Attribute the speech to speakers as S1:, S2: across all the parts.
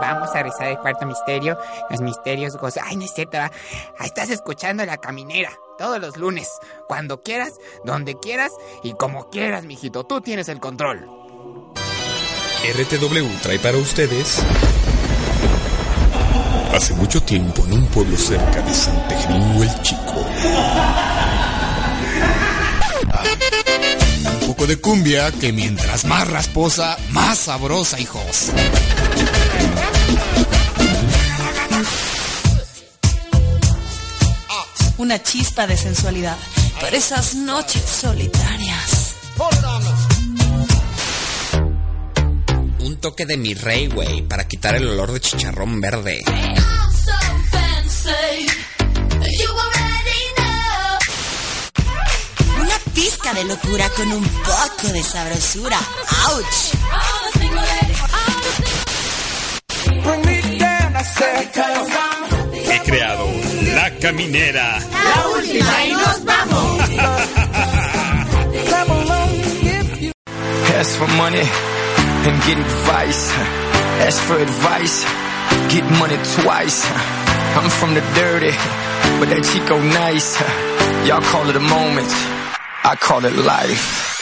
S1: vamos a rezar el cuarto misterio, los misterios gozan. Ay, no es cierto, ¿verdad? Ahí estás escuchando la caminera. Todos los lunes, cuando quieras, donde quieras y como quieras, mijito. Tú tienes el control.
S2: RTW trae para ustedes. Hace mucho tiempo, en un pueblo cerca de San Tejeringo el Chico. Ah, Un poco de cumbia que mientras más rasposa, más sabrosa, hijos.
S3: Una chispa de sensualidad para esas noches solitarias.
S4: Un toque de mi rey, güey, para quitar el olor de chicharrón verde.
S3: Una pizca de locura con un poco de sabrosura. ¡Auch!
S2: He creado La Caminera.
S3: La última y nos vamos.
S5: Ask for money and get advice. Ask for advice, get money twice. I'm from the dirty, but that Chico nice. Y'all call it a moment, I call it life.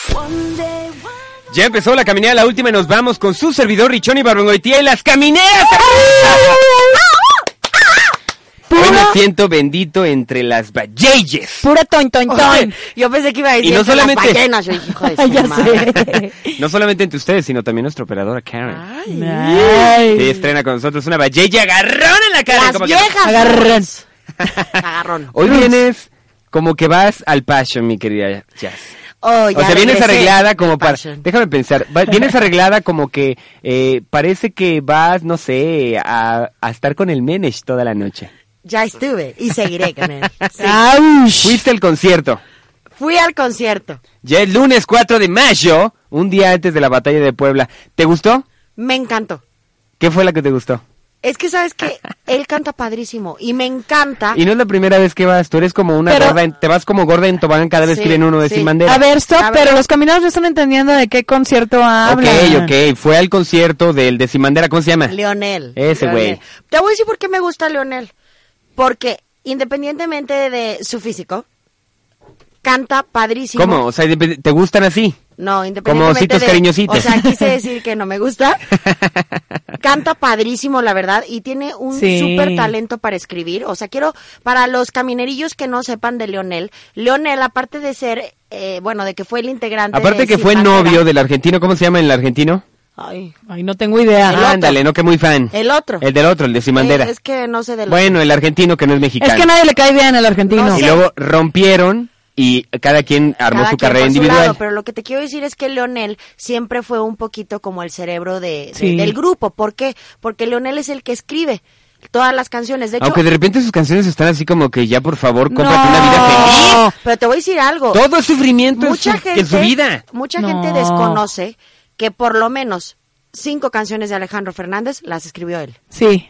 S6: Ya empezó la caminera la última y nos vamos con su servidor Richón y Barbengoitia y las camineras. Hoy me siento bendito entre las balleyes.
S7: Puro ton, ton, ton.
S6: Oye,
S7: Yo pensé que iba a
S6: y
S7: decir
S6: no
S7: entre las
S6: solamente-
S7: ballenas. Yo dije, hijo de su
S8: Ya
S7: madre.
S6: No solamente entre ustedes, sino también nuestra operadora Karen.
S8: Ay.
S6: Sí, estrena con nosotros una ballella agarrón en la cara.
S7: Las
S6: como que-
S7: viejas.
S8: Agarran.
S7: Agarrón.
S6: Hoy vienes como que vas al passion, mi querida Jazz.
S7: Oh,
S6: O
S7: ya
S6: sea, vienes
S7: regresé.
S6: arreglada como para...
S7: Fashion.
S6: Déjame pensar. va- Vienes arreglada como que eh, parece que vas, no sé, a, a estar con el Menesh toda la noche.
S7: Ya estuve y seguiré con él. Sí.
S8: Auch.
S6: Fuiste al concierto.
S7: Fui al concierto.
S6: Ya el lunes 4 de mayo, un día antes de la batalla de Puebla. ¿Te gustó?
S7: Me encantó.
S6: ¿Qué fue la que te gustó?
S7: Es que sabes que él canta padrísimo y me encanta.
S6: Y no es la primera vez que vas, tú eres como una
S8: Pero-
S6: gorda, en- te vas como gorda en tobogán cada vez
S7: Sí,
S6: que viene uno de
S7: sí.
S6: sin bandera.
S8: A ver, stop,
S7: A ver.
S8: pero los caminados no están entendiendo de qué concierto hablan.
S6: ok, ok, fue al concierto del de sin bandera, ¿cómo se llama?
S7: Leonel.
S6: Ese
S7: Leonel.
S6: güey.
S7: Te voy a decir por qué me gusta Leonel. Porque independientemente de su físico, canta padrísimo.
S6: ¿Cómo? O sea, depende- ¿te gustan así?
S7: No, independientemente
S6: ositos
S7: de-
S6: cariñositos.
S7: O sea, quise decir que no me gusta. Canta padrísimo, la verdad, y tiene un
S8: Sí.
S7: súper talento para escribir. O sea, quiero, para los caminerillos que no sepan de Leonel, Leonel, aparte de ser, eh, bueno, de que fue el integrante.
S6: Aparte
S7: de
S6: que
S7: Sin
S6: fue
S7: Bandera-
S6: novio del argentino, ¿cómo se llama el argentino?
S7: Ay,
S8: Ay, no tengo idea.
S7: otro.
S6: Ah, Ándale, no que muy fan.
S7: el otro.
S6: El del otro, el de sin
S7: Eh,
S6: bandera.
S7: es que no sé del
S6: Bueno, el argentino que no es mexicano.
S8: Es que a nadie le cae bien al argentino.
S7: No,
S6: Y
S7: sí.
S6: luego rompieron y cada quien armó
S7: Cada
S6: su
S7: quien
S6: carrera
S7: por su
S6: individual.
S7: lado, pero lo que te quiero decir es que Leonel siempre fue un poquito como el cerebro de, de-
S8: Sí.
S7: del grupo. ¿Por qué? Porque Leonel es el que escribe todas las canciones. De hecho,
S6: Aunque de repente sus canciones están así como que ya por favor cómprate
S8: No.
S6: una vida feliz.
S8: No.
S7: pero te voy a decir algo.
S6: Todo es sufrimiento en su, Pues en su vida.
S7: Mucha
S8: No.
S7: gente desconoce que por lo menos cinco canciones de Alejandro Fernández las escribió él.
S8: Sí.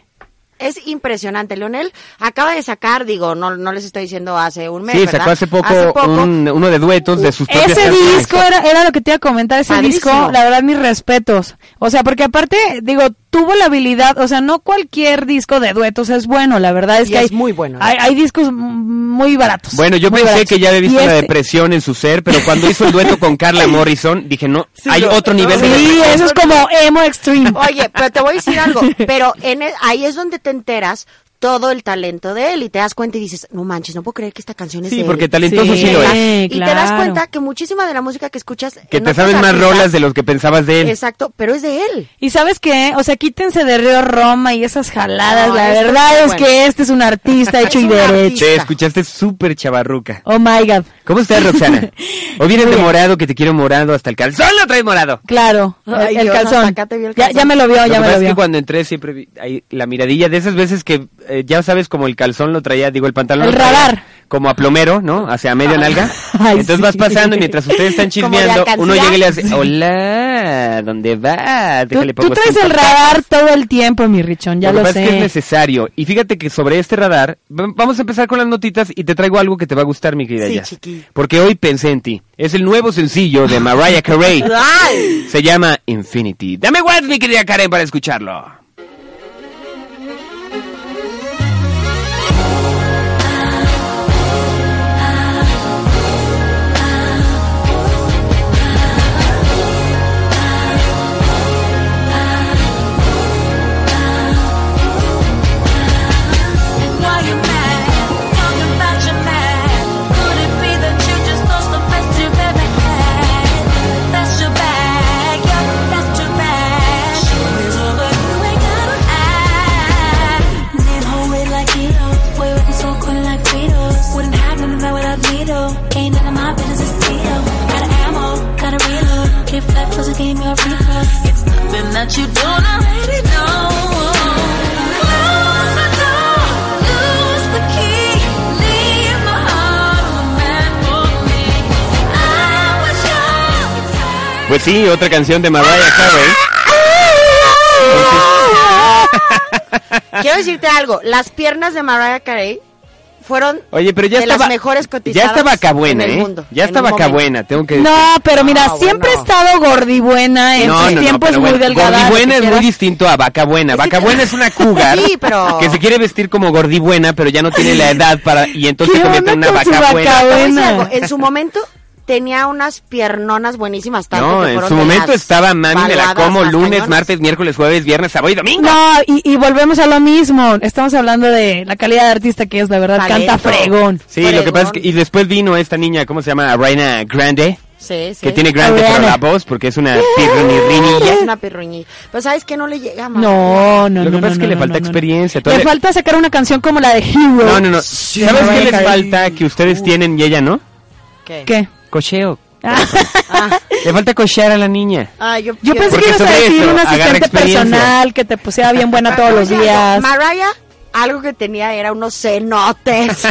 S7: Es impresionante. Leonel acaba de sacar, digo, no, no les estoy diciendo hace un mes.
S6: Sí,
S7: ¿verdad?
S6: sacó hace poco,
S7: poco,
S6: un- uno de duetos de sus propias
S8: Ese
S6: canciones.
S8: disco era, era lo que te iba a comentar, ese
S7: Padrísimo.
S8: disco, la verdad, mis respetos. O sea, porque aparte, digo, tuvo la habilidad, o sea, no cualquier disco de duetos es bueno, la verdad es
S7: Y
S8: que
S7: es
S8: hay,
S7: muy bueno.
S8: hay, hay discos m- muy baratos.
S6: Bueno, yo
S8: muy
S6: pensé
S8: baratos.
S6: que ya había visto
S8: Y
S6: la
S8: este-
S6: depresión en su ser, pero cuando hizo el dueto con Carla Morrison, dije, no, hay otro nivel de
S8: Sí,
S6: depresión.
S8: eso es como emo extreme.
S7: Oye, pero te voy a decir algo, pero en el- ahí es donde te enteras todo el talento de él y te das cuenta y dices, no manches, no puedo creer que esta canción es
S6: Sí,
S7: de
S6: porque
S7: él.
S6: talentoso sí,
S8: Sí,
S6: lo es.
S8: Eh,
S7: y te das
S8: claro.
S7: cuenta que muchísima de la música que escuchas
S6: Que
S7: en
S6: te
S7: otros
S6: saben más
S7: artistas-
S6: rolas de los que pensabas de él.
S7: Exacto, pero es de él.
S8: Y sabes qué, o sea, quítense de Río Roma y esas jaladas,
S7: No,
S8: la
S7: esto
S8: verdad
S7: es
S8: es
S7: muy bueno.
S8: que este es un artista hecho
S7: Es
S8: y
S7: un
S8: derecho.
S7: artista.
S6: Che, escuchaste súper chavarruca.
S8: Oh my god,
S6: ¿Cómo estás, Roxana? Hoy vienes de
S8: Muy bien.
S6: morado, que te quiero morado hasta el calzón, lo traes morado.
S8: claro,
S7: Ay,
S8: el,
S7: Dios, hasta
S8: calzón.
S7: acá te vi el
S8: Ya,
S7: calzón.
S8: ya me lo vio,
S6: Lo que
S8: ya me
S6: pasa
S8: lo
S6: es que
S8: vio.
S6: cuando entré siempre vi ahí la miradilla de esas veces que eh, ya sabes como el calzón lo traía, digo el pantalón
S8: El
S6: lo traía
S8: radar.
S6: como a plomero, ¿no? Hacia media nalga.
S8: Ay,
S6: Entonces
S8: sí.
S6: vas pasando y mientras ustedes están
S7: Como de
S6: chismeando, uno
S7: alcancía.
S6: llega y le hace, "Hola, ¿dónde vas?"
S8: Tú,
S6: Déjale
S8: tú
S6: pongo
S8: traes
S6: cinco
S8: el
S6: tacos.
S8: radar todo el tiempo, mi Richón, ya
S6: lo,
S8: lo,
S6: que pasa
S8: sé.
S6: es que es necesario. Y fíjate que sobre este radar, va- vamos a empezar con las notitas y te traigo algo que te va a gustar, mi querida
S7: Sí,
S6: Jazz.
S7: chiqui.
S6: Porque hoy pensé en ti. Es el nuevo sencillo de Mariah Carey.
S7: ¡Ay!
S6: Se llama Infinity. Dame watts, mi querida Karen, para escucharlo.
S9: Infinity,
S3: but you don't already know. Close the door, lose the key, leave my heart on the mat for me. I was yours.
S6: Pues sí, otra canción de Mariah Carey.
S7: Quiero decirte algo, las piernas de Mariah Carey fueron
S6: Oye, pero ya
S7: de
S6: estaba.
S7: las mejores cotizadas
S6: Ya estaba cabuena,
S7: en el
S6: ¿eh?
S7: mundo.
S6: ya
S7: en un
S6: estaba
S7: momento.
S6: cabuena, tengo que decir.
S8: No, pero mira,
S7: No,
S8: siempre
S7: Ah, bueno.
S8: he estado gordibuena, en sus tiempos
S6: pero
S8: muy
S6: bueno,
S8: delgada. lo
S6: Gordibuena
S8: que
S6: es muy
S8: quieras.
S6: distinto a vaca buena. Vaca buena es una cougar
S7: Sí, pero-
S6: que se quiere vestir como gordibuena, pero ya no tiene la edad para y entonces
S8: ¿Qué
S6: se convierte en
S8: onda
S6: una
S8: con su
S6: vaca buena.
S8: vaca
S7: Te voy a decir
S8: buena?
S7: algo, en su momento tenía unas piernonas buenísimas. tanto
S6: No,
S7: que
S6: en
S7: fueron
S6: su
S7: de
S6: momento
S7: las
S6: estaba mami, me la
S7: valuadas
S6: como
S7: más
S6: lunes,
S7: cañonas.
S6: martes, miércoles, jueves, viernes, sábado y domingo.
S8: No, y, y volvemos a lo mismo. Estamos hablando de la calidad de artista que es, la verdad,
S7: Talento.
S8: canta fregón.
S6: Sí, lo que
S7: Fregón.
S6: pasa es que y después vino esta niña, ¿cómo se llama? Reina Grande,
S7: Sí, sí.
S6: que tiene grande pero
S8: Ariana.
S6: la voz porque es una
S7: Es
S6: pirrinirrinilla.
S7: una pirruñilla. Pero ¿sabes qué? No le llega más.
S8: No, no,
S6: Lo que
S8: no,
S6: pasa
S8: no,
S6: es que
S8: no,
S6: le
S8: no,
S6: falta
S8: no, no.
S6: experiencia,
S8: Le
S6: todavía-
S8: falta sacar una canción como la de Hero.
S6: No, no, no.
S8: Sí,
S6: ¿Sabes
S8: Mariah
S6: qué les
S8: Carey.
S6: falta que ustedes tienen y ella no?
S7: ¿Qué?
S8: ¿Qué?
S6: Cocheo.
S8: Ah,
S6: Le falta cochear a la niña.
S7: Ah, yo,
S8: yo pensé
S6: Porque
S8: que ibas a
S6: sobre
S8: decir
S6: eso,
S8: un
S6: agarra
S8: asistente
S6: experiencia.
S8: personal que te pusiera bien buena todos los días.
S7: Mariah, algo que tenía era unos cenotes.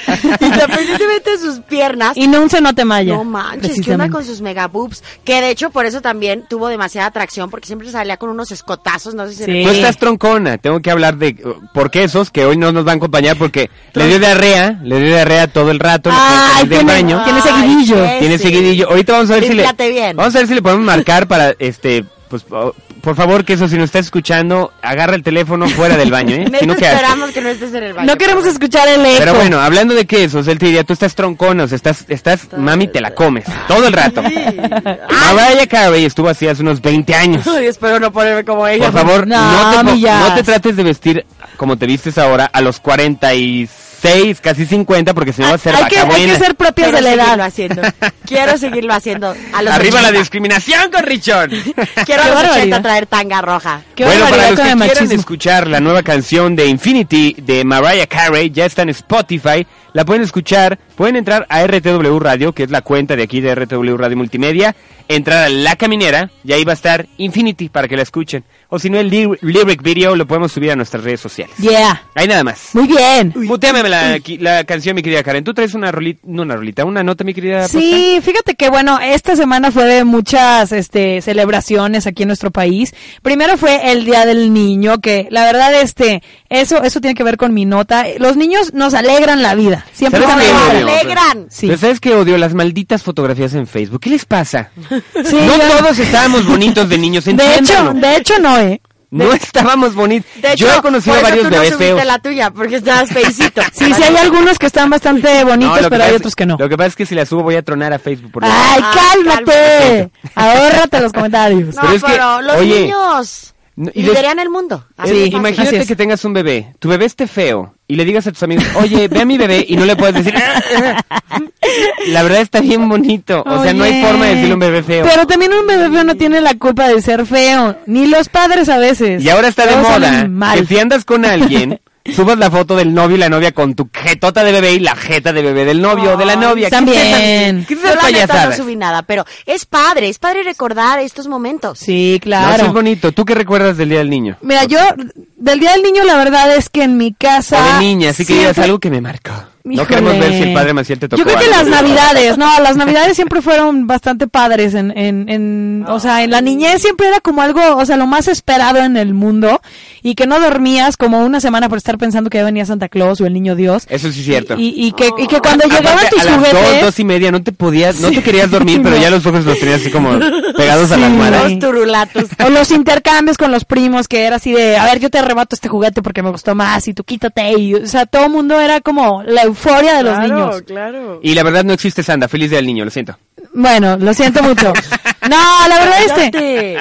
S7: Independientemente de sus piernas.
S8: Y no un cenote maya.
S7: No manches, ¿qué onda
S8: precisamente.
S7: con sus megaboobs? Que de hecho por eso también tuvo demasiada atracción, porque siempre salía con unos escotazos, no sé si se
S8: Sí.
S6: Tú estás troncona, tengo que hablar de uh, por qué esos que hoy no nos van a acompañar porque le dio diarrea, le dio diarrea todo el rato, no puede
S8: Ay,
S6: salir del
S8: tiene-
S6: baño.
S8: tiene seguidillo.
S7: qué
S6: Tiene
S7: ese.
S6: seguidillo. Ahorita vamos a ver si le
S7: Límpiate bien.
S6: Vamos a ver si le podemos marcar para este pues oh, por favor, que eso si nos está escuchando, agarra el teléfono fuera del baño, ¿eh?
S7: Neta,
S6: Si no, ¿qué haces?
S7: esperamos que no estés en el baño.
S8: No queremos
S7: pero
S8: escuchar el eco.
S6: Pero bueno, hablando de quesos, él te diría, tú estás troncona, o sea, estás, estás, mami, te la comes, todo el rato. Mariah Carey estuvo así hace unos 20 años.
S7: bueno. Ay, espero no ponerme como ella.
S6: Por favor,
S8: No,
S6: no, te, po-
S8: millas.
S6: no te trates de vestir como te vistes ahora a los 46, casi 50, porque si no va a ser
S8: Ah, hay,
S6: vaca
S8: que, hay
S6: buena.
S8: que ser propias
S7: Quiero
S8: de la
S7: seguirlo
S8: edad.
S7: haciendo. Quiero seguirlo haciendo. A los
S6: Arriba
S7: 80.
S6: la discriminación, corrichón.
S7: Quiero a
S8: Qué
S7: los 80
S8: barbaridad.
S7: traer tanga roja.
S8: Qué
S6: bueno, para los
S8: barbaridad
S6: que
S8: con el
S6: quieran
S8: machismo.
S6: escuchar la nueva canción de Infinity de Mariah Carey, ya está en Spotify, la pueden escuchar, pueden entrar a RTW Radio, que es la cuenta de aquí de RTW Radio Multimedia, entrar a La Caminera y ahí va a estar Infinity para que la escuchen. O si no, el ly- lyric video lo podemos subir a nuestras redes sociales.
S8: Yeah.
S6: Ahí nada más.
S8: Muy bien.
S6: Muteame la, qui- la canción, mi querida Karen. Tú traes una rolita, no una rolita, una nota, mi querida.
S8: Sí, fíjate que bueno, esta semana fue de muchas este, celebraciones aquí en nuestro país. Primero fue el Día del Niño, que la verdad, este, eso, eso tiene que ver con mi nota. Los niños nos alegran la vida. Siempre
S6: ¿Sabes
S8: nos
S6: qué,
S8: alegran.
S6: Mario?
S7: alegran.
S8: Sí.
S6: Pero ¿Sabes qué odio? Las malditas fotografías en Facebook. ¿Qué les pasa?
S8: Sí,
S6: Pues, no
S8: ya-
S6: todos estábamos bonitos de niños,
S8: de hecho,
S6: entiéndanlo.
S8: de hecho no, eh.
S6: no estábamos bonitos.
S7: De
S6: Yo
S7: hecho,
S6: he conocido
S7: por eso
S6: varios
S7: tú
S6: bebés
S7: no subiste
S6: feos.
S7: la tuya, porque estabas feicito.
S8: Sí, sí hay algunos que están bastante
S6: No,
S8: bonitos,
S6: lo que
S8: pero
S6: pasa
S8: hay
S6: es-
S8: otros que no.
S6: Lo que pasa es que si la subo voy a tronar a Facebook. Por
S8: Ay,
S7: Ah,
S8: cálmate. Ahórrate los comentarios.
S7: No,
S6: Pero
S7: pero,
S6: es que,
S7: los
S6: oye,
S7: niños
S6: no, y los-
S7: lideran el mundo. Así
S8: Sí,
S7: de fácil.
S8: Así
S6: Imagínate
S8: es.
S6: que tengas un bebé, tu bebé esté feo y le digas a tus amigos, oye, ve a mi bebé y no le puedes decir, "Ah, la verdad está bien bonito, o sea, no hay
S8: Oye.
S6: forma de decirle a un bebé feo.
S8: Pero también un bebé feo no tiene la culpa de ser feo, ni los padres a veces.
S6: Y ahora está de
S8: Todos
S6: moda
S8: salen mal.
S6: que si andas con alguien, subas la foto del novio y la novia con tu jetota de bebé y la jeta de bebé del novio o de la novia. ¿Qué es
S8: también.
S6: esa- ¿Qué es
S7: Yo
S6: esa
S7: la neta no
S6: payasada?
S7: subí nada, pero es padre, es padre recordar estos momentos.
S8: Sí,
S6: No, sí
S8: claro.
S6: es bonito. ¿Tú qué recuerdas del Día del Niño?
S8: Mira, yo del día del niño la verdad es que en mi
S6: O
S8: casa
S6: de niña, así que digas
S8: siempre-
S6: algo que me marcó. No
S8: Híjole.
S6: queremos ver si el padre Maciel te tocó
S8: Yo creo que las
S6: algo.
S8: navidades, no, las navidades siempre fueron bastante padres en, en, en,
S7: Ah.
S8: o sea, en la niñez siempre era como algo, o sea, lo más esperado en el mundo y que no dormías como una semana por estar pensando que ya venía Santa Claus o el niño Dios.
S6: Eso sí es cierto. Oh.
S8: Y, y que, y que cuando llegaban
S6: Aparte,
S8: tus
S6: a las dos,
S8: juguetes...
S6: dos y media, no te podías, no te querías dormir, pero ya los ojos los tenías así como pegados a la
S8: Sí.
S6: almohada.
S7: Los turulatos.
S8: O los intercambios con los primos, que era así de, a ver, yo te arrebato este juguete porque me gustó más y tú quítate. Y, o sea, todo el mundo era como la euforia de los niños.
S6: Y la verdad no existe Santa, feliz día del niño, lo siento.
S8: Bueno, lo siento mucho. No, la verdad es que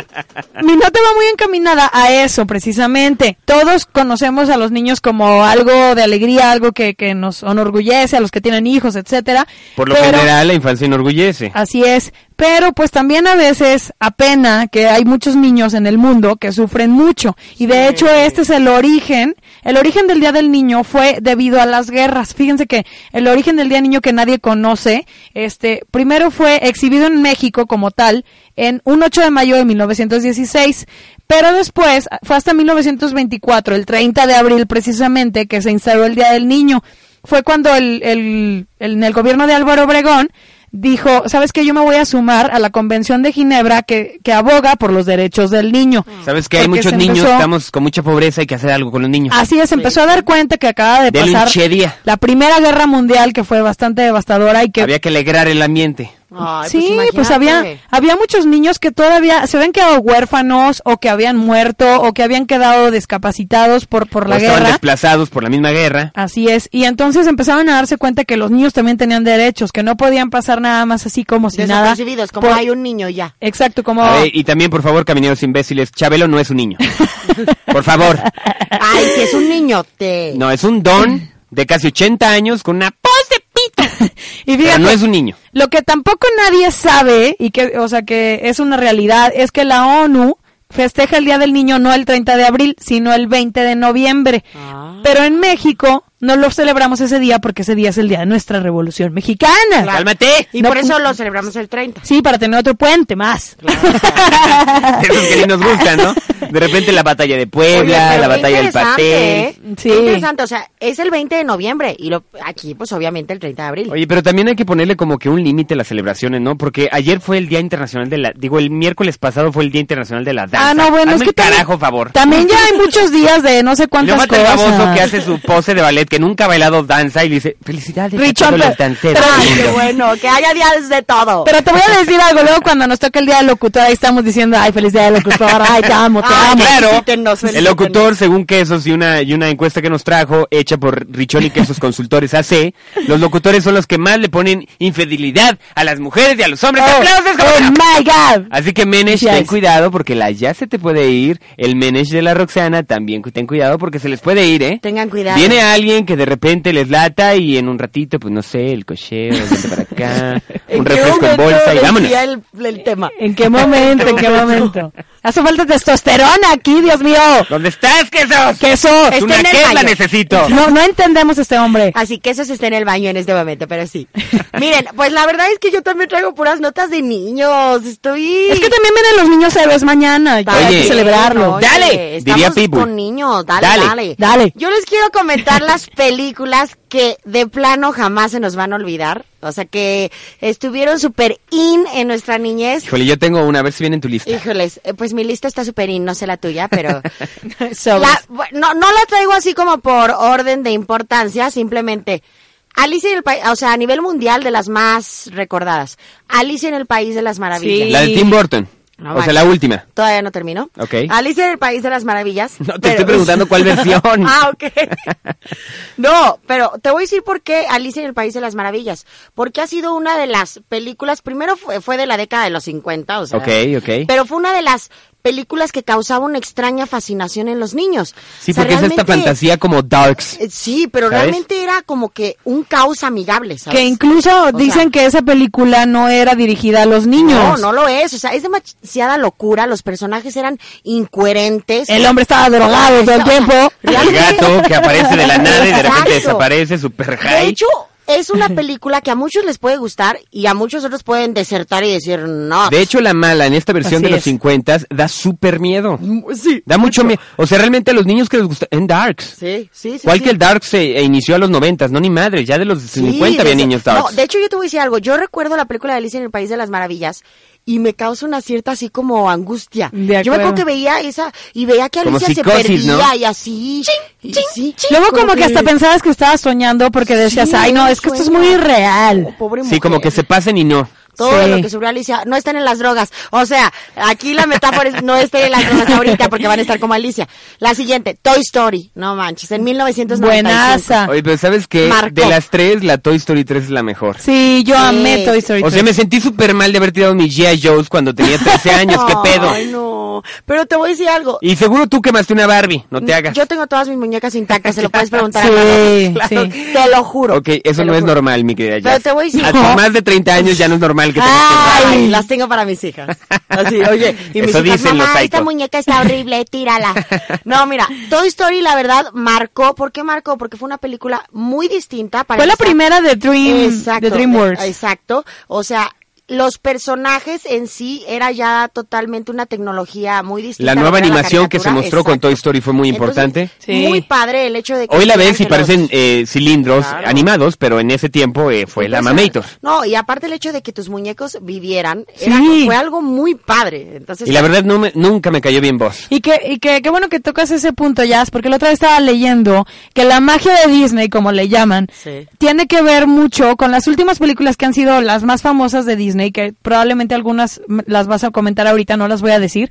S8: mi nota va muy encaminada a eso, precisamente. Todos conocemos a los niños como algo de alegría, algo que, que nos enorgullece, a los que tienen hijos, etcétera.
S6: Por lo
S8: Pero-
S6: general la infancia enorgullece.
S8: Así es, pero pues también a veces apena que hay muchos niños en el mundo que sufren mucho y de hecho este es el origen El origen del Día del Niño fue debido a las guerras. Fíjense que el origen del Día del Niño que nadie conoce, este, primero fue exhibido en México como tal en un 8 de mayo de 1916, pero después fue hasta 1924, el 30 de abril precisamente, que se instauró el Día del Niño. Fue cuando el, el- el- en el gobierno de Álvaro Obregón dijo, ¿sabes qué? Yo me voy a sumar a la Convención de Ginebra que, que aboga por los derechos del niño.
S7: Mm.
S6: Sabes que hay
S8: Ah. Porque
S6: muchos
S8: se
S6: niños,
S8: empezó-
S6: estamos con mucha pobreza, hay que hacer algo con los niños.
S8: Así es, empezó a dar cuenta que acaba de
S6: Denle un
S8: pasar
S6: chedía.
S8: la Primera Guerra Mundial, que fue bastante devastadora y que...
S6: Había que alegrar el ambiente.
S7: Ay,
S8: sí, pues,
S7: imagínate.
S8: había, había muchos niños que todavía se habían quedado huérfanos o que habían muerto o que habían quedado discapacitados por, por
S6: O
S8: la
S6: estaban
S8: guerra.
S6: desplazados por la misma guerra.
S8: Así es, y entonces empezaban a darse cuenta que los niños también tenían derechos, que no podían pasar nada más así como si nada.
S7: Desapercibidos, como
S8: Por-
S7: hay un niño ya.
S8: Exacto, como...
S6: A ver, y también, por favor, camineros imbéciles, Chabelo no es un niño. por favor.
S8: Ah.
S7: Ay, si es un niño, te...
S6: No, es un don de casi 80 años con una pos de pito.
S8: y
S6: Pero
S8: fíjate,
S6: no es un niño.
S8: Lo que tampoco nadie sabe, y que, o sea, que es una realidad, es que la ONU festeja el Día del Niño no el 30 de abril, sino el 20 de noviembre.
S7: Ah.
S8: Pero en México no lo celebramos ese día porque ese día es el día de nuestra Revolución Mexicana.
S6: ¡Cálmate!
S7: Y
S8: No,
S7: por
S6: pues-
S7: eso lo celebramos el 30.
S8: Sí, para tener otro puente más.
S6: Esos que ni nos gustan, ¿no? De repente la batalla de Puebla,
S7: Oye,
S6: la
S7: pero qué
S6: batalla del
S7: interesante,
S6: Paté.
S7: ¿eh?
S8: Sí.
S7: Qué Interesante, o sea, es el 20 de noviembre y lo, aquí pues obviamente el 30 de abril.
S6: Oye, pero también hay que ponerle como que un límite a las celebraciones, ¿no? Porque ayer fue el Día Internacional de la... Digo, el miércoles pasado fue el Día Internacional de la Danza.
S8: Ah, no, bueno,
S6: Hazme
S8: es que
S6: el
S8: también-
S6: carajo, favor.
S8: También ya hay muchos días de no sé
S6: Y luego
S8: cuántas
S6: mata el baboso
S8: cosas.
S6: que hace su pose de ballet, que nunca ha bailado danza, y le dice, felicidades a
S8: Richón,
S6: todos los
S8: pero-
S6: danceros.
S8: pero-
S6: del
S7: Ay,
S6: mundo".
S7: qué bueno, que haya días de todo.
S8: Pero te voy a decir algo, luego cuando nos toque el día del locutor, ahí estamos diciendo, ay, feliz día del locutor, ay, te amo, te
S7: Ay,
S8: amo.
S7: claro.
S6: Claro, el locutor, según Quesos y una, y una encuesta que nos trajo, hecha por Richón y Quesos Consultores AC, los locutores son los que más le ponen infidelidad a las mujeres y a los hombres. ¡Aplausos,
S8: Oh,
S6: cabrón!
S8: oh my God.
S6: Así que Menesh,
S8: Yes.
S6: ten cuidado porque la ya se te puede ir. El Menesh de la Roxana también cu- ten cuidado porque se les puede ir, ¿eh?
S7: Tengan cuidado.
S6: Viene alguien que de repente les lata y en un ratito, pues no sé, el cocheo, vente para acá, un refresco en bolsa y vámonos.
S7: El, el tema.
S8: ¿En qué momento? ¿En qué momento? Hace falta testosterona aquí, Dios mío.
S6: ¿Dónde estás, Quesos?
S8: Queso.
S6: Es una
S7: en el
S6: quesla
S7: baño.
S6: necesito.
S8: No, no entendemos a este hombre.
S7: Así que eso se está en el baño en este momento, pero sí. Miren, pues la verdad es que yo también traigo puras notas de niños. Estoy.
S8: Es que también vienen los niños héroes mañana. ya Hay
S6: Oye.
S8: que celebrarlo.
S7: Oye,
S6: Dale,
S7: estamos
S6: diría Pitbull.
S7: con niños, dale,
S6: Dale,
S7: dale,
S8: dale.
S7: Yo les quiero comentar las películas que de plano jamás se nos van a olvidar. O sea, que estuvieron súper in en nuestra niñez.
S6: Híjole, yo tengo una, a ver si viene en tu lista.
S7: Híjoles, eh, pues mi lista está súper in, no sé la tuya, pero...
S8: Sobres.
S7: La- bu- no, no la traigo así como por orden de importancia, simplemente... Alicia en el país, o sea, a nivel mundial de las más recordadas. Alicia en el país de las maravillas.
S6: La de Tim Burton.
S7: No
S6: o sea,
S7: manches.
S6: la última.
S7: Todavía no terminó.
S6: Ok.
S7: Alicia en el País de las Maravillas.
S6: No, te estoy preguntando cuál versión.
S7: ah, ok. No, pero te voy a decir por qué Alicia en el País de las Maravillas. Porque ha sido una de las películas, primero fue, fue de la década de los 50, o sea.
S6: Ok, ok.
S7: Pero fue una de las películas que causaba una extraña fascinación en los niños.
S6: Sí,
S7: O sea,
S6: porque es esta
S7: realmente-
S6: fantasía como Darks.
S7: eh, Sí, pero
S6: ¿Sabes?
S7: realmente era como que un caos amigable, ¿sabes?
S8: Que incluso
S7: O sea-
S8: dicen que esa película no era dirigida a los niños.
S7: No, no lo es. O sea, es demasiada locura. Los personajes eran incoherentes.
S8: El hombre estaba drogado todo el tiempo.
S6: El gato que aparece de la nada y de repente
S7: Exacto.
S6: desaparece, super
S7: De
S6: high.
S7: hecho, es una película que a muchos les puede gustar y a muchos otros pueden desertar y decir no.
S6: De hecho, la mala en esta versión
S8: Así
S6: de los
S8: es.
S6: 50 da súper miedo.
S7: sí.
S6: Da mucho miedo. O sea, realmente a los niños que les gusta. En Darks.
S7: Sí, sí, sí.
S6: Igual
S7: sí.
S6: que el Darks se eh, inició a los 90, no ni madre. Ya de los
S7: Sí,
S6: 50 había
S7: desde-
S6: niños
S7: No,
S6: Darks.
S7: de hecho, yo te voy a decir algo. Yo recuerdo la película de Alicia en el País de las Maravillas y me causa una cierta así como angustia.
S8: De
S7: yo me
S8: acuerdo.
S7: acuerdo que veía esa y veía que
S6: Como
S7: Alicia se
S6: psicosis,
S7: perdía
S6: ¿no?
S7: y así. y sí,
S8: Luego como que hasta pensabas que estabas soñando porque decías,
S7: Sí,
S8: ay no, es que esto es
S7: suena.
S8: muy irreal.
S7: Oh, pobre
S6: sí, como
S7: mujer.
S6: que se pasen y no.
S7: Todo
S8: Sí.
S7: lo que sufrió Alicia no están en las drogas. O sea, aquí la metáfora es no estén en las drogas ahorita porque van a estar como Alicia. La siguiente, Toy Story. No manches, en 1995.
S8: Buenaza.
S6: Ah. Oye, pero ¿sabes qué?
S7: Marcó.
S6: De las tres, la Toy Story 3 es la mejor.
S8: Sí, yo
S7: Sí.
S8: amé Toy Story
S6: O sea,
S8: 3.
S6: me sentí súper mal de haber tirado mi G.I. Joe's cuando tenía 13 años. ¿Qué pedo?
S7: Ay, no. Pero te voy a decir algo.
S6: Y seguro tú quemaste una Barbie. No te hagas.
S7: Yo tengo todas mis muñecas intactas, se lo puedes preguntar a
S8: Sí,
S7: Manolo.
S8: sí.
S7: Te lo juro.
S6: Ok, eso
S7: Te
S6: no
S7: lo
S6: es
S7: juro.
S6: normal, mi querida.
S7: Pero
S6: Jazz.
S7: te voy a decir-
S6: Hasta
S7: No.
S6: más de 30 años ya no es mal que te guste.
S7: Ay, las tengo para mis hijas. Así, oye, y mis
S6: Eso
S7: hijas,
S6: dicen los
S7: mamá, esta
S6: psycho".
S7: muñeca está horrible, tírala. No, mira, Toy Story la verdad marcó, ¿por qué marcó? Porque fue una película muy distinta para
S8: Fue la
S7: empezar.
S8: primera de Dream,
S7: Exacto,
S8: de DreamWorks.
S7: eh, Exacto. O sea, los personajes en sí era ya totalmente una tecnología muy distinta.
S6: La
S7: a lo
S6: nueva
S7: era
S6: animación que se
S7: caricatura.
S6: mostró con
S7: Exacto.
S6: Toy Story fue muy
S7: Entonces,
S6: importante.
S8: Sí.
S7: Muy padre el hecho de que...
S6: Hoy la
S7: tuvieran
S6: ves y
S7: que
S6: parecen
S7: los-
S6: eh, cilindros
S7: Claro.
S6: animados, pero en ese tiempo eh, fue la Mamator.
S7: No, y aparte el hecho de que tus muñecos vivieran era-
S8: Sí.
S7: fue algo muy padre. Entonces,
S6: Y la verdad no me- nunca me cayó bien vos.
S8: Y que, y que, qué bueno que tocas ese punto, Jazz, porque la otra vez estaba leyendo que la magia de Disney, como le llaman,
S7: Sí.
S8: tiene que ver mucho con las últimas películas que han sido las más famosas de Disney, que probablemente algunas m- las vas a comentar ahorita, no las voy a decir,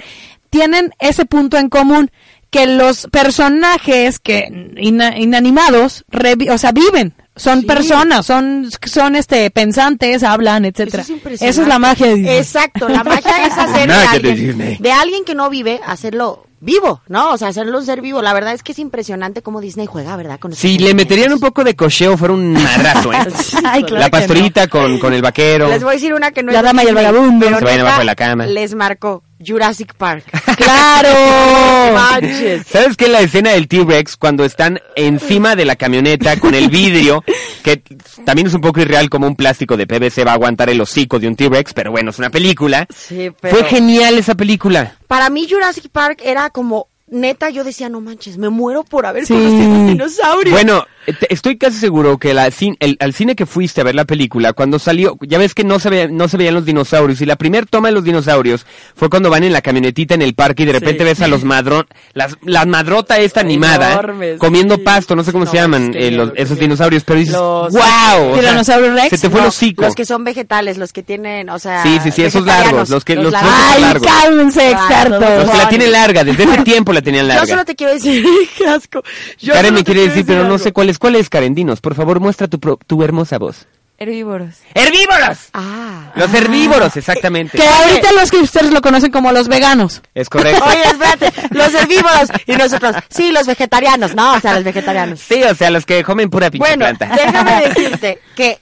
S8: tienen ese punto en común que los personajes que ina- inanimados, revi- o sea, viven, son personas, son son este pensantes, hablan, etcétera.
S7: Eso es impresionante.
S8: Esa es la magia de Disney.
S7: Exacto, la magia es hacer de
S6: Magia de Disney.
S7: alguien, de alguien que no vive, hacerlo vivo, ¿no? O sea, hacerlo un ser vivo. La verdad es que es impresionante cómo Disney juega, ¿verdad? Con
S6: Si
S7: esos
S6: le
S7: muñecos.
S6: meterían un poco de cocheo fuera un madrazo, ¿eh?
S8: Ay, claro
S6: la
S8: que no.
S6: pastorita con, con el vaquero.
S7: Les voy a decir una que no
S8: La
S7: es de
S8: dama y el
S7: Disney,
S8: vagabundo.
S7: pero
S6: Se vayan abajo
S7: neta,
S6: de la cama.
S7: Les marcó Jurassic Park.
S8: ¡Claro!
S7: Manches.
S6: ¿Sabes qué? La escena del T-Rex cuando están encima de la camioneta con el vidrio, que también es un poco irreal como un plástico de PVC va a aguantar el hocico de un T-Rex, pero bueno, es una película.
S7: Sí, pero-
S6: Fue genial esa película.
S7: Para mí Jurassic Park era como neta, yo decía, no manches, me muero por haber
S8: Sí.
S7: conocido a dinosaurios.
S6: Bueno, te- estoy casi seguro que la cin- el- al cine que fuiste a ver la película, cuando salió, ya ves que no se, ve- no se veían los dinosaurios, y la primer toma de los dinosaurios fue cuando van en la camionetita en el parque y de repente ves a los madrón, las, la madrota esta animada,
S9: Enormes,
S6: comiendo
S9: sí.
S6: pasto, no sé cómo
S9: No,
S6: se llaman
S9: es que
S6: eh, los-
S9: miedo, qué
S6: esos
S9: miedo.
S6: dinosaurios, pero dices,
S9: Los-
S6: wow, O sea,
S8: ¿Tiranosaurio Rex?
S6: Se te fue
S7: No,
S6: el hocico.
S7: los que son vegetales, los que tienen, o sea,
S6: Sí, sí, sí, esos
S7: vegetarianos,
S6: largos, los que- los
S7: largos.
S6: son
S8: Ay,
S6: largos.
S8: cálmense,
S7: Claro,
S8: expertos.
S6: Los que la tienen larga, desde ese tiempo la tenían larga.
S7: Yo solo te quiero decir, qué asco. Yo
S6: Karen me
S7: solo
S6: quiere
S7: te quiero
S6: decir, pero no
S7: algo.
S6: sé cuál es. ¿Cuál es, Karen? Dinos, por favor, muestra tu, pro- tu hermosa voz.
S9: Herbívoros.
S6: ¡Herbívoros!
S7: Ah.
S6: Los herbívoros, exactamente.
S8: Que ahorita los hipsters lo conocen como los veganos.
S6: Es correcto.
S7: Oye, espérate, los herbívoros y nosotros, sí, los vegetarianos, no, o sea, los vegetarianos.
S6: Sí, o sea, los que comen pura pinche
S7: Bueno,
S6: planta.
S7: déjame decirte que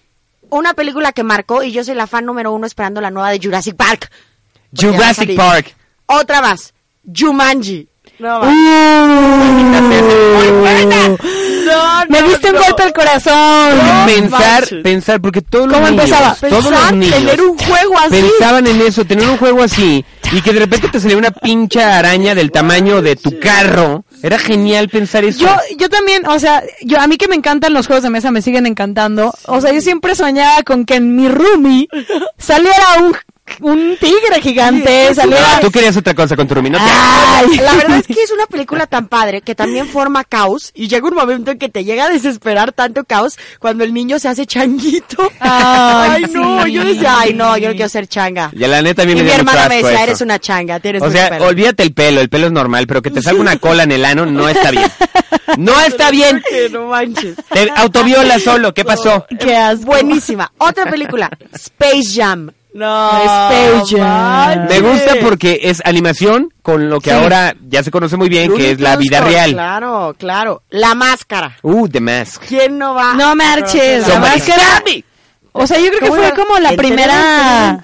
S7: una película que marcó y yo soy la fan número uno esperando la nueva de Jurassic Park. Porque ya va a
S6: Jurassic
S7: salir.
S6: Park.
S7: Otra más, Jumanji. No, va.
S6: Uh.
S7: no,
S8: Me diste un
S7: no.
S8: golpe al corazón.
S6: pensar,
S7: manches.
S6: pensar, porque todos los
S8: ¿Cómo
S6: niños,
S8: empezaba?
S6: todos los
S7: Pensar,
S6: niños
S7: tener un juego así.
S6: pensaban en eso, tener un juego así, y que de repente te saliera una pincha araña del tamaño de tu carro. Era genial pensar eso.
S8: Yo, yo también, o sea, yo a mí que me encantan los juegos de mesa, me siguen encantando. O sea, yo siempre soñaba con que en mi roomie saliera un, un tigre gigante,
S6: Ah,
S8: saliera...
S6: tú querías otra cosa con tu rumino.
S7: Ah.
S8: Ay.
S7: La verdad es que es una película tan padre que también forma caos y llega un momento en que te llega a desesperar tanto caos cuando el niño se hace changuito.
S8: Ay,
S7: no,
S8: sí.
S7: yo decía, ay no, yo no quiero ser changa.
S6: Ya la neta a mí
S7: y
S6: me
S7: mi
S6: dio mucho
S7: hermana me
S6: asco
S7: decía,
S6: eso.
S7: eres una changa, tienes
S6: O
S7: mucho
S6: sea,
S7: pelo".
S6: olvídate el pelo, el pelo es normal, pero que te salga una cola en el ano no está bien. No está bien.
S7: Que no manches.
S6: Te autoviola solo, ¿qué pasó?
S8: Qué asco.
S7: Buenísima. Otra película, Space Jam. No,
S8: Space Jam.
S6: Me gusta porque es animación con lo que ahora ya se conoce muy bien, que es la vida real.
S7: Claro, claro. La máscara.
S6: Uh, The Mask.
S7: ¿Quién no va?
S8: No marches. La
S6: Somebody
S8: máscara. O sea, yo creo que fue como la primera...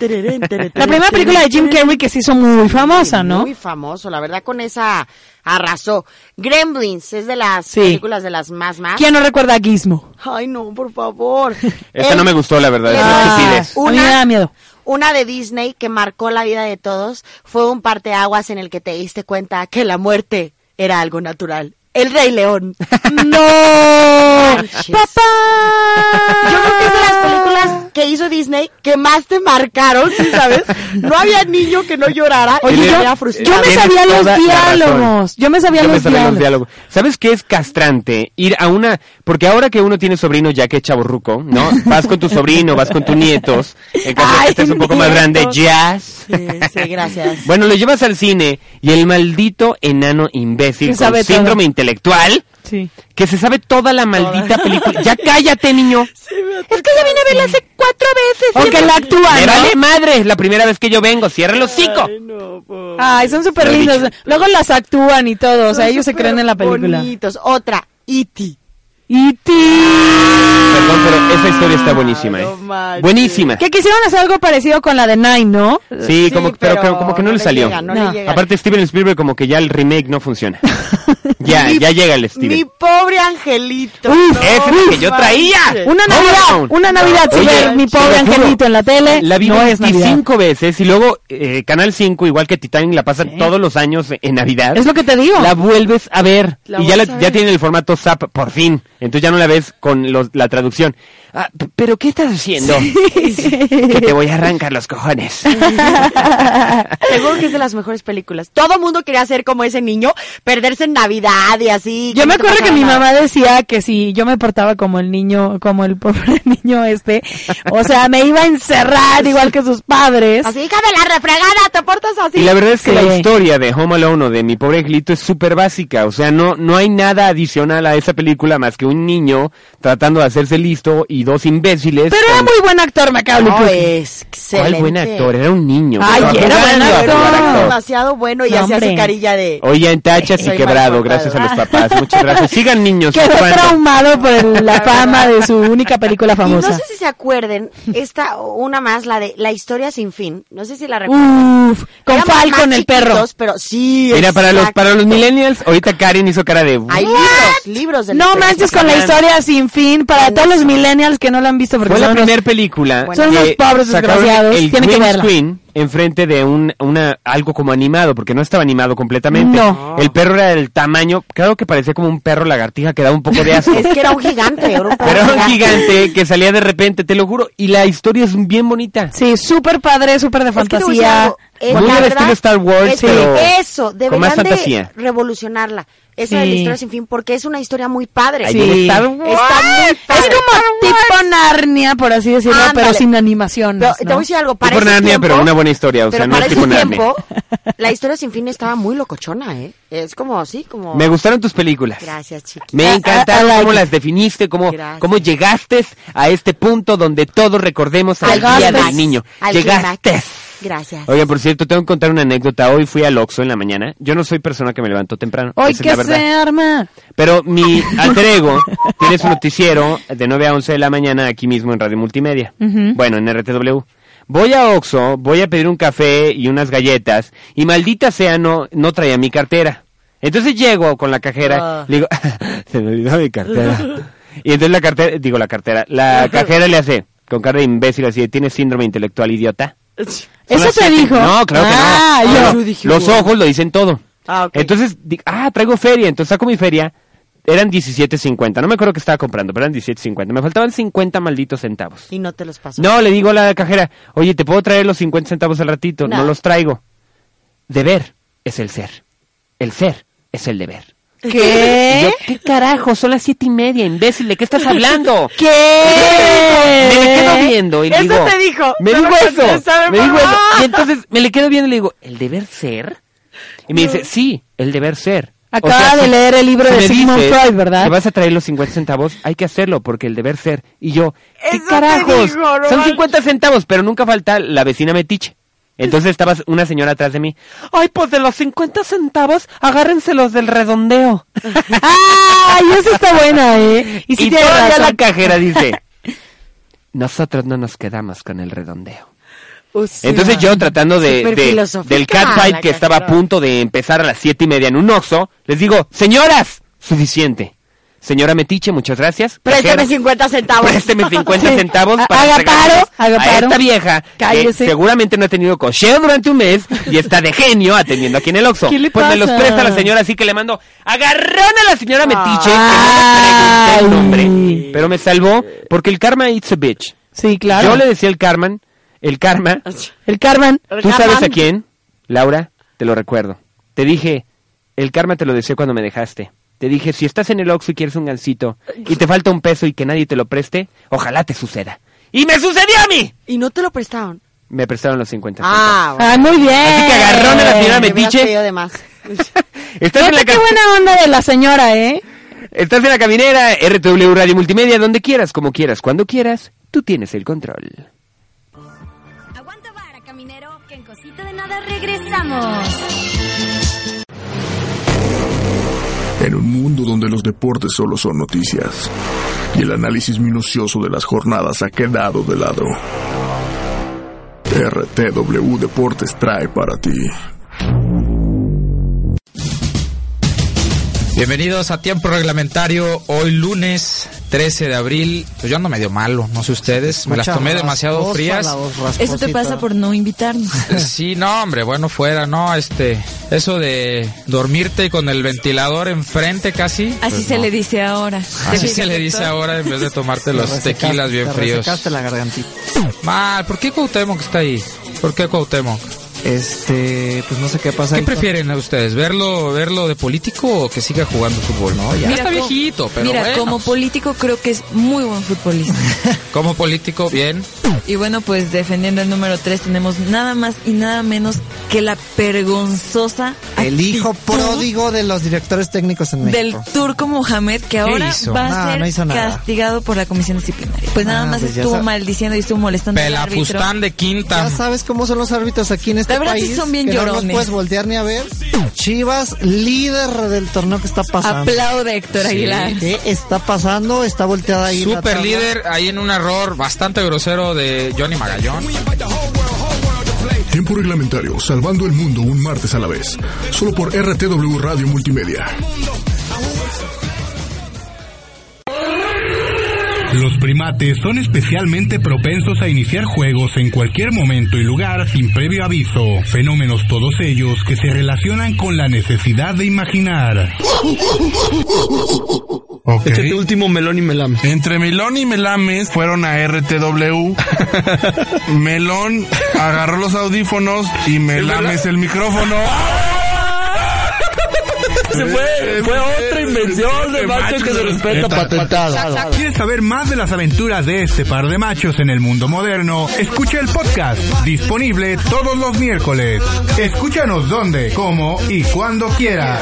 S8: La primera película de Jim Carrey que se hizo muy famosa, ¿no?
S7: Muy famoso, la verdad, con esa arrasó. Gremlins es de las
S8: Sí.
S7: películas de las más más.
S8: ¿Quién no recuerda a Gizmo?
S7: Ay, no, por favor.
S6: Esta no me gustó, la verdad. es una
S8: Ah.
S6: estupidez.
S8: A mí me da miedo.
S7: Una de Disney que marcó la vida de todos fue un parteaguas en el que te diste cuenta que la muerte era algo natural. El Rey León.
S8: ¡No!
S7: Manches.
S8: ¡Papá!
S7: Yo creo que es de las películas que hizo Disney que más te marcaron, ¿sí ¿sabes? No había niño que no llorara y
S8: Oye,
S7: se
S8: yo,
S7: veía
S8: yo
S7: frustrado.
S8: me
S6: Tienes
S8: sabía
S6: toda la
S8: los diálogos.
S6: razón.
S8: Yo me sabía
S6: Yo
S8: los
S6: me sabía
S8: diálogos.
S6: los diálogos. ¿Sabes qué es castrante? Ir a una... Porque ahora que uno tiene sobrino, ya que es chaborruco, ¿no? Vas con tu sobrino, vas con tus nietos. En caso de
S8: Ay,
S6: que estés un poco más grande,
S8: nietos.
S6: ya.
S7: Sí, sí, gracias.
S6: Bueno, lo llevas al cine y el maldito enano imbécil
S8: Que
S6: con
S8: sabe todo.
S6: síndrome intelectual
S8: Sí.
S6: que se sabe toda la maldita película. Ya cállate, niño.
S8: Es que ya vine a verla hace cuatro veces. Porque la actúa,
S6: Me
S8: ¿no?
S6: vale madre, es la primera vez que yo vengo. Cierra el hocico.
S8: Ay, son súper
S6: Lo he
S8: lindos.
S6: dicho.
S8: Luego las actúan y todo. O sea, ellos se creen en la película.
S7: E Bonitos. Otra, E.T.
S8: Y ti.
S6: Perdón, pero esa historia está buenísima,
S9: No
S6: eh.
S9: manches.
S6: Buenísima.
S8: Que quisieron hacer algo parecido con la de Nine, ¿no?
S6: Sí, como, pero, como- como que no, le salió.
S9: llega, no,
S8: No.
S9: le llega.
S6: Aparte, Steven Spielberg como que ya el remake no funciona. ya,
S9: Mi-
S6: ya llega el Steven.
S9: Mi pobre angelito.
S8: Uf,
S6: ese es el que yo traía.
S9: manches.
S8: Una
S6: Home
S8: Navidad,
S6: Alone.
S8: una Navidad, si
S6: Oye,
S8: ver mi
S6: te lo
S8: pobre
S6: juro,
S8: angelito en la tele,
S6: La vi
S8: no es Navidad.
S6: 25 veces y luego eh, Canal 5, igual que Titanic, la pasan todos los años en Navidad.
S8: Es lo que te digo.
S6: La vuelves a ver.
S9: La
S6: y ya,
S9: vuelves
S6: la-
S9: a
S6: ya
S9: ver.
S6: tienen el formato SAP, por fin. Entonces ya no la ves con los- la traducción. Ah, p- ¿Pero qué estás haciendo? que te voy a arrancar los cojones.
S7: Seguro que es de las mejores películas. Todo mundo quería ser como ese niño, perderse en Navidad y así.
S8: Yo
S7: no
S8: me
S7: te
S8: acuerdo que
S7: pasaba
S8: mi
S7: nada.
S8: mamá decía que si yo me portaba como el niño, como el pobre niño este, o sea, me iba a encerrar igual que sus padres.
S7: Así, hija de la refregada, te portas así.
S6: Y la verdad es que
S8: Sí.
S6: la historia de Home Alone o de Mi Pobre Angelito es súper básica. O sea, no, no hay nada adicional a esa película más que un niño tratando de hacerse listo y dos imbéciles.
S8: Pero era
S6: con-
S8: muy buen actor, Macaulay
S7: No,
S8: Culkin.
S7: es Pues, excelente.
S6: ¿Cuál buen actor? Era un niño.
S8: Ay,
S6: Estaba
S8: era buen
S6: jugando a
S8: actor.
S6: jugar
S8: Era
S6: actor.
S9: demasiado bueno y
S8: No,
S9: hacía su
S8: hombre.
S9: carilla de.
S6: Hoy ya en tachas
S9: Soy
S6: y quebrado,
S9: mal portado.
S6: gracias a los papás. Muchas gracias. Sigan niños.
S8: Quedó
S6: ocupando.
S8: traumado por el- la fama de su única película
S7: Y no
S8: famosa.
S7: sé si se acuerden, esta, una más, la de La historia sin fin. No sé si la recuerdan.
S8: Uf, con
S7: Éramos más
S8: Falcon el perro.
S7: chiquitos, pero sí.
S6: Mira, para los,
S7: exacto.
S6: para los millennials, ahorita Karen hizo cara de...
S7: Hay libros, libros de la
S8: No
S7: historia
S8: manches
S7: sin
S8: con la
S7: fin.
S8: historia sin fin para todos los millennials que no la han visto porque
S6: Fue la
S8: son unos-
S6: primera película.
S8: Son unos
S6: que
S8: pobres
S6: sacaron
S8: desgraciados,
S6: El
S8: tienen que
S6: green
S8: verla.
S6: screen enfrente de un, una, algo como animado, porque no estaba animado completamente.
S8: No.
S6: El perro era del tamaño, claro que parecía como un perro lagartija que daba un poco de asco.
S7: Es que era un gigante, era un,
S6: Pero era un gigante que salía de repente, te lo juro. Y la historia es bien bonita.
S8: Sí, súper padre, súper de
S7: Es que te voy a decir
S8: fantasía.
S7: algo, eh,
S6: Muy
S7: la
S6: al
S7: verdad
S6: estilo Star Wars,
S7: es que
S6: pero
S7: eso,
S6: con más
S7: deberían de
S6: fantasía.
S7: revolucionarla. Esa de la
S8: Sí.
S7: historia sin fin, porque es una historia muy padre.
S6: Ahí viene Star Wars.
S7: Está muy
S8: Es
S7: padre.
S8: como tipo Narnia, por así decirlo,
S7: Ándale.
S8: pero sin animación.
S7: Pero te voy a decir algo, para
S6: por
S7: ese
S6: Narnia,
S7: tiempo,
S6: pero una buena historia, o sea,
S7: pero
S6: no
S7: para
S6: es
S7: ese
S6: tipo Narnia.
S7: tiempo, la historia sin fin estaba muy locochona, ¿eh? Es como así, como...
S6: Me gustaron tus películas.
S7: Gracias, chiquita.
S6: Me
S8: Ah,
S6: encantaron
S8: ah, ah,
S6: cómo
S8: like.
S6: las definiste, cómo,
S7: Gracias.
S6: cómo llegaste a este punto donde todos recordemos al día
S7: clímax,
S6: del niño.
S7: al
S6: Llegaste.
S7: clímax. Gracias.
S6: Oigan, por cierto, tengo que contar una anécdota. Hoy fui al Oxxo en la mañana. Yo no soy persona que me levanto temprano.
S8: Hoy
S6: esa es la
S8: que
S6: verdad.
S8: se arma.
S6: Pero mi alter ego tiene su noticiero de 9 a 11 de la mañana aquí mismo en Radio Multimedia. Bueno, en RTW. Voy a Oxxo, voy a pedir un café y unas galletas y maldita sea no, no traía mi cartera. Entonces llego con la cajera, le digo, se me olvidó mi cartera. Y entonces la cartera, digo la cartera, la cajera le hace con cara de imbécil así, de, ¿tienes síndrome intelectual idiota? Son
S8: Eso
S6: las
S8: te
S6: siete.
S8: dijo.
S6: No, claro
S8: Ah,
S6: que no.
S8: yo.
S6: No, los ojos lo dicen todo.
S9: Ah, ok.
S6: Entonces, di- ah, traigo feria. Entonces saco mi feria. Eran 17.50. No me acuerdo que estaba comprando, pero eran 17.50. Me faltaban 50 malditos centavos.
S9: Y no te los paso.
S6: No, le digo a la cajera, oye, ¿te puedo traer los 50 centavos al ratito? No, los traigo. Deber es el ser. El ser es el deber. Y yo,
S8: ¿Qué?
S6: ¿Qué carajo? Son las siete y media, imbécil. ¿De qué estás hablando?
S8: ¡Eh! ¿Qué?
S6: Me le quedo viendo y le
S9: Eso
S6: digo...
S9: te dijo.
S6: Me
S9: No
S6: dijo
S9: lo
S6: eso.
S9: contestaron,
S6: Me dijo
S9: mamá.
S6: eso. Y entonces me le quedo viendo y le digo, ¿el deber ser? Y me dice, sí, el deber ser. O
S8: Acaba
S6: sea,
S8: de
S6: si-
S8: leer el libro
S6: si
S8: de
S6: me
S8: Sigmund
S6: dices
S8: Freud, ¿verdad?
S6: Que vas a traer los 50 centavos, hay que hacerlo porque el deber ser. Y yo, ¿qué
S9: Eso te
S6: carajos?
S9: digo, no
S6: Son
S9: manches.
S6: 50 centavos, pero nunca falta la vecina metiche. Entonces estaba una señora atrás de mí. Ay, pues de los 50 centavos, agárrenselos del redondeo.
S8: Ay, eso está buena, ¿eh? Y
S6: Y,
S8: si tiene
S6: todavía
S8: razón.
S6: la cajera dice, nosotros no nos quedamos con el redondeo. Entonces yo tratando de,
S7: Súper
S6: de-
S7: filosófica
S6: del catfight
S7: la
S6: que estaba a
S7: cajera.
S6: punto de empezar a las siete y media en un oxo, les digo, señoras, suficiente. Señora Metiche, muchas gracias.
S7: Préstame
S6: Cajera,
S7: 50 centavos.
S6: Présteme 50
S8: Sí.
S6: centavos
S8: Ha-
S6: para
S8: haga
S6: entregárselos
S8: paro, haga
S6: a
S8: paro.
S6: esta vieja
S8: Cállese.
S6: que seguramente no ha tenido cocheo durante un mes y está de genio atendiendo aquí en el Oxxo.
S8: ¿Qué le
S6: Pues me los
S8: pasa?
S6: presta la señora, así que le mando agarrón a la señora Metiche,
S8: Ay.
S6: que no me pregunté el nombre, pero me salvó porque el karma it's a bitch.
S8: Sí, claro.
S6: Yo le decía el karma, el karma,
S8: El Carmen.
S6: ¿Tú sabes a quién? Laura, te lo recuerdo. Te dije, el karma te lo deseé cuando me dejaste. Te dije, si estás en el Oxxo y quieres un gancito y te falta un peso y que nadie te lo preste, ojalá te suceda. ¡Y me sucedió a mí!
S7: Y no te lo prestaron.
S6: Me prestaron los 50
S7: Ah, bueno.
S8: Ah, muy bien.
S6: Así que agarrón a la señora
S7: Me hubieras
S6: Metiche.
S7: pedido de más.
S6: centavos. Estás en, la
S8: Fíjate qué
S6: ca-
S8: buena onda de la señora, ¿eh?
S6: estás en la caminera, RTW Radio Multimedia, donde quieras, como quieras, cuando quieras, tú tienes el control.
S3: Aguanta vara, caminero, que en cosita de nada regresamos.
S10: En un mundo donde los deportes solo son noticias y el análisis minucioso de las jornadas ha quedado de lado, RTW Deportes trae para ti
S11: Bienvenidos a Tiempo Reglamentario, hoy lunes 13 de abril. Pues yo ando medio malo, no sé ustedes, me las
S12: Mucha
S11: tomé demasiado
S12: rasposa
S11: frías.
S12: la voz,
S13: Eso te pasa por no invitarnos.
S11: Sí, no, hombre, bueno, fuera, no, este, eso de dormirte con el ventilador enfrente casi.
S13: Así
S11: pues
S13: se
S11: no.
S13: le dice ahora.
S11: Así Ah, se le dice ahora en vez de tomarte los
S12: resecaste,
S11: tequilas bien
S12: te
S11: fríos.
S12: resecaste la gargantita.
S11: Mal, ¿por qué Cuauhtémoc está ahí? ¿Por qué Cuauhtémoc?
S12: Este, pues no sé qué pasa.
S11: ¿Qué
S12: ahí con-
S11: prefieren a ustedes? ¿Verlo verlo de político o que siga jugando fútbol? No, ya está
S13: como-
S11: viejito, pero
S13: mira,
S11: bueno.
S13: como político creo que es muy buen futbolista.
S11: Como político, bien.
S13: y bueno, pues defendiendo el número 3 tenemos nada más y nada menos que la vergonzosa
S12: El hijo pródigo de los directores técnicos en
S13: del
S12: México.
S13: turco Mohamed que ahora
S12: hizo?
S13: va a
S12: No, no hizo
S13: ser
S12: nada.
S13: castigado por la comisión disciplinaria. Pues nada
S12: Ah,
S13: más
S12: pues ya
S13: estuvo
S12: sa-
S13: maldiciendo y estuvo molestando al árbitro.
S11: Pelafustán de quinta.
S12: Ya sabes cómo son los árbitros aquí en este
S13: La verdad sí
S12: país.
S13: son bien
S12: que No los
S13: llorones.
S12: puedes voltear ni a ver. Chivas, líder del torneo que está pasando.
S13: Aplaude, Héctor Sí. Aguilar.
S12: ¿Qué está pasando? Está volteada ahí. la
S11: Super
S12: tabla.
S11: líder ahí en un error bastante grosero de Johnny Magallón.
S10: Tiempo reglamentario, salvando el mundo un martes a la vez. Solo por RTW Radio Multimedia.
S14: Los primates son especialmente propensos a iniciar juegos en cualquier momento y lugar sin previo aviso, fenómenos todos ellos que se relacionan con la necesidad de imaginar. Este último melón y melame.
S15: Entre Melón y Melames fueron a RTW. Melón agarró los audífonos y Melames el micrófono.
S14: Se fue, fue otra invención de machos que se respeta patentada. ¿Quieres saber más de las aventuras de este par de machos en el mundo moderno? Escucha el podcast, disponible todos los miércoles. Escúchanos donde, cómo y cuando quieras.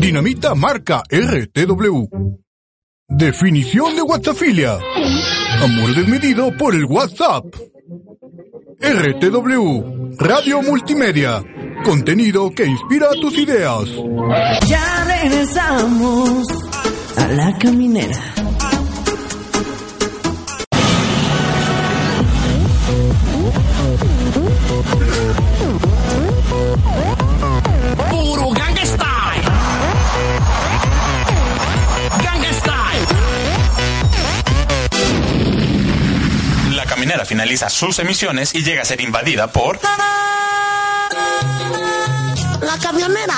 S10: Dinamita marca RTW. Definición de WhatsAppilia. Amor desmedido por el WhatsApp. RTW. Radio Multimedia. Contenido que inspira tus ideas.
S3: Ya regresamos a la caminera. Puro gangsta style. Gangsta style.
S16: La caminera finaliza sus emisiones y llega a ser invadida por...
S17: La camionera,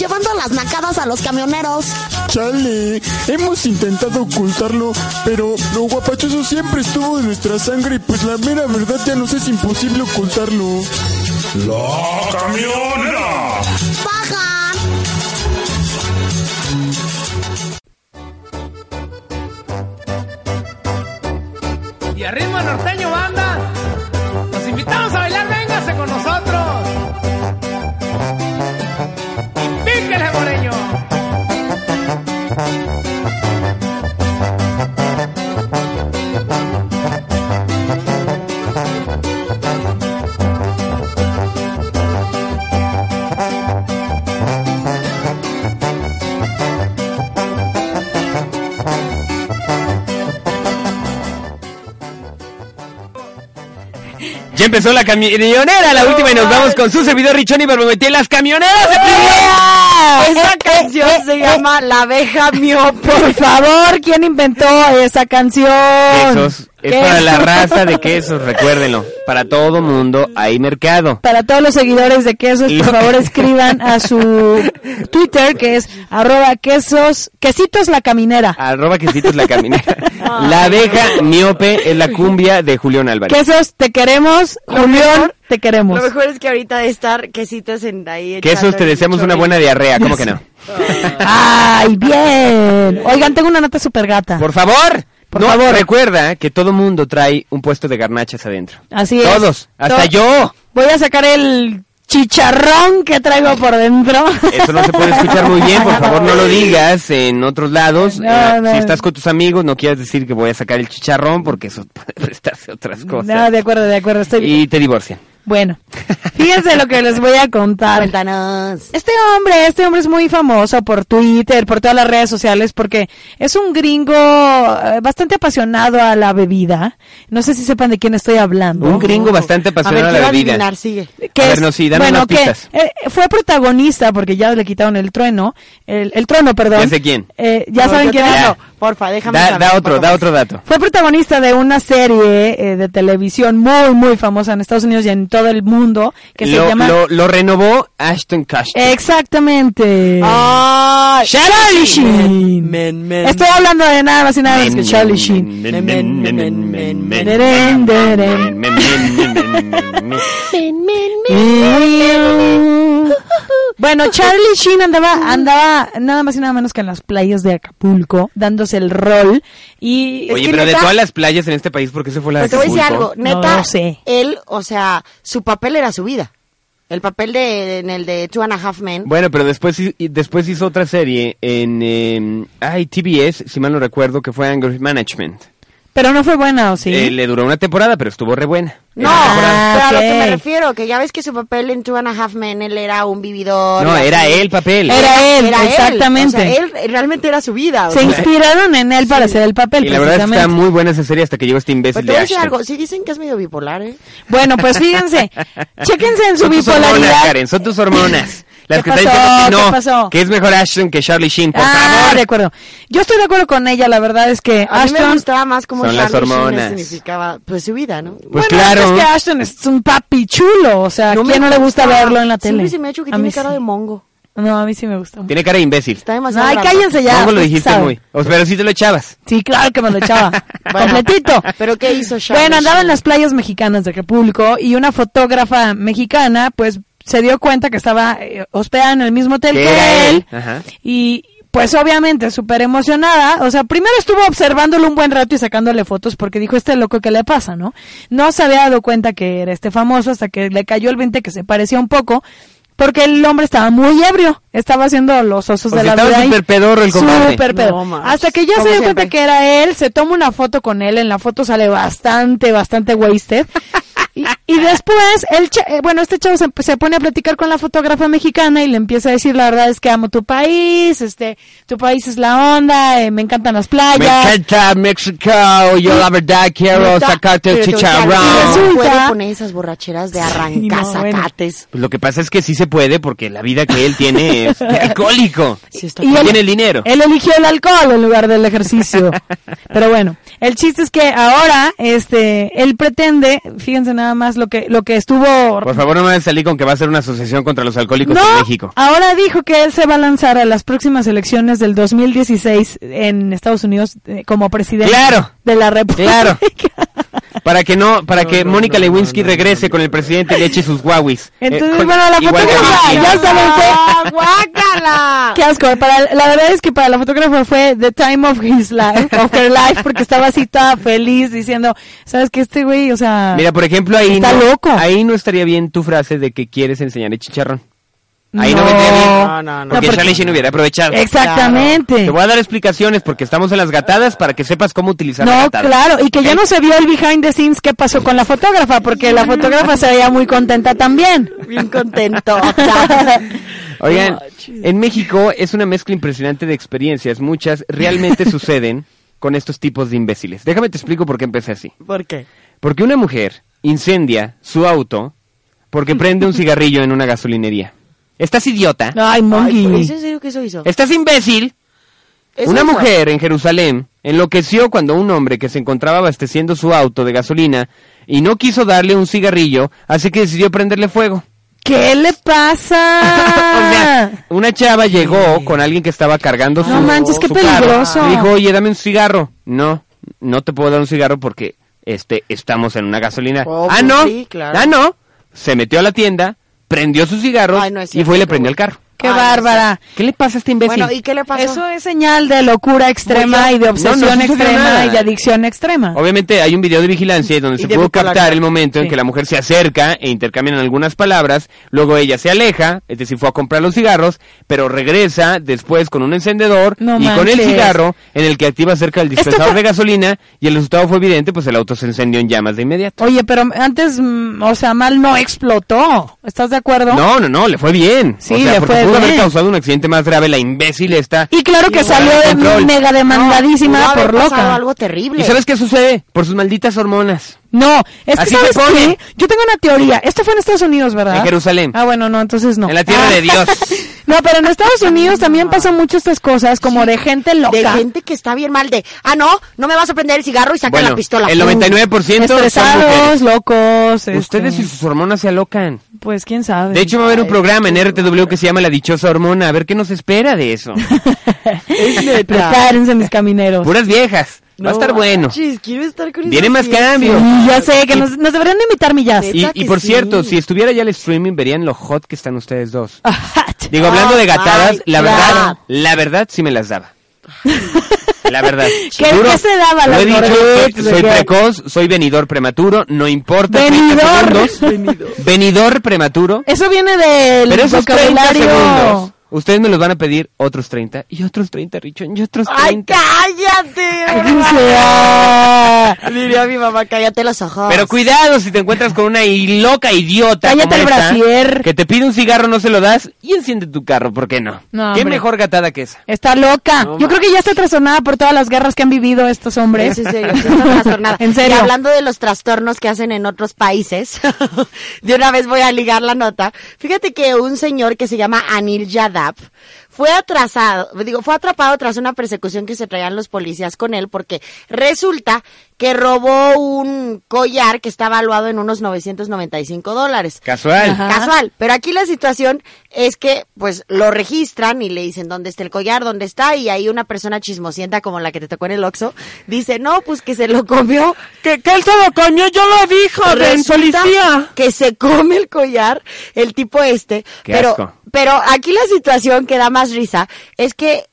S17: llevando las nacadas a los camioneros.
S18: Chale, hemos intentado ocultarlo, pero lo guapachoso siempre estuvo en nuestra sangre y pues la mera verdad ya nos es imposible ocultarlo.
S16: ¡Oh,
S3: La camionera.
S19: Y a ritmo norteño banda, los invitamos a bailar, véngase con nosotros. Píquele, moreño.
S6: Ya empezó la camionera, la última, y nos vamos con su servidor Richón y Barbometí, las camioneras de
S8: ¡Ah!
S7: Esa
S8: Eh,
S7: canción se llama La abeja miope.
S8: Por favor, ¿quién inventó esa canción?
S6: Quesos. Es para la
S8: Quesos.
S6: raza de quesos, recuérdenlo. Para todo mundo hay mercado.
S8: Para todos los seguidores de quesos, por
S6: Lo-
S8: favor escriban a su Twitter que es arroba quesos, quesitos la caminera.
S6: Arroba quesitos la caminera. La abeja miope es la cumbia de Julián Álvarez.
S8: Quesos, te queremos, Julián, te queremos.
S7: Lo mejor es que ahorita de estar quesitos en ahí.
S6: Quesos, te deseamos una buena diarrea, ¿cómo que no?
S8: Ay, bien. Oigan, tengo una nota super gata.
S6: Por favor.
S8: Por
S6: no,
S8: favor.
S6: recuerda que todo mundo trae un puesto de garnachas adentro.
S8: Así es.
S6: Todos, hasta
S8: To-
S6: yo.
S8: Voy a sacar el chicharrón que traigo por dentro.
S6: Eso no se puede escuchar muy bien, por favor no lo digas en otros lados.
S8: No,
S6: Eh,
S8: no.
S6: Si estás con tus amigos, no quieras decir que voy a sacar el chicharrón porque eso puede prestarse a otras cosas.
S8: No, de acuerdo, de acuerdo, estoy
S6: Y te divorcian.
S8: Bueno, fíjense lo que les voy a contar.
S7: Cuéntanos.
S8: Este hombre, este hombre es muy famoso por Twitter, por todas las redes sociales, porque es un gringo eh, bastante apasionado a la bebida. No sé si sepan de quién estoy hablando.
S6: Un gringo bastante apasionado a, la bebida.
S8: Que
S6: a ver,
S8: es-
S6: no, sí, danos
S8: bueno,
S6: unas
S8: que
S6: pistas.
S8: eh, fue protagonista, porque ya le quitaron el trueno, el, el trono, perdón.
S6: Ya sé quién.
S8: Eh, ya
S6: No,
S8: saben
S6: yo
S8: quién
S6: te
S8: es.
S6: digo.
S7: Porfa, déjame
S6: Da,
S7: saber
S6: da
S7: un
S6: otro,
S7: poco
S6: da
S7: más.
S6: otro dato.
S8: Fue protagonista de una serie eh, de televisión muy, muy famosa en Estados Unidos y en todo el mundo, que
S6: Lo,
S8: se llama...
S6: lo, lo renovó Ashton Kutcher.
S8: Exactamente. Charlie Sheen. Estoy hablando de nada más y nada menos que Charlie Sheen. Deren, deren. Mm. Bueno, Charlie Sheen andaba, andaba nada más y nada menos que en las playas de Acapulco, dándose el rol. Y
S6: Oye, pero de todas las playas en este país, ¿por qué se fue la de
S7: Pero te voy a decir
S6: Acapulco?
S7: algo, neta,
S6: No
S8: sé.
S7: él, o sea, su papel era su vida. El papel de, en el de Two and a Half Men.
S6: Bueno, pero después, hi- y después hizo otra serie en eh, ay, TBS, si mal no recuerdo, que fue Anger Management.
S8: Pero no fue buena, ¿o sí?
S6: Eh, le duró una temporada, pero estuvo re buena.
S7: no, Ah, pero a lo que me refiero, que ya ves que su papel en Two and a Half Men, él era un vividor.
S6: No,
S7: y
S6: era
S7: así.
S6: él papel.
S8: Era él,
S7: Ah, Era él,
S8: exactamente.
S7: o sea, él eh, realmente era su vida. o
S8: Se
S7: sea.
S8: inspiraron en él para hacer el papel,
S6: Y la verdad es que
S8: precisamente.
S6: está muy buena esa serie hasta que llegó este
S7: Pero
S6: imbécil de
S7: te voy a decir
S6: Ashton.
S7: algo, sí dicen que es medio bipolar, ¿eh?
S8: Bueno, pues fíjense, chéquense en su
S6: Son tus hormonas,
S8: bipolaridad.
S6: Karen, son tus hormonas. Las
S8: ¿Qué
S6: que están
S8: pasó?
S6: diciendo que no,
S8: ¿Qué pasó?
S6: que es mejor Ashton que Charlie Sheen, por
S8: Ah,
S6: favor.
S8: de acuerdo. Yo estoy de acuerdo con ella, la verdad es que
S7: A mí me
S8: Ashton-
S7: gustaba más como
S6: Son las
S7: Charlie Sheen
S6: hormonas.
S7: significaba, pues su vida, ¿no?
S6: Pues
S8: Bueno,
S6: claro.
S8: Es que Ashton es un papi chulo, o sea, ¿a ¿quién no le gusta verlo en la tele?
S7: Siempre se me ha hecho que
S8: A
S7: tiene
S8: mí
S7: cara
S8: sí.
S7: de mongo.
S8: No, a mí sí me gusta. mucho.
S6: Tiene cara de imbécil.
S7: Está demasiado
S8: Ay,
S7: grande.
S8: cállense ya.
S6: ¿Cómo lo
S8: ustedes
S6: dijiste
S8: saben.
S6: muy? O- Pero sí te lo echabas.
S8: Sí, claro que me lo echaba.
S7: Bueno,
S8: completito.
S7: ¿Pero qué hizo Charlie
S8: Bueno, andaba en las playas mexicanas de Acapulco y una fotógrafa mexicana, pues, se dio cuenta que estaba eh, hospedada en el mismo hotel que
S6: era
S8: él.
S6: Ajá.
S8: Y pues obviamente súper emocionada, o sea, primero estuvo observándolo un buen rato y sacándole fotos porque dijo, este loco, ¿qué le pasa, no? No se había dado cuenta que era este famoso hasta que le cayó el 20 que se parecía un poco, porque el hombre estaba muy ebrio, estaba haciendo los osos
S6: O
S8: de
S6: sea,
S8: la
S6: estaba
S8: vida ahí.
S6: súper pedorro el compadre.
S8: Súper
S6: No
S8: pedo.
S6: manches.
S8: hasta que ya se
S6: Como
S8: dio cuenta
S6: siempre.
S8: que era él, se toma una foto con él, en la foto sale bastante, bastante wasted. Y, y después, el cha- eh, bueno, este chavo se, se pone a platicar con la fotógrafa mexicana y le empieza a decir, la verdad es que amo tu país, este, tu país es la onda, eh, me encantan las playas.
S6: Me encanta México, yo la verdad quiero
S7: Neta,
S6: sacarte el
S7: pero te voy a decir algo,
S6: chicharrón.
S7: No puede poner esas borracheras de arrancar sacates.
S6: Pues lo que pasa es que sí se puede porque la vida que él tiene es de alcohólico.
S8: Y
S6: No
S8: él-
S6: tiene el dinero.
S8: Él eligió el alcohol en lugar del ejercicio. Pero bueno, el chiste es que ahora, este, él pretende, fíjense nada más lo que, lo que estuvo
S6: Por favor, no me vas a salir con que va a ser una asociación contra los alcohólicos en México.
S8: Ahora dijo que él se va a lanzar a las próximas elecciones del 2016 en Estados Unidos eh, como presidente
S6: Claro.
S8: de la República.
S6: Claro. Para que no, para que Mónica Lewinsky regrese con el presidente y le eche sus guauis.
S8: Entonces,
S6: Eh, con-
S8: bueno, la
S6: igual que
S8: fotógrafa,
S6: Vicky.
S8: ya saben, fue...
S7: ¡Guácala!
S8: Qué asco. Para, la verdad es que para la fotógrafa fue the time of his life, of her life, porque estaba así toda feliz diciendo, ¿sabes qué? Este güey, o sea...
S6: Mira, por ejemplo, ahí
S8: Está
S6: no,
S8: loco.
S6: ahí no estaría bien tu frase de que quieres enseñar el chicharrón. Ahí no,
S8: No.
S6: vendría bien.
S8: No, no, no.
S6: Porque
S8: No, porque-
S6: Charlie Sheen hubiera aprovechado.
S8: Exactamente.
S6: Te voy a dar explicaciones porque estamos en las gatadas para que sepas cómo utilizar la
S8: No,
S6: gatada.
S8: claro, y que
S6: Eh.
S8: ya no se vio el behind the scenes qué pasó con la fotógrafa, porque la fotógrafa se veía muy contenta también.
S7: Bien contento.
S6: Oigan, en México es una mezcla impresionante de experiencias. Muchas realmente suceden con estos tipos de imbéciles. Déjame te explico por qué empecé así.
S7: ¿Por qué?
S6: Porque una mujer incendia su auto porque prende un cigarrillo en una gasolinería. ¿Estás idiota?
S8: Ay,
S7: Ay,
S6: pues,
S7: ¿Es en serio que eso hizo?
S6: ¿Estás imbécil?
S7: Eso
S6: Una
S7: fue.
S6: mujer en Jerusalén enloqueció cuando un hombre que se encontraba abasteciendo su auto de gasolina y no quiso darle un cigarrillo, así que decidió prenderle fuego.
S8: ¿Qué le pasa?
S6: Una chava llegó con alguien que estaba cargando su
S8: No manches, qué
S6: su carro.
S8: peligroso.
S6: Le dijo, oye, dame un cigarro. No, no te puedo dar un cigarro porque este, estamos en una gasolina.
S7: Oh,
S6: ah,
S7: pues
S6: no,
S7: sí, claro.
S6: ah, no. Se metió a la tienda, prendió su cigarro
S7: Ay, no es
S6: y fue y
S7: cierto,
S6: le
S7: qué
S6: prendió el carro.
S8: Qué bárbara.
S6: ¿Qué le pasa a este imbécil?
S8: Bueno, ¿y qué le pasó? Eso es señal de locura extrema
S6: Voy a-
S8: y de obsesión
S6: No, no sucedió
S8: extrema
S6: nada.
S8: y de adicción extrema.
S6: Obviamente hay un video de vigilancia donde
S8: Ah. Y
S6: se
S8: de
S6: pudo
S8: bipolaridad.
S6: captar el momento en
S8: Sí.
S6: que la mujer se acerca e intercambian algunas palabras, luego ella se aleja, es decir, fue a comprar los cigarros, pero regresa después con un encendedor
S8: No
S6: y con el
S8: manches.
S6: cigarro en el que activa cerca el dispensador de gasolina y el resultado fue evidente, pues el auto se encendió en llamas de inmediato.
S8: Oye, pero antes, mm, o sea, mal no explotó. ¿Estás de acuerdo?
S6: No, no, no, le fue bien.
S8: Sí,
S6: o sea,
S8: le
S6: porque
S8: fue
S6: pudo haber
S8: bien.
S6: causado un accidente más grave la imbécil esta.
S8: Y claro que
S6: Sí,
S8: salió
S6: fuera de
S8: de
S6: control.
S8: mega demandadísima por loca.
S7: terrible.
S6: ¿Y sabes qué sucede? Por sus malditas hormonas.
S8: No, es
S6: Así
S8: que
S6: se
S8: ¿sabes
S6: pone.
S8: qué? Yo tengo una teoría. Esto fue en Estados Unidos, ¿verdad?
S6: En Jerusalén.
S8: Ah, bueno, no, entonces no. Ah.
S6: En la tierra de Dios.
S8: No, pero en Estados Unidos también pasan muchas estas cosas, como de gente loca.
S7: De gente que está bien mal de, ah, no, no me vas a prender el cigarro y saca
S6: Bueno,
S7: la pistola.
S6: el
S7: ¡Pum!
S6: 99% son mujeres.
S8: Estresados, locos. este,
S6: Ustedes y sus hormonas se alocan.
S8: Pues quién sabe.
S6: De hecho, va a haber un programa en RTW que se llama La Dichosa Hormona. A ver qué nos espera de eso.
S8: Prepárense, mis camineros.
S6: Puras viejas. Va a estar bueno.
S9: Chis, quiero estar con
S6: Viene
S9: esas
S6: más
S9: viejas.
S6: cambio.
S8: Sí, ya sé, que
S6: Y-
S8: nos, nos deberían de invitar millas.
S6: Y, y por cierto, si estuviera ya el streaming, verían lo hot que están ustedes dos. Digo, hablando de gatadas,
S8: Ah, my
S6: la
S8: God.
S6: verdad, la verdad sí me las daba. La verdad.
S8: ¿Qué-
S6: Duro.
S8: qué se daba,
S6: Lo
S8: las
S6: he dicho,
S8: gordetes?
S6: soy, soy
S8: ¿De qué?
S6: precoz, soy venidor prematuro, no importa. 30
S8: Venidor.
S6: segundos. venidor prematuro.
S8: Eso viene del
S6: Pero esos 30 segundos,
S8: vocabulario.
S6: ustedes me los van a pedir otros 30 y otros 30, Richon, y otros 30.
S9: ¡Ay, cállate!
S7: Diría mi mamá, cállate los ojos.
S6: ah. Pero cuidado si te encuentras con una i- loca idiota
S7: Cállate
S6: como
S7: el
S6: esta,
S7: brasier.
S6: que te pide un cigarro, no se lo das y enciende tu carro, ¿por qué no?
S8: No,
S6: ¿Qué
S8: hombre.
S6: mejor gatada que esa?
S8: Está loca.
S6: No,
S8: Yo creo que ya está trastornada por todas las guerras que han vivido estos hombres.
S7: Sí, sí, sí, sí, está trastornada.
S8: en serio.
S7: Y hablando de los trastornos que hacen en otros países, de una vez voy a ligar la nota. Fíjate que un señor que se llama Anil Yadav fue atrasado, digo, fue atrapado tras una persecución que se traían los policías con él porque resulta que robó un collar que está valuado en unos 995 dólares.
S6: Casual. Ajá.
S7: Casual. Pero aquí la situación es que, pues, lo registran y le dicen dónde está el collar, dónde está, y ahí una persona chismosienta como la que te tocó en el Oxxo dice, no, pues que se lo comió.
S9: Que, que él se lo comió, yo lo dijo, de
S7: Resulta
S9: policía.
S7: Que se come el collar, el tipo este.
S9: Qué
S7: pero,
S9: asco.
S7: pero aquí la situación que da más risa es que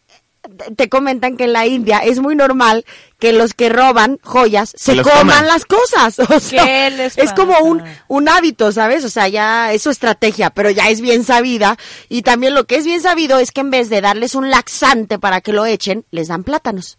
S7: te- te comentan que en la India es muy normal que los que roban joyas se
S9: los
S7: coman,
S9: coman.
S7: las cosas. O sea,
S9: ¿Qué les
S7: es como un, un hábito, ¿sabes? O sea, ya es su estrategia, pero ya es bien sabida. Y también lo que es bien sabido es que en vez de darles un laxante para que lo echen, les dan plátanos.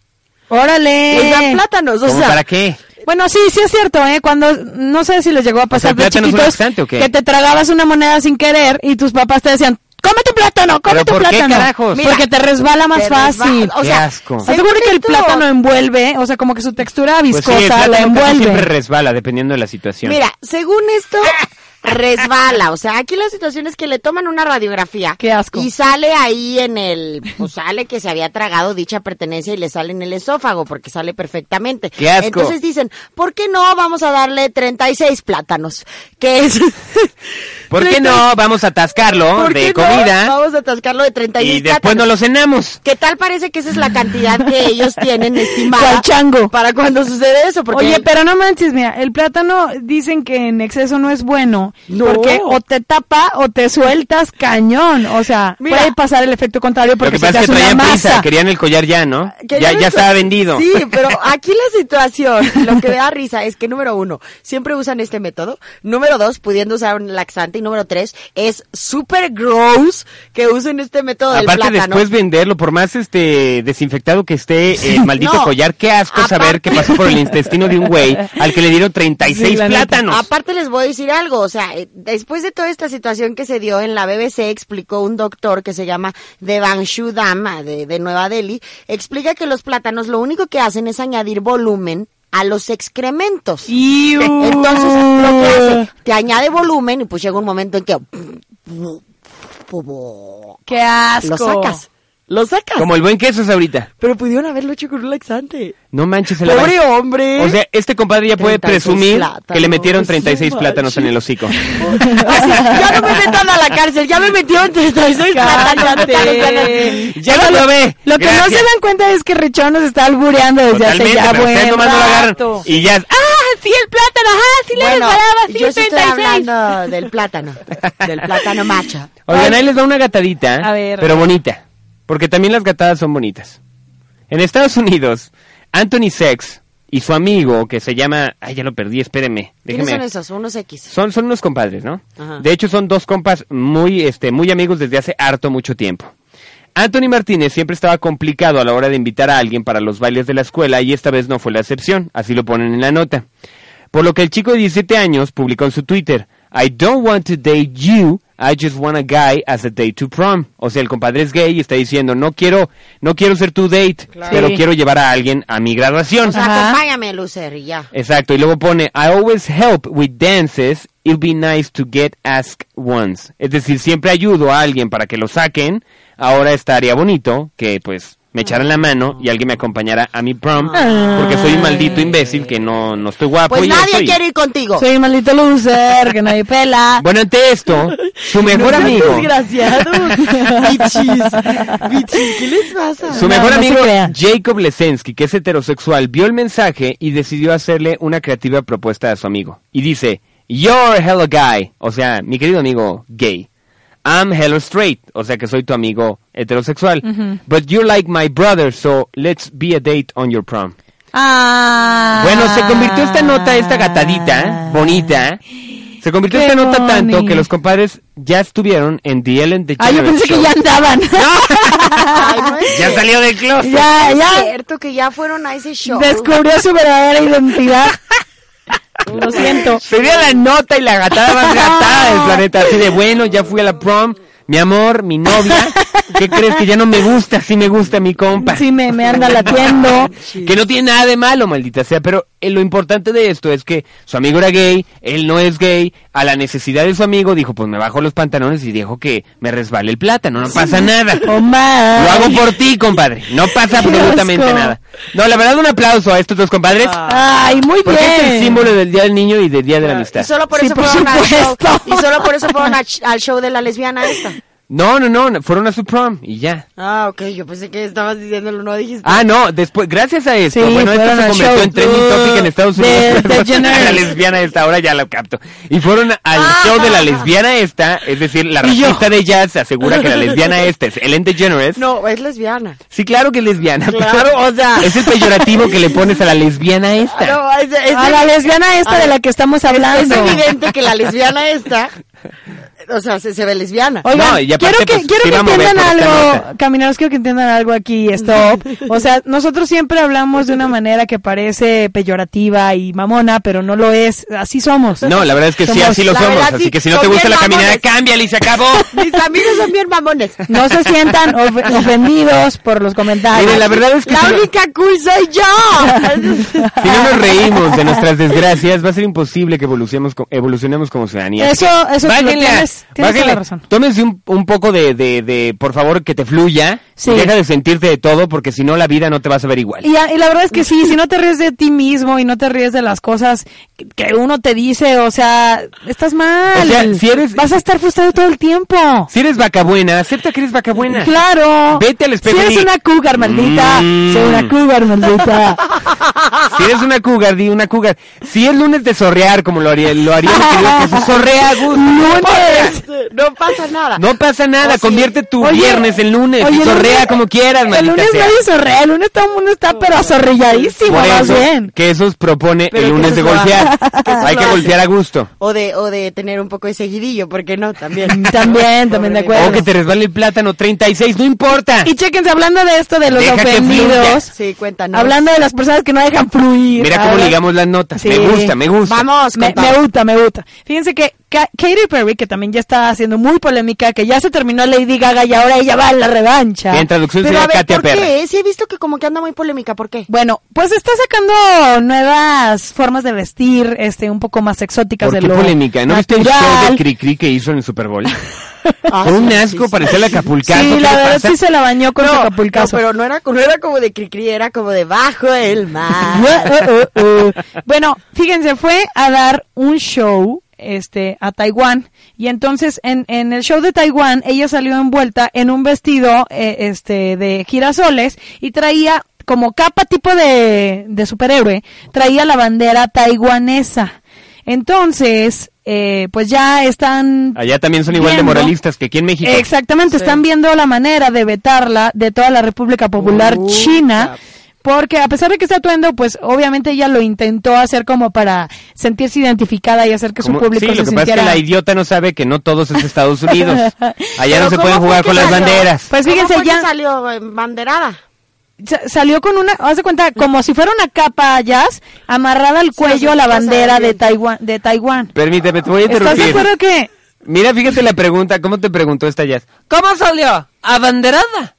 S8: Órale.
S7: Les
S9: Eh.
S7: dan plátanos, o
S6: ¿Cómo
S7: sea.
S6: para qué? Pues
S8: Bueno, sí, sí es cierto, ¿eh? Cuando, no sé si les llegó a pasar
S6: sea,
S8: de
S6: ¿plátano es un
S8: chiquitos
S6: laxante o qué?
S8: que te tragabas una moneda sin querer y tus papás te decían, come tu plátano, come
S6: ¿Pero
S8: tu
S6: por qué,
S8: plátano.
S6: carajos?
S8: Mira, porque te resbala más
S6: te resbala,
S8: fácil.
S6: o Qué sea, asco.
S8: ¿Estás seguro que el plátano envuelve? O sea, como que su textura
S6: Pues sí,
S8: viscosa
S6: el
S8: la
S6: plátano casi
S8: envuelve.
S6: siempre resbala dependiendo de la situación.
S7: Mira, según esto, resbala. O sea, aquí la situación es que le toman una radiografía. Y sale ahí en el. Pues sale que se había tragado dicha pertenencia y le sale en el esófago, porque sale perfectamente.
S9: ¡Qué asco!
S7: Entonces dicen, ¿por qué no vamos a darle 36 plátanos? Que es.
S6: ¿Por qué no vamos a atascarlo
S7: ¿Por
S6: de
S7: qué no?
S6: comida
S7: Vamos a atascarlo de 36
S6: y después
S7: plátanos.
S6: no lo cenamos?
S7: ¿Qué tal parece que esa es la cantidad que ellos tienen estimada?
S8: ¿Cuál chango?
S7: Para cuando sucede eso, porque
S8: Oye, pero no manches, mira, el plátano dicen que en exceso no es bueno,
S7: No.
S8: porque o te tapa o te sueltas cañón, o sea, puede pasar el efecto contrario
S6: Lo
S8: porque
S6: que
S8: se te
S6: pasa es
S8: hace
S6: que
S8: una
S6: traían
S8: masa.
S6: prisa, querían el collar ya, ¿no?
S7: Que
S6: Ya,
S7: no
S6: ya
S7: es-
S6: estaba vendido.
S7: Sí, pero aquí la situación, lo que me da risa es que número uno, siempre usan este método. Número dos, pudiendo usar un laxante. Y número tres, es súper gross que usen este método del
S6: Aparte
S7: plátano.
S6: después venderlo, por más este desinfectado que esté el maldito
S7: No.
S6: collar, qué asco saber que pasó por el intestino de un güey al que le dieron 36
S7: Sí, la neta.
S6: plátanos.
S7: Aparte les voy a decir algo, o sea, eh, después de toda esta situación que se dio en la BBC, explicó un doctor que se llama Devanshu Dama de, de Nueva Delhi, explica que los plátanos lo único que hacen es añadir volumen a los excrementos. Entonces, lo que hace, te añade volumen y pues llega un momento en que
S8: ¡Qué asco!
S7: lo sacas. Lo sacas.
S6: Como el buen queso es ahorita.
S7: Pero pudieron haberlo hecho con un laxante.
S6: No manches el
S7: Pobre
S6: avance.
S7: hombre.
S6: O sea, este compadre ya puede
S7: 36
S6: presumir que le
S7: plátanos,
S6: metieron
S7: sí,
S6: 36 plátanos en el hocico.
S7: Así, ya no me metan a la cárcel, ya me metieron 36 plátanos. ya no están así.
S6: Ya lo probé.
S8: Lo que no
S6: Gracias.
S8: se dan cuenta es que Richón nos está albureando desde
S6: Totalmente,
S8: hace ya
S6: pero ustedes
S8: buen
S6: nomás no lo agarran
S8: rato.
S6: Y ya, ¡ah!
S9: sí, el plátano,
S8: ah,
S9: ajá, sí le
S7: Bueno,
S9: regalaba, sí,
S7: yo sí estoy
S9: 36.
S7: hablando del plátano, del plátano macho.
S6: Oigan, ahí les da una gatadita,
S7: A ver.
S6: pero bonita. Porque también las gatadas son bonitas. En Estados Unidos, Anthony Sex y su amigo, que se llama... Ay, ya lo perdí, espérenme.
S7: ¿Quiénes son
S6: Déjenme...
S7: esos? Unos X.
S6: Son, son unos compadres, ¿no?
S7: Ajá.
S6: De hecho, son dos compas muy, este, muy amigos desde hace harto mucho tiempo. Anthony Martínez siempre estaba complicado a la hora de invitar a alguien para los bailes de la escuela y esta vez no fue la excepción, así lo ponen en la nota. Por lo que el chico de 17 años publicó en su Twitter, I don't want to date you, I just want a guy as a date to prom. O sea, el compadre es gay y está diciendo, no quiero, no quiero ser tu date, pero
S7: Sí.
S6: quiero llevar a alguien a mi graduación.
S7: O sea, acompáñame, Lucer, y ya.
S6: Exacto, y luego pone, I always help with dances, it'd be nice to get asked once. Es decir, siempre ayudo a alguien para que lo saquen, ahora estaría bonito que pues me echaran la mano y alguien me acompañara a mi prom, porque soy un maldito imbécil que no, no estoy guapo.
S7: Pues
S6: y
S7: nadie
S6: estoy-
S7: quiere ir contigo.
S8: Soy un maldito loser, que nadie pela.
S6: Bueno, ante esto, su mejor
S8: No seas
S6: amigo...
S8: desgraciado.
S7: Bichis, bichis, ¿qué les pasa?
S6: Su mejor amigo Jacob Lesensky, que es heterosexual, vio el mensaje y decidió hacerle una creativa propuesta a su amigo. Y dice, You're hello guy, o sea, mi querido amigo gay. I'm hello straight, o sea que soy tu amigo heterosexual.
S8: Ujú.
S6: But you're like my brother, so let's be a date on your prom.
S8: Ah.
S6: Bueno, se convirtió esta nota, esta gatadita, bonita. Se convirtió
S8: Qué
S6: esta nota tanto
S8: bonito.
S6: que los compadres ya estuvieron en The Ellen DeGeneres
S8: Ah, yo pensé que
S6: Show.
S8: ya andaban.
S6: Ya salió del closet.
S8: Ya,
S7: Es
S8: ya.
S7: cierto que ya fueron a ese show.
S8: Descubrió su verdadera identidad.
S7: Lo siento.
S6: Sería la nota y la gatada más gatada del planeta. Así de bueno, ya fui a la prom. Mi amor, mi novia. ¿Qué crees que ya no me gusta? Sí me gusta mi compa.
S8: Sí, me, me anda latiendo.
S6: Que no tiene nada de malo, maldita sea. Pero eh, lo importante de esto es que su amigo era gay, él no es gay. A la necesidad de su amigo dijo, pues me bajo los pantalones y dijo que me resbale el plátano. No pasa nada.
S8: Oh, my.
S6: Lo hago por ti, compadre. No pasa
S8: Qué
S6: absolutamente
S8: asco.
S6: nada. No, la verdad, un aplauso a estos dos compadres.
S7: Ah.
S8: Ay, muy
S6: Porque es el
S8: bien.
S6: símbolo del Día del Niño y del Día de la
S7: Y
S6: Amistad.
S7: solo por
S8: Sí,
S7: eso
S8: por
S7: fueron al show.
S8: supuesto.
S7: Y solo por eso fueron a- al show de la lesbiana esta.
S6: No, no, no, no, fueron a su prom y ya.
S7: Ah, ok, yo pensé que estabas diciéndolo, no dijiste.
S6: Ah, no, después, gracias a esto,
S7: Sí,
S6: bueno, esto
S7: fueron
S6: se
S7: al
S6: convirtió
S7: show.
S6: en trending topic en Estados Unidos.
S7: de Jenner.
S6: la lesbiana esta, ahora ya la capto. Y fueron al show de la lesbiana esta, es decir, la
S7: Y yo.
S6: racista de jazz asegura que la lesbiana esta es Ellen DeGeneres.
S7: No, es lesbiana.
S6: Sí, claro que es lesbiana. pero
S7: Claro, o sea.
S6: Es el peyorativo que le pones a la lesbiana esta.
S7: No, es- es-
S8: A Ah, la lesbiana esta
S7: A
S8: de
S7: ver,
S8: la que estamos hablando.
S7: Es evidente que la lesbiana esta, o sea, se, se ve lesbiana.
S8: Oigan,
S6: No, y aparte,
S8: quiero que,
S6: pues,
S8: quiero
S6: sí
S8: que
S6: va a mover
S8: entiendan
S6: por esta
S8: algo,
S6: nota.
S8: camineros, quiero que entiendan algo aquí, stop. O sea, nosotros siempre hablamos de una manera que parece peyorativa y mamona, pero no lo es. Así somos.
S6: No, la verdad es que sí, así lo
S8: La
S6: somos.
S8: verdad,
S6: Así
S8: sí,
S6: que si no
S8: son
S6: te gusta
S8: bien
S6: la caminada,
S8: mamones.
S6: cámbiale y se acabó.
S7: Mis amigos son bien mamones.
S8: No se sientan of- ofendidos por los comentarios.
S6: Miren, la verdad es que
S7: La
S6: si no-
S7: única cool soy yo.
S6: Si no nos reímos de nuestras desgracias, va a ser imposible que evolucionemos, co- evolucionemos como ciudadanía.
S8: Eso- eso
S6: Bájenle
S8: tienes-
S6: a-
S8: tienes toda
S6: bájenle.
S8: la razón.
S6: Tómense un, un poco de, de, de, por favor, que te fluya.
S8: Sí.
S6: Y Deja de sentirte de todo, porque si no, la vida no te vas a ver igual.
S8: Y, a- y la verdad es que sí, si no te ríes de ti mismo y no te ríes de las cosas que, que uno te dice, o sea, estás mal.
S6: O sea, si eres-
S8: Vas a estar frustrado todo el tiempo.
S6: Si eres vaca buena, acepta que eres vaca buena.
S8: Claro.
S6: Vete al espejo
S8: Si eres
S6: y-
S8: una cougar, maldita.
S6: Mm.
S8: Soy una cougar, maldita.
S6: Si eres una cougar, di una cougar. Si es lunes de sorrear, como lo haría, lo haría mi querido Jesús, sorrea, Gus.
S7: No pasa nada.
S6: No pasa nada, convierte Este tu viernes en lunes
S8: oye,
S6: y
S8: el
S6: sorrea
S8: lunes-
S6: como quieras,
S8: El
S6: maldita
S8: lunes
S6: sea.
S8: nadie sorrea, el lunes todo el mundo está pero azorrilladísimo,
S6: Por
S8: más
S6: eso,
S8: bien.
S6: Que esos propone
S7: Pero
S6: el
S7: que
S6: lunes
S7: esos
S6: de
S7: lo
S6: golfear.
S7: hagan. Que esos
S6: Hay
S7: lo
S6: que
S7: hacen.
S6: golfear a gusto.
S7: O de, o de tener un poco de seguidillo, ¿por qué no? También.
S8: También, también de acuerdo.
S6: O que te resbale el plátano 36, no importa.
S8: Y chéquense, hablando de esto de los
S6: Deja que fluya.
S8: ofendidos,
S7: Sí, cuéntanos.
S8: hablando de las personas que no dejan fluir.
S6: Ah, Mira cómo
S8: ahora-
S6: ligamos las notas. Me
S8: Sí.
S6: gusta, me gusta.
S8: Vamos, me, me gusta, me gusta. Fíjense que Ka- Katy Perry, que también ya está siendo muy polémica, que ya se terminó Lady Gaga y ahora ella va a la revancha.
S6: Que en traducción sería Katia
S7: ¿Por
S6: Perra.
S7: qué? Sí, he visto que como que anda muy polémica, ¿por qué?
S8: Bueno, pues está sacando nuevas formas de vestir, este, un poco más exóticas
S6: ¿Por
S8: de
S6: qué
S8: lo
S6: polémica? ¿No viste el show de
S8: natural.
S6: Cricri que hizo en el Super Bowl?
S7: Ah,
S6: Fue un
S7: sí,
S6: asco, parecía la Acapulcazo.
S8: Sí,
S6: ¿qué
S8: la
S6: le
S8: verdad
S6: pasa?
S8: sí se la bañó con su
S7: No,
S8: capulcazo.
S7: pero no era, no era como de Cricri, era como de bajo el mar.
S8: bueno, fíjense, fue a dar un show este a Taiwán y entonces en, en el show de Taiwán ella salió envuelta en un vestido eh, este de girasoles y traía como capa tipo de, de superhéroe, traía la bandera taiwanesa. Entonces, eh, pues ya están...
S6: Allá también son igual de
S8: viendo-
S6: moralistas que aquí en México.
S8: Exactamente, están viendo la manera de vetarla de toda la República Popular China. Porque a pesar de que está atuendo, pues obviamente ella lo intentó hacer como para sentirse identificada y hacer que
S6: Como-
S8: su público
S6: sí, lo
S8: se
S6: que pasa es
S8: sintiera...
S6: que la idiota no sabe que no todos es Estados Unidos. Allá
S8: Pero
S6: no se
S8: ¿cómo
S6: pueden
S8: fue
S6: jugar
S8: que
S6: con las
S8: salió?
S6: banderas.
S8: Pues fíjense,
S7: ¿Cómo fue
S8: ya-
S7: que salió eh, banderada?
S8: sa- salió con una, haz de cuenta, como si fuera una capa jazz amarrada al cuello a la bandera de Taiwán. De Taiwán.
S6: Permíteme, te voy a
S8: ¿Estás de
S6: interrumpir.
S8: acuerdo que
S6: Mira, fíjate la pregunta, ¿cómo te preguntó esta Jazz?
S9: ¿Cómo salió? Abanderada.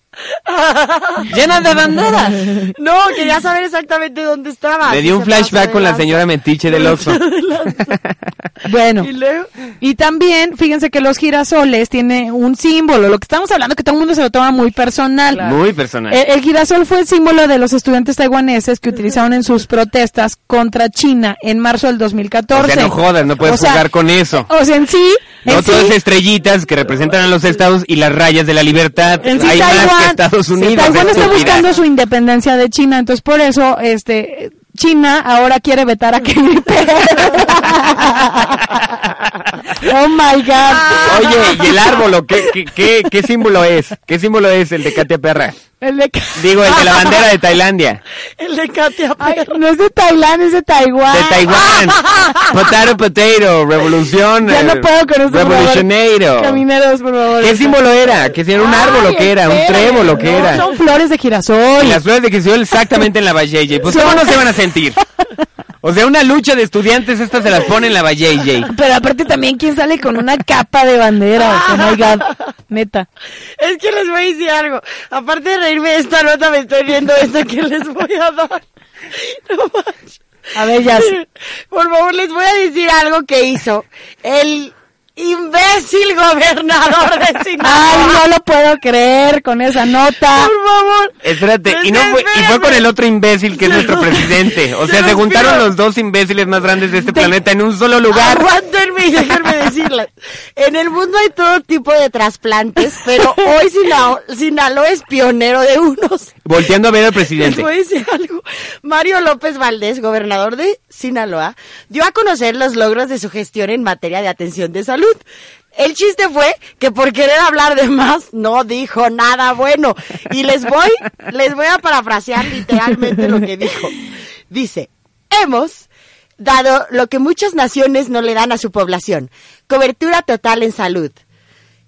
S9: Llena de banderas.
S7: No, quería saber exactamente dónde estaba.
S8: Ah,
S6: Le
S7: si
S6: dio un
S7: se pasa
S6: flashback
S7: de
S6: con la
S7: lanza.
S6: señora Metiche del Oxxo.
S8: Bueno. Y, también, fíjense que los girasoles tiene un símbolo. Lo que estamos hablando que todo el mundo se lo toma muy personal.
S6: Muy personal.
S8: El, el girasol fue el símbolo de los estudiantes taiwaneses que utilizaron en sus protestas contra China en marzo del 2014.
S6: o sea, no jodas, no puedes
S8: O sea,
S6: jugar con eso.
S8: O sea, en sí,
S6: No
S8: en sí,
S6: todas estrellitas que representan a los estados y las rayas de la libertad.
S8: en sí
S6: Hay más que
S8: Taiwán,
S6: Estados
S8: sí,
S6: Unidos.
S8: Taiwán está
S6: estúpida.
S8: buscando su independencia de China, entonces por eso, este, China ahora quiere vetar a Katy Perry. oh my God.
S6: Oye, ¿y el árbol? o ¿Qué, qué, qué, qué símbolo es? ¿Qué símbolo es el de Katia Perra?
S8: El de,
S6: Digo, el de la bandera de Tailandia.
S8: el de no es de Tailandia, es de Taiwán. Ah,
S6: De Taiwán. Potato, potato, revolución.
S8: Ya
S6: eh,
S8: no puedo con estos
S6: Revolutionero.
S8: Camineros, por favor.
S6: ¿Qué símbolo era? ¿Que si era un árbol o
S8: Ay,
S6: qué era? ¿Un
S8: espérame,
S6: trébol o
S8: no,
S6: qué era?
S8: Son flores de
S6: Y
S8: girasol.
S6: las flores de que se dio exactamente en la Valle Pues ¿cómo no se van a sentir? O sea, una lucha de estudiantes, estas se las pone en la Valle
S8: Pero aparte también, ¿quién sale con una capa de bandera? Oh my God. Neta.
S7: Es que les voy a decir algo. Aparte de reírme de esta nota, me estoy viendo esta que les voy a dar. No manches.
S8: A ver, ya.
S7: Por favor, les voy a decir algo que hizo el imbécil gobernador de Sinaloa.
S8: Ay, no lo puedo creer con esa nota.
S7: Por favor.
S6: Espérate, y, no fue, y fue con el otro imbécil que es nuestro presidente. O sea, se juntaron los dos imbéciles más grandes de este planeta en un solo lugar.
S7: Aguántenme y déjenme decirles. En el mundo hay todo tipo de trasplantes, pero hoy Sinalo- Sinaloa es pionero de unos.
S6: Volteando a ver al
S7: Les
S6: presidente.
S7: voy a decir algo. Mario López Valdés, gobernador de Sinaloa, dio a conocer los logros de su gestión en materia de atención de salud. El chiste fue que por querer hablar de más no dijo nada bueno. Y les voy, les voy a parafrasear literalmente lo que dijo. Dice, hemos dado lo que muchas naciones no le dan a su población, cobertura total en salud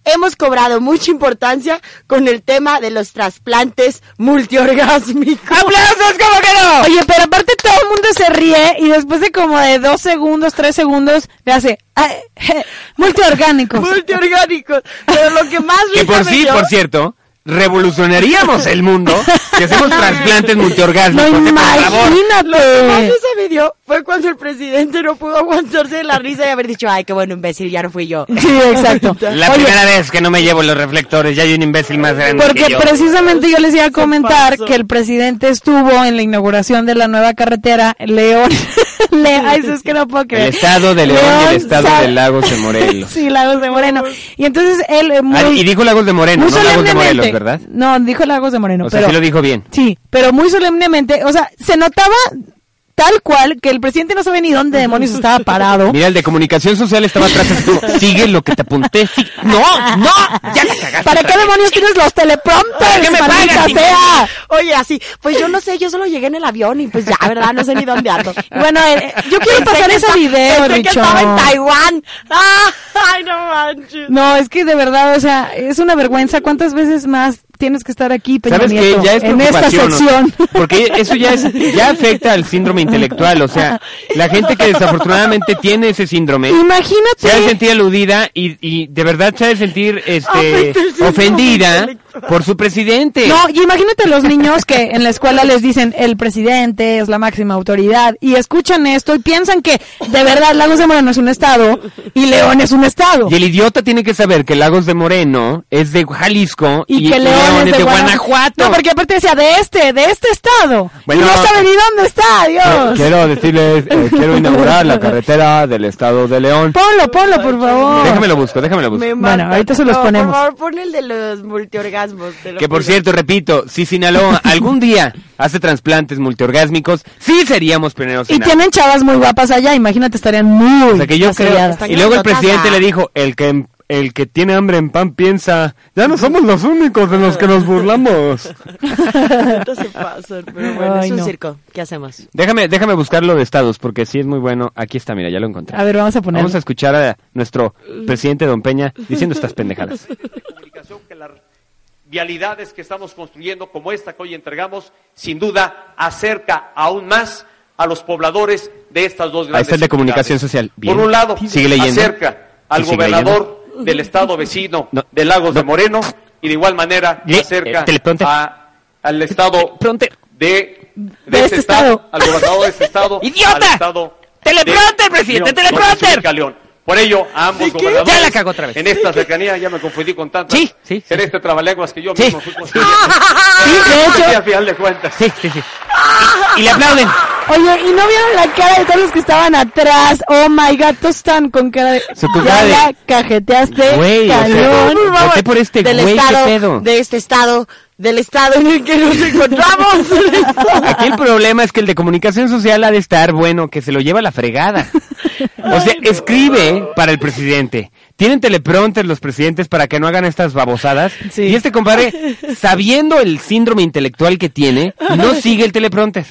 S7: hemos cobrado mucha importancia con el tema de los trasplantes multiorgásmicos.
S8: ¡Aplausos, cómo que no! Oye, pero aparte todo el mundo se ríe y después de como de dos segundos, tres segundos, le hace ah, eh, multiorgánicos.
S7: Multiorgánicos. Pero lo que más
S6: Que por sí, por cierto, revolucionaríamos el mundo si hacemos trasplantes multiorgásmicos.
S7: No
S6: eh, por favor.
S7: Lo que más risa me dio fue cuando el presidente no pudo aguantarse de la risa y haber dicho, ay, qué bueno, imbécil, ya no fui yo.
S8: Sí, exacto.
S6: La
S8: Oye.
S6: primera vez que no me llevo los reflectores, ya hay un imbécil más grande que
S8: Porque
S6: yo.
S8: precisamente yo les iba a
S7: Se
S8: comentar
S7: pasó.
S8: que el presidente estuvo en la inauguración de la nueva carretera León. Le- Ay, eso es que no puedo
S6: El
S8: creer.
S6: estado de León, y
S8: León
S6: el estado
S8: Sa-
S6: de Lagos de Morelos.
S8: Sí, Lagos de Moreno. Y entonces él eh, muy,
S6: Ah, y dijo Lagos de Moreno,
S8: muy
S6: no Lagos de
S8: solemnemente-
S6: Morelos, ¿verdad?
S8: No, dijo Lagos de Moreno.
S6: O sea,
S8: pero,
S6: sí lo dijo bien.
S8: Sí, pero muy solemnemente. O sea, se notaba tal cual que el presidente no sabía ni dónde demonios estaba parado.
S6: Mira, el de comunicación social estaba atrás. así como, Sigue lo que te apunté. sí. No, no. Ya la cagaste. otra
S8: ¿Para qué
S6: vez.
S8: demonios tienes los teleprompters?
S6: qué me
S8: maldita
S6: pagas,
S8: sea?
S7: Oye, así, pues yo no sé, yo solo llegué en el avión y pues ya, ¿verdad? No sé ni dónde ando.
S8: Bueno, eh, yo quiero pasar
S7: que
S8: ese
S7: esta-
S8: video,
S7: pensé que
S8: Richard.
S7: estaba en Taiwán. Ah, ay, no manches.
S8: No, es que de verdad, o sea, es una vergüenza. ¿Cuántas veces más tienes que estar aquí, Peña
S6: ¿Sabes qué?
S8: Nieto?
S6: Ya es
S8: en esta
S6: preocupación, ¿no?
S8: sección.
S6: Porque eso ya es ya afecta al síndrome intelectual, o sea, la gente que desafortunadamente tiene ese síndrome
S8: Imagínate.
S6: se ha de sentir aludida y, y de verdad se ha de sentir este
S8: Afecta el síndrome
S6: ofendida por su presidente.
S8: No, y imagínate los niños que en la escuela les dicen el presidente es la máxima autoridad y escuchan esto y piensan que de verdad Lagos de Moreno es un estado y León es un estado.
S6: Y el idiota tiene que saber que Lagos de Moreno es de Jalisco
S8: Y que León es
S6: de
S8: Guana-
S6: Guanajuato.
S8: No, porque aparte decía de este, de este estado.
S20: Bueno.
S8: y no sabe ni dónde está, Dios.
S20: Quiero decirles, eh, quiero inaugurar la carretera del estado de León.
S8: Ponlo, ponlo, por favor.
S20: Déjame lo busco, déjame lo busco.
S8: Bueno, ahorita se los
S7: No,
S8: ponemos.
S7: Por favor, pon el de los multiorgasmos. te lo
S6: Que por
S7: juro.
S6: cierto, repito, si Sinaloa algún día hace trasplantes multiorgásmicos, sí seríamos pioneros
S8: Y
S6: en algo.
S8: tienen chavas muy guapas allá, imagínate, estarían muy
S6: O sea, que yo creo-
S8: asediadas.
S6: Y luego el presidente le dijo, el que el que tiene hambre en pan piensa, ya no somos los únicos de los que nos burlamos.
S7: Entonces se pasan, pero bueno,
S8: Ay,
S7: es un
S8: no.
S7: circo. ¿Qué hacemos?
S6: Déjame, déjame buscarlo de estados, porque sí es muy bueno. Aquí está, mira, ya lo encontré.
S8: A ver, vamos a ponerlo.
S6: Vamos a escuchar a nuestro presidente Don Peña diciendo estas pendejadas.
S21: comunicación que las vialidades que estamos construyendo, como esta que hoy entregamos, sin duda acerca aún más a los pobladores de estas dos
S6: Ahí
S21: grandes
S6: está el de comunicación
S21: comunidades.
S6: social.
S21: Por un lado,
S6: sigue leyendo.
S21: acerca al
S6: Y sigue
S21: gobernador del estado vecino de Lagos de Moreno y de igual manera
S6: Le-
S21: acerca
S6: eh, teleprompter.
S21: a- al estado de, de,
S6: este estado.
S21: al gobernador de este estado,
S6: ¡Idiota!
S21: al estado
S6: ¡Teleprompter,
S21: Teleprompter, presidente,
S6: presidente, teleprompter!
S21: teleprompter. Por ello, a ambos gobernadores.
S6: Ya la cagó otra vez.
S21: En esta cercanía ya me confundí con tantas. Sí, sí. En este trabalenguas que yo mismo fui construyendo.
S8: Sí, de hecho.
S21: Y al final de cuentas.
S6: Sí, sí, sí. Y le aplauden.
S8: Oye, ¿y no vieron la cara de todos los que estaban atrás? Oh my god, todos están con cara de.
S6: Su
S8: Ya
S6: cara de-
S8: la cajeteaste,
S6: Güey, o sea,
S8: cañón.
S6: voté
S8: Vamos.
S6: por este
S7: del
S6: güey, qué
S7: estado,
S6: pedo.
S7: de este estado, del estado en el que nos encontramos.
S6: Aquí el problema es que el de comunicación social ha de estar bueno, que se lo lleva a la fregada. O sea, escribe para el presidente. Tienen teleprompter los presidentes para que no hagan estas babosadas. Y este compadre, sabiendo el síndrome intelectual que tiene, no sigue el teleprompter.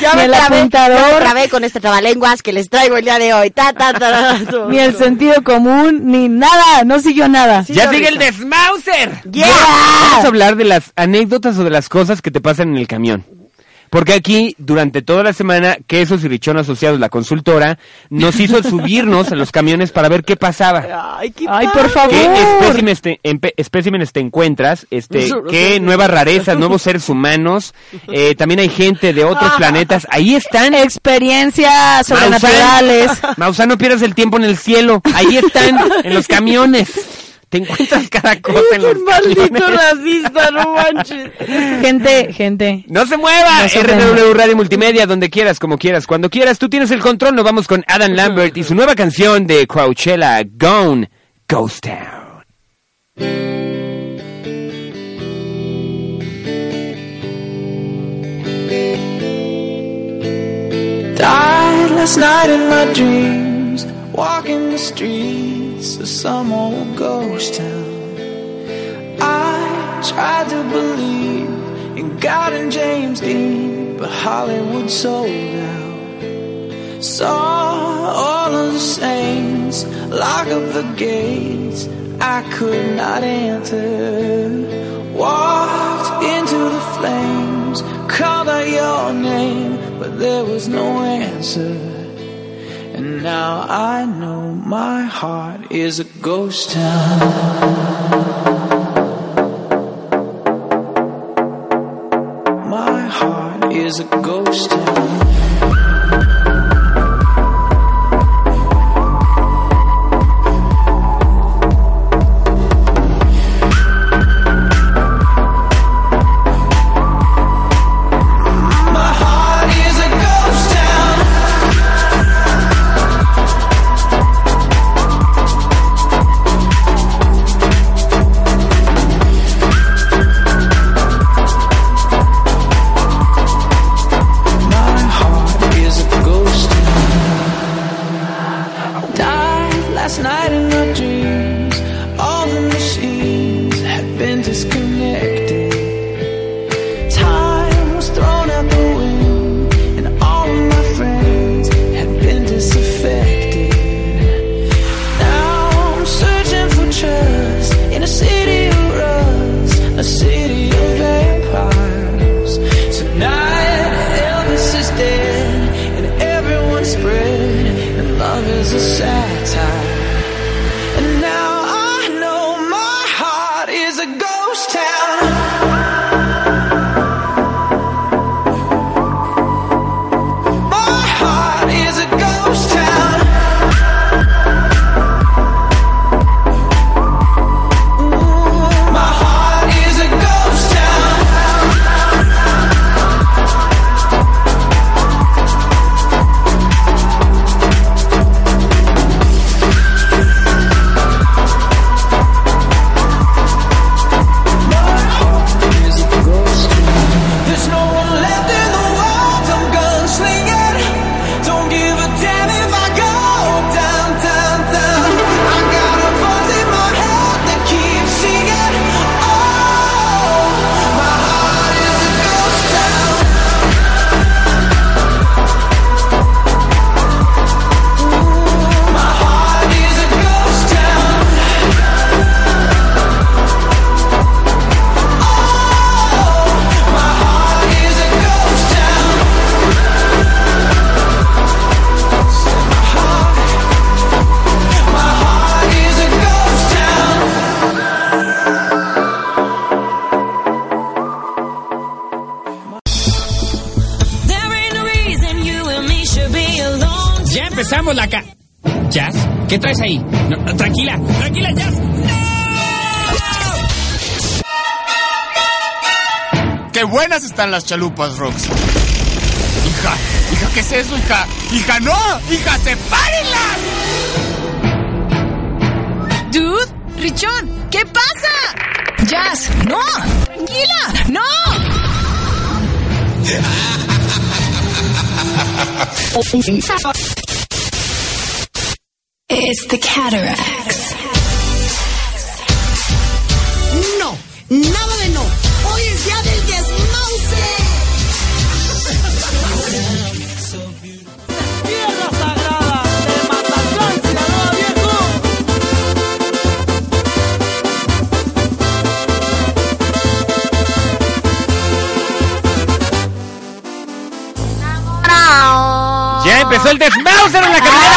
S7: Ya
S8: Ni
S7: me
S8: el
S7: trabé,
S8: apuntador.
S7: ya me trabé con este trabalenguas que les traigo el día de hoy. Ta, ta, ta, ta, ta.
S8: Ni el sentido común, ni nada, no siguió nada.
S6: ya sigue el desmauser. Vamos a hablar de las anécdotas o de las cosas que te pasan en el camión. Porque aquí, durante toda la semana, Quesos y Richón Asociados, la consultora, nos hizo subirnos a los camiones para ver qué pasaba.
S7: Ay, qué
S8: Ay, por favor.
S6: ¿Qué espécimes te, empe- espécimenes te encuentras? Este,
S8: Nosotros
S6: ¿Qué
S8: somos-
S6: nuevas rarezas, nuevos seres humanos? Eh, también hay gente de otros
S8: Ah.
S6: planetas. Ahí están.
S8: Experiencias sobrenaturales.
S6: Maussan. Maussan, no pierdas el tiempo en el cielo. Ahí están, en los camiones. Te encuentras cada cosa en los camiones.
S7: racista, no manches.
S8: Gente, gente.
S6: ¡No se mueva!
S8: No se
S6: RW Radio Multimedia, donde quieras, como quieras, cuando quieras. Tú tienes el control. Nos vamos con Adam Lambert y su nueva canción de Coachella, Gone Ghost Town.
S22: Died last night in my dreams, walking the streets of some old ghost town. I tried to believe in God and James Dean, but Hollywood sold out. Saw all of the saints lock up the gates I could not enter. Walked into the flames, called out your name, but there was no answer. And now I know my heart is a ghost town. My heart is a ghost town. My heart is a ghost town. My Oh,
S1: echamos la ca... ¿Jazz? ¿Qué traes ahí? No, no, tranquila, tranquila, Jazz.
S2: ¡Qué buenas están las chalupas, Rox! Hija, hija, ¿qué es eso, hija? ¡Hija, no! ¡Hija, sepárenlas!
S4: Dude, Richón, ¿qué pasa? Jazz, no. Tranquila, no.
S3: It's the cataracts.
S17: No, nada de no. Hoy es día del desmauce.
S6: ¡Ya empezó el desmauser en la caminera!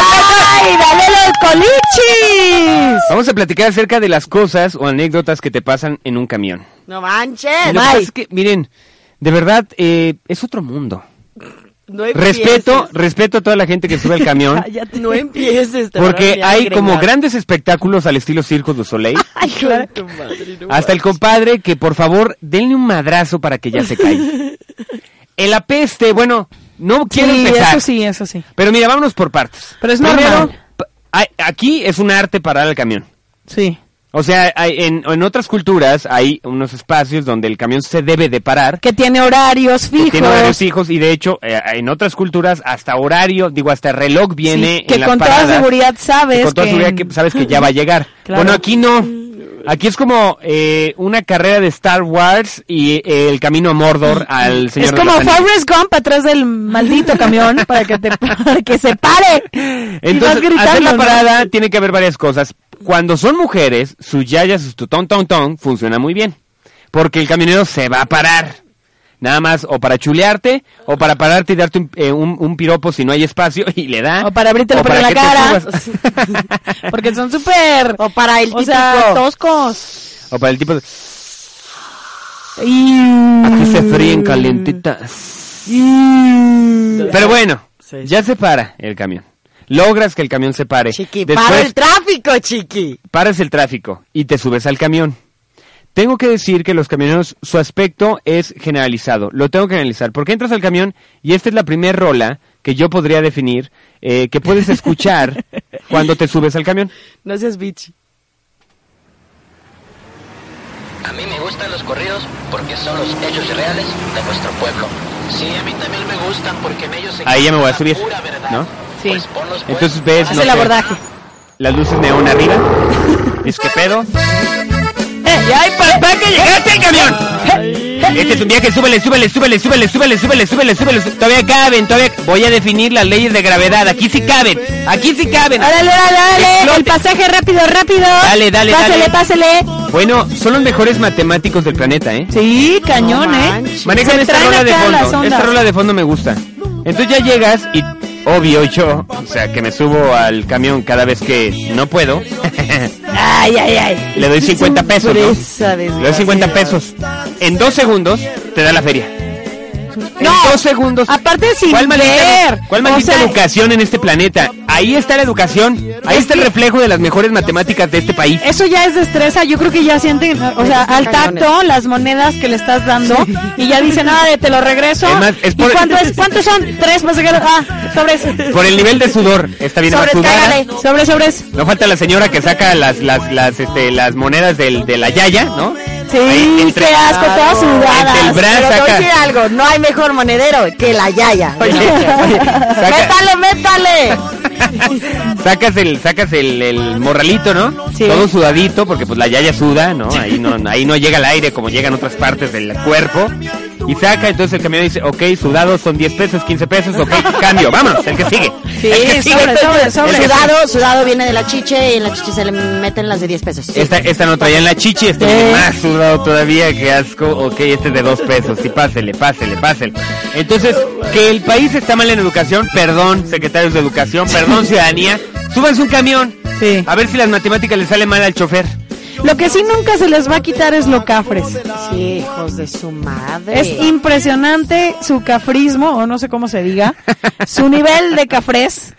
S8: ¡Ay, Valero el colichis!
S6: Vamos a platicar acerca de las cosas o anécdotas que te pasan en un camión.
S7: No manches.
S6: Lo que pasa es que, miren, de verdad, eh, es otro mundo.
S7: No empieces.
S6: Respeto, respeto a toda la gente que sube al camión.
S7: Cállate. No empieces. te van a
S6: Porque
S7: olvidar
S6: hay
S7: de
S6: como
S7: greñar.
S6: grandes espectáculos al estilo Circo du Soleil.
S7: Ay, claro. tu madre, no
S6: Hasta el
S7: manches.
S6: compadre que por favor denle un madrazo para que ya se caiga. El apeste, bueno, no quiero
S8: Sí,
S6: empezar.
S8: eso sí, eso sí.
S6: Pero mira, vámonos por partes.
S8: Pero es normal.
S6: pa- hay- aquí es un arte parar el camión.
S8: Sí.
S6: O sea, hay- en, en otras culturas hay unos espacios donde el camión se debe de parar.
S8: Que tiene horarios fijos.
S6: Tiene horarios hijos y de hecho eh, en otras culturas hasta horario, digo hasta reloj viene.
S8: Sí, que
S6: en las
S8: con toda
S6: paradas.
S8: seguridad sabes
S6: Que con toda
S8: que
S6: seguridad
S8: en-
S6: que sabes que ya va a llegar.
S8: Claro.
S6: Bueno, aquí no. Aquí es como eh, una carrera de Star Wars y eh, el camino a Mordor al señor.
S8: Es
S6: de
S8: como
S6: los Anillos.
S8: Forrest Gump atrás del maldito camión para que te para que se pare. Y vas
S6: Entonces,
S8: gritando,
S6: hacer la
S8: ¿no?
S6: parada tiene que haber varias cosas. Cuando son mujeres, su yaya, su ton ton ton funciona muy bien. Porque el camionero se va a parar. Nada más o para chulearte, o para pararte y darte un, eh, un- un piropo si no hay espacio y le da. O
S8: para abrirte la
S6: para
S8: en la
S6: que te
S8: cara.
S6: subas.
S8: Porque son súper.
S7: O para el
S8: o sea,
S7: típico.
S8: toscos.
S6: O para el tipo de...
S8: Y
S6: Aquí se fríen calientitas.
S8: Mm.
S6: Pero bueno, ya se para el camión. Logras que el camión se pare.
S7: Para
S6: Después-
S7: el tráfico, chiqui.
S6: paras el tráfico y te subes al camión. Tengo que decir que los camioneros, su aspecto es generalizado. Lo tengo que analizar. Porque entras al camión y esta es la primera rola que yo podría definir eh, que puedes escuchar cuando te subes al camión.
S7: No seas bitch.
S23: A mí me gustan los corridos porque son los hechos reales de nuestro pueblo. Sí, a mí también me gustan porque en ellos se
S6: Ahí ya me voy a subir, ¿no?
S23: Pues,
S6: Entonces ves no sé, las luces neón arriba. Es que pedo.
S8: ¡Ya hay papá que
S6: llegaste al camión! Este es un viaje, súbele, súbele, súbele, súbele, súbele, súbele, súbele, súbele. sú- Todavía caben, todavía. Voy a definir las leyes de gravedad. Aquí sí caben, aquí sí caben.
S8: Dale, dale, dale. El
S6: Explote.
S8: pasaje rápido, rápido.
S6: Dale, dale,
S8: pásele,
S6: dale.
S8: Pásele,
S6: Bueno, son los mejores matemáticos del planeta, ¿eh?
S8: Sí, cañón, ¿eh?
S6: Manejan
S8: Se
S6: esta
S8: traen
S6: rola de
S8: acá las
S6: fondo.
S8: ondas.
S6: Esta rola de fondo me gusta. Entonces ya llegas y, obvio, yo, o sea, que me subo al camión cada vez que no puedo.
S7: Ay, ay, ay.
S6: Le doy 50 pesos, ¿no? Le
S7: Pobreza,
S6: doy
S7: desgraciado.
S6: 50 pesos. En dos segundos te da la feria.
S8: No.
S6: dos segundos.
S8: Aparte sin
S6: ¿Cuál maldita,
S8: ver.
S6: cuál maldita
S8: O sea,
S6: educación en este planeta? Ahí está la educación. Ahí está el reflejo de las mejores matemáticas de este país.
S8: Eso ya es destreza, yo creo que ya sienten, o sea,
S6: Están
S8: al tacto
S6: cañones.
S8: las monedas que le estás dando y ya dicen, ah, de, te lo regreso.
S6: Es más, es por-
S8: ¿Y cuánto es? ¿Cuántos son? Tres pasajeros. Ah, sobres.
S6: Por el nivel de sudor. Está bien más
S8: Sobres,
S6: sudada.
S8: cágale. Sobres, sobres.
S6: No falta la señora que saca las las las este las monedas del, de la yaya, ¿no?
S8: Sí,
S6: entre-
S7: qué asco, todas sudadas.
S6: Entre el bra
S7: Pero te voy
S6: saca-
S7: a decir algo, no hay mejor monedero que la yaya. métale, métale.
S6: Sacas el sacas el, el morralito, ¿no?
S7: Sí.
S6: Todo sudadito porque pues la yaya suda, ¿no? Ahí no ahí no llega el aire como llega en otras partes del cuerpo. Y saca, entonces el camión dice, ok, sudado son 10 pesos, 15 pesos, ok, cambio, vámonos, el que sigue. el que sigue. El que sigue.
S7: Sudado, sudado viene de la chiche y en la chiche se le meten las de 10 pesos.
S6: Esta, esta no traía en la chichi, este viene más sudado todavía, qué asco. Ok, este es de dos pesos, sí, pásele, pásele, pásele. Entonces, que el país está mal en educación, perdón, secretarios de Ah. educación, perdón, ciudadanía, súbanse un camión. A ver si las matemáticas le salen mal al chofer.
S8: Lo que sí nunca se les va a quitar es lo cafres.
S7: Sí, hijos de su madre.
S8: Es impresionante su cafrismo, o no sé cómo se diga, su nivel de cafres.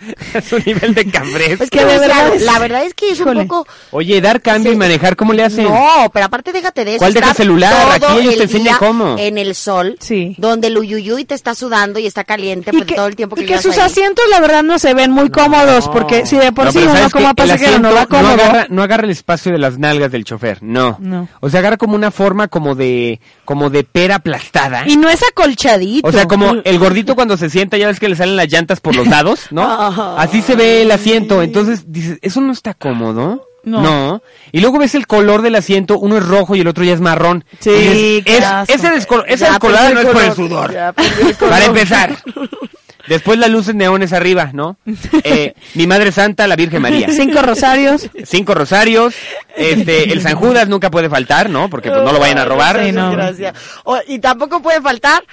S6: su nivel de cafres.
S7: Es que de verdad, la verdad es que es un poco.
S6: Oye, dar cambio y manejar, ¿cómo le hacen?
S7: No, pero aparte déjate de eso.
S6: ¿Cuál deja
S7: estar
S6: celular?
S7: todo
S6: Aquí ellos te
S7: el
S6: enseñan
S7: día
S6: cómo.
S7: En el sol, donde el uyuyuy te está sudando y está caliente por todo el tiempo que
S8: Y que
S7: llevas
S8: sus
S7: ahí.
S8: asientos, la verdad, no se ven muy cómodos, porque si de por
S6: No,
S8: sí
S6: pero
S8: uno
S6: ¿sabes
S8: como
S6: qué? El
S8: pasajero no
S6: asiento
S8: va cómodo.
S6: agarra, no agarra el espacio de las nalgas del chofer, no.
S8: No.
S6: O sea, agarra como una forma como de como de pera aplastada.
S8: Y no es acolchadito.
S6: O sea, como el gordito cuando se sienta, ya ves que le salen las llantas por los lados, ¿no? Así se ve el asiento. Entonces dices, eso no está cómodo.
S8: No.
S6: Y luego ves el color del asiento, uno es rojo y el otro ya es marrón.
S8: Sí,
S6: Y dices,
S8: qué
S6: es-
S8: asco.
S6: ese descol- esa
S8: Ya
S6: descolada no
S8: aprendí
S6: es
S8: el
S6: por el
S8: color,
S6: sudor.
S8: ya
S6: Para empezar. Después las luces neones arriba, ¿no? Eh, mi Madre Santa, la Virgen María.
S8: Cinco rosarios.
S6: Cinco rosarios. Este, el San Judas nunca puede faltar, ¿no? Porque pues, no lo vayan a robar.
S7: Ay, desgracia. O- y tampoco puede faltar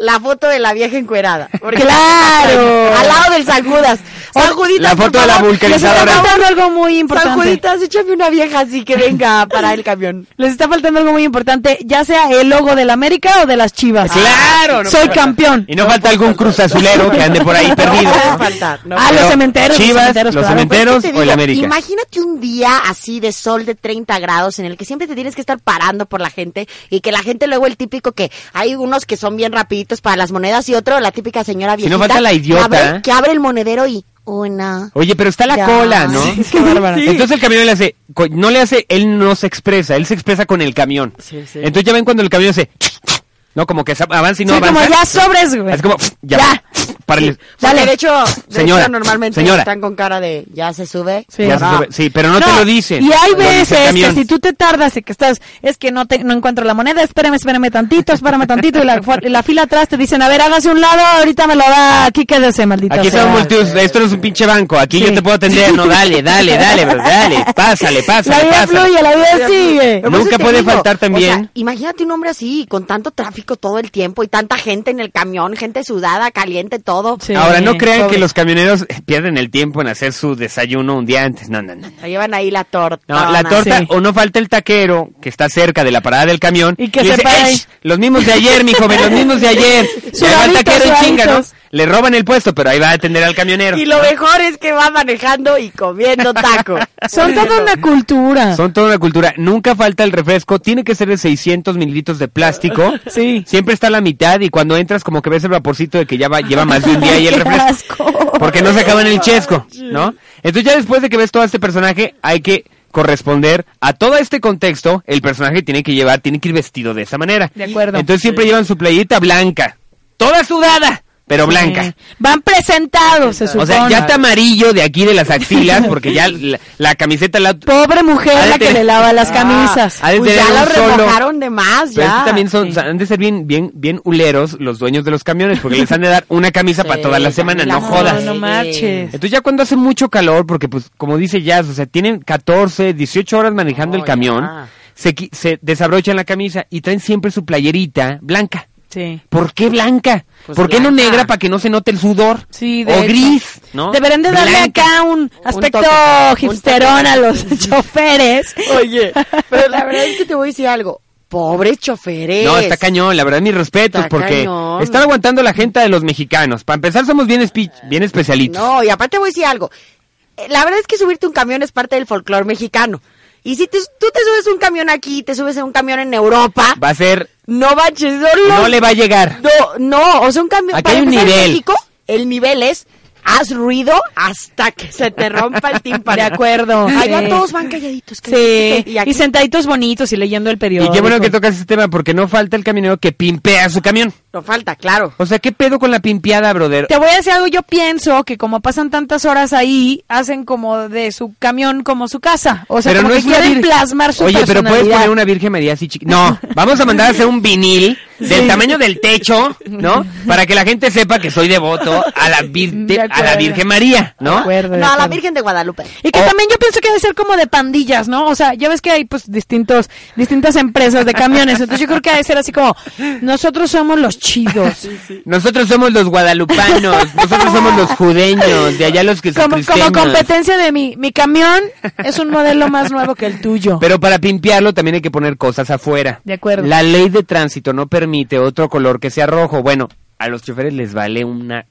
S7: la foto de la vieja encuerada. Porque-
S8: ¡Claro!
S7: Al lado del San Judas. San Juditas,
S6: la
S7: por
S6: foto de la
S7: favor,
S6: vulcanizadora.
S7: les está faltando
S8: algo muy
S7: San
S8: importante.
S7: Juditas, échame una vieja así que venga para el camión.
S8: Les está faltando algo muy importante, ya sea el logo del América o de las Chivas.
S6: Claro, no
S8: Soy
S6: puede
S8: campeón.
S6: Y no, falta algún cruz azulero que ande por ahí perdido. ¿no?
S8: ah, los
S6: Pero
S8: cementeros.
S6: Chivas, los
S8: claro.
S6: cementeros
S7: Pues, Te
S6: o el
S7: digo,
S6: América.
S7: Imagínate un día así de sol de 30 grados en el que siempre te tienes que estar parando por la gente y que la gente luego el típico que hay unos que son bien rapiditos para las monedas y otro la típica señora
S6: Si
S7: viejita.
S6: no falta la
S7: que
S6: idiota,
S7: abre-
S6: ¿eh?
S7: Que abre el monedero y una.
S6: Oye, pero está la
S7: Ya.
S6: cola, ¿no?
S7: Sí, qué bárbara. Sí.
S6: Entonces el camión le hace, co- no le hace, él no se expresa, él se expresa con el camión.
S7: sí.
S6: Entonces ya ven cuando el camión hace, no, como que sa- avanza y no
S8: Sí, como
S6: avanza.
S8: ya sobres, güey.
S6: Es como, ya, para el-
S7: Porque de hecho, de
S6: Señora,
S7: hecho, normalmente
S6: señora.
S7: están con cara de ya se sube.
S6: Ya se
S7: Ah.
S6: sube. Sí, pero no, te lo dicen.
S8: Y hay
S6: Lo dice el
S8: veces que
S6: camión.
S8: si tú te tardas y que estás, es que no te, no encuentro la moneda, espérame, espérame tantito, espérame tantito, y la, fu- y la fila atrás te dicen, a ver, hágase un lado, ahorita me lo da, aquí quédese, maldito
S6: Aquí
S8: sea.
S6: estamos multitud, esto no es un pinche banco, aquí yo te puedo atender, no, dale, dale, dale, bro, dale, pásale, pásale,
S8: La vida
S6: pásale.
S8: fluye, la vida sigue.
S7: Pero por
S6: Nunca
S7: eso te
S6: puede
S7: digo,
S6: faltar
S7: o
S6: también.
S7: sea, imagínate un hombre así, con tanto tráfico todo el tiempo y tanta gente en el camión, gente sudada, caliente, todo.
S6: Ahora, no crean que los camioneros eh, pierden el tiempo en hacer su desayuno un día antes. No, no, no.
S7: La llevan ahí la torta.
S6: No, la torta, o no falta el taquero que está cerca de la parada del camión. Y
S7: que
S6: le
S7: se
S6: dice,
S7: para ahí.
S6: "Ech, los mismos de ayer, mi joven, los mismos de ayer. Y ahí va el
S7: Sudaditos,
S6: taquero en chinga, ¿no?
S7: sudaditos.
S6: Le roban el puesto, pero ahí va a atender al camionero.
S7: Y lo mejor es que va manejando y comiendo taco.
S8: Son toda una cultura.
S6: Son toda una cultura. Nunca falta el refresco. Tiene que ser de 600 mililitros de plástico.
S8: Sí.
S6: Siempre está a la mitad y cuando entras como que ves el vaporcito de que ya va, lleva más de un día y el
S8: Qué
S6: refresco.
S8: asco.
S6: Porque no se acaba en el chesco, ¿no? Entonces ya después de que ves todo este personaje, hay que corresponder a todo este contexto. El personaje tiene que llevar, tiene que ir vestido de esa manera.
S8: De acuerdo.
S6: Entonces siempre llevan su playita blanca, toda sudada, pero blanca.
S8: Van presentados, se supone.
S6: O sea, ya está amarillo de aquí de las axilas porque ya la, la camiseta la
S8: Pobre mujer la que le lava las camisas.
S6: Ah, ha de
S7: Pues
S6: tener
S7: ya
S6: un
S7: lo
S6: solo-
S7: remojaron de más,
S6: Pero es que
S7: ya.
S6: también son, o sea, han de ser bien, bien, bien huleros los dueños de los camiones, porque les han de dar una camisa para toda la semana, no jodas.
S8: No, no marches.
S6: Entonces ya cuando hace mucho calor, porque pues como dice Jazz, o sea, tienen 14, 18 horas manejando
S8: Oh,
S6: el camión, se, qui- se desabrochan la camisa y traen siempre su playerita blanca.
S8: Sí.
S6: ¿Por qué blanca?
S8: Pues
S6: ¿Por qué no
S8: blanca.
S6: negra para que no se note el sudor?
S8: Sí, de
S6: o
S8: hecho.
S6: gris, ¿no?
S8: Deberían de darle
S6: Blanca.
S8: acá un aspecto
S7: toque.
S8: hipsterón a los choferes.
S7: Oye, pero la verdad es que te voy a decir algo. Pobres choferes.
S6: No, está cañón, la verdad, mis respetos,
S7: Está
S6: porque
S7: cañón.
S6: están aguantando la gente de los mexicanos. Para empezar, somos bien, espi- bien especialitos.
S7: No, y aparte voy a decir algo. Eh, La verdad es que subirte un camión es parte del folclore mexicano. Y si te- tú te subes un camión aquí, te subes a un camión en Europa,
S6: Va a ser,
S7: no baches, no,
S6: no
S7: los-
S6: le va a llegar.
S7: No, no, o sea, un camión.
S6: Aquí
S7: para
S6: hay un
S7: empezar, en
S6: nivel.
S7: México, el nivel es haz ruido hasta que se te rompa el tímpano.
S8: De acuerdo.
S7: Allá
S8: Sí.
S7: todos van calladitos.
S8: Sí,
S7: calladitos,
S8: y,
S7: aquí-
S8: sentaditos bonitos y leyendo el
S6: Y
S8: periódico.
S6: qué bueno que tocas este tema, porque no falta el camionero que pimpea su camión.
S7: No falta, claro.
S6: O sea, ¿qué pedo con la pimpeada, brother?
S8: Te voy a decir algo, yo pienso que como pasan tantas horas ahí, hacen como de su camión como su casa. O sea, como que quieren
S6: vir-
S8: plasmar su
S6: Oye, pero
S8: personalidad.
S6: puedes poner una Virgen María así chiquita. No, vamos a mandar a hacer un vinil del
S8: Sí.
S6: tamaño del techo, ¿no? Para que la gente sepa que soy devoto a la, vir-
S8: De
S6: a la
S8: acuerdo.
S6: Virgen María, ¿no?
S7: No, a la Virgen de Guadalupe.
S8: Y
S6: Oh.
S8: que también yo pienso que debe ser como de pandillas, ¿no? O sea, ya ves que hay pues distintos, distintas empresas de camiones. Entonces yo creo que debe ser así como, nosotros somos los chidos.
S6: Nosotros somos los guadalupanos, nosotros somos los judeños, de allá los que son
S8: Como, como
S6: cristianos.
S8: competencia de mi, mi camión es un modelo más nuevo que el tuyo.
S6: Pero para pimpearlo también hay que poner cosas afuera.
S8: De acuerdo.
S6: La ley de tránsito no permite otro color que sea rojo. Bueno, a los choferes les vale una...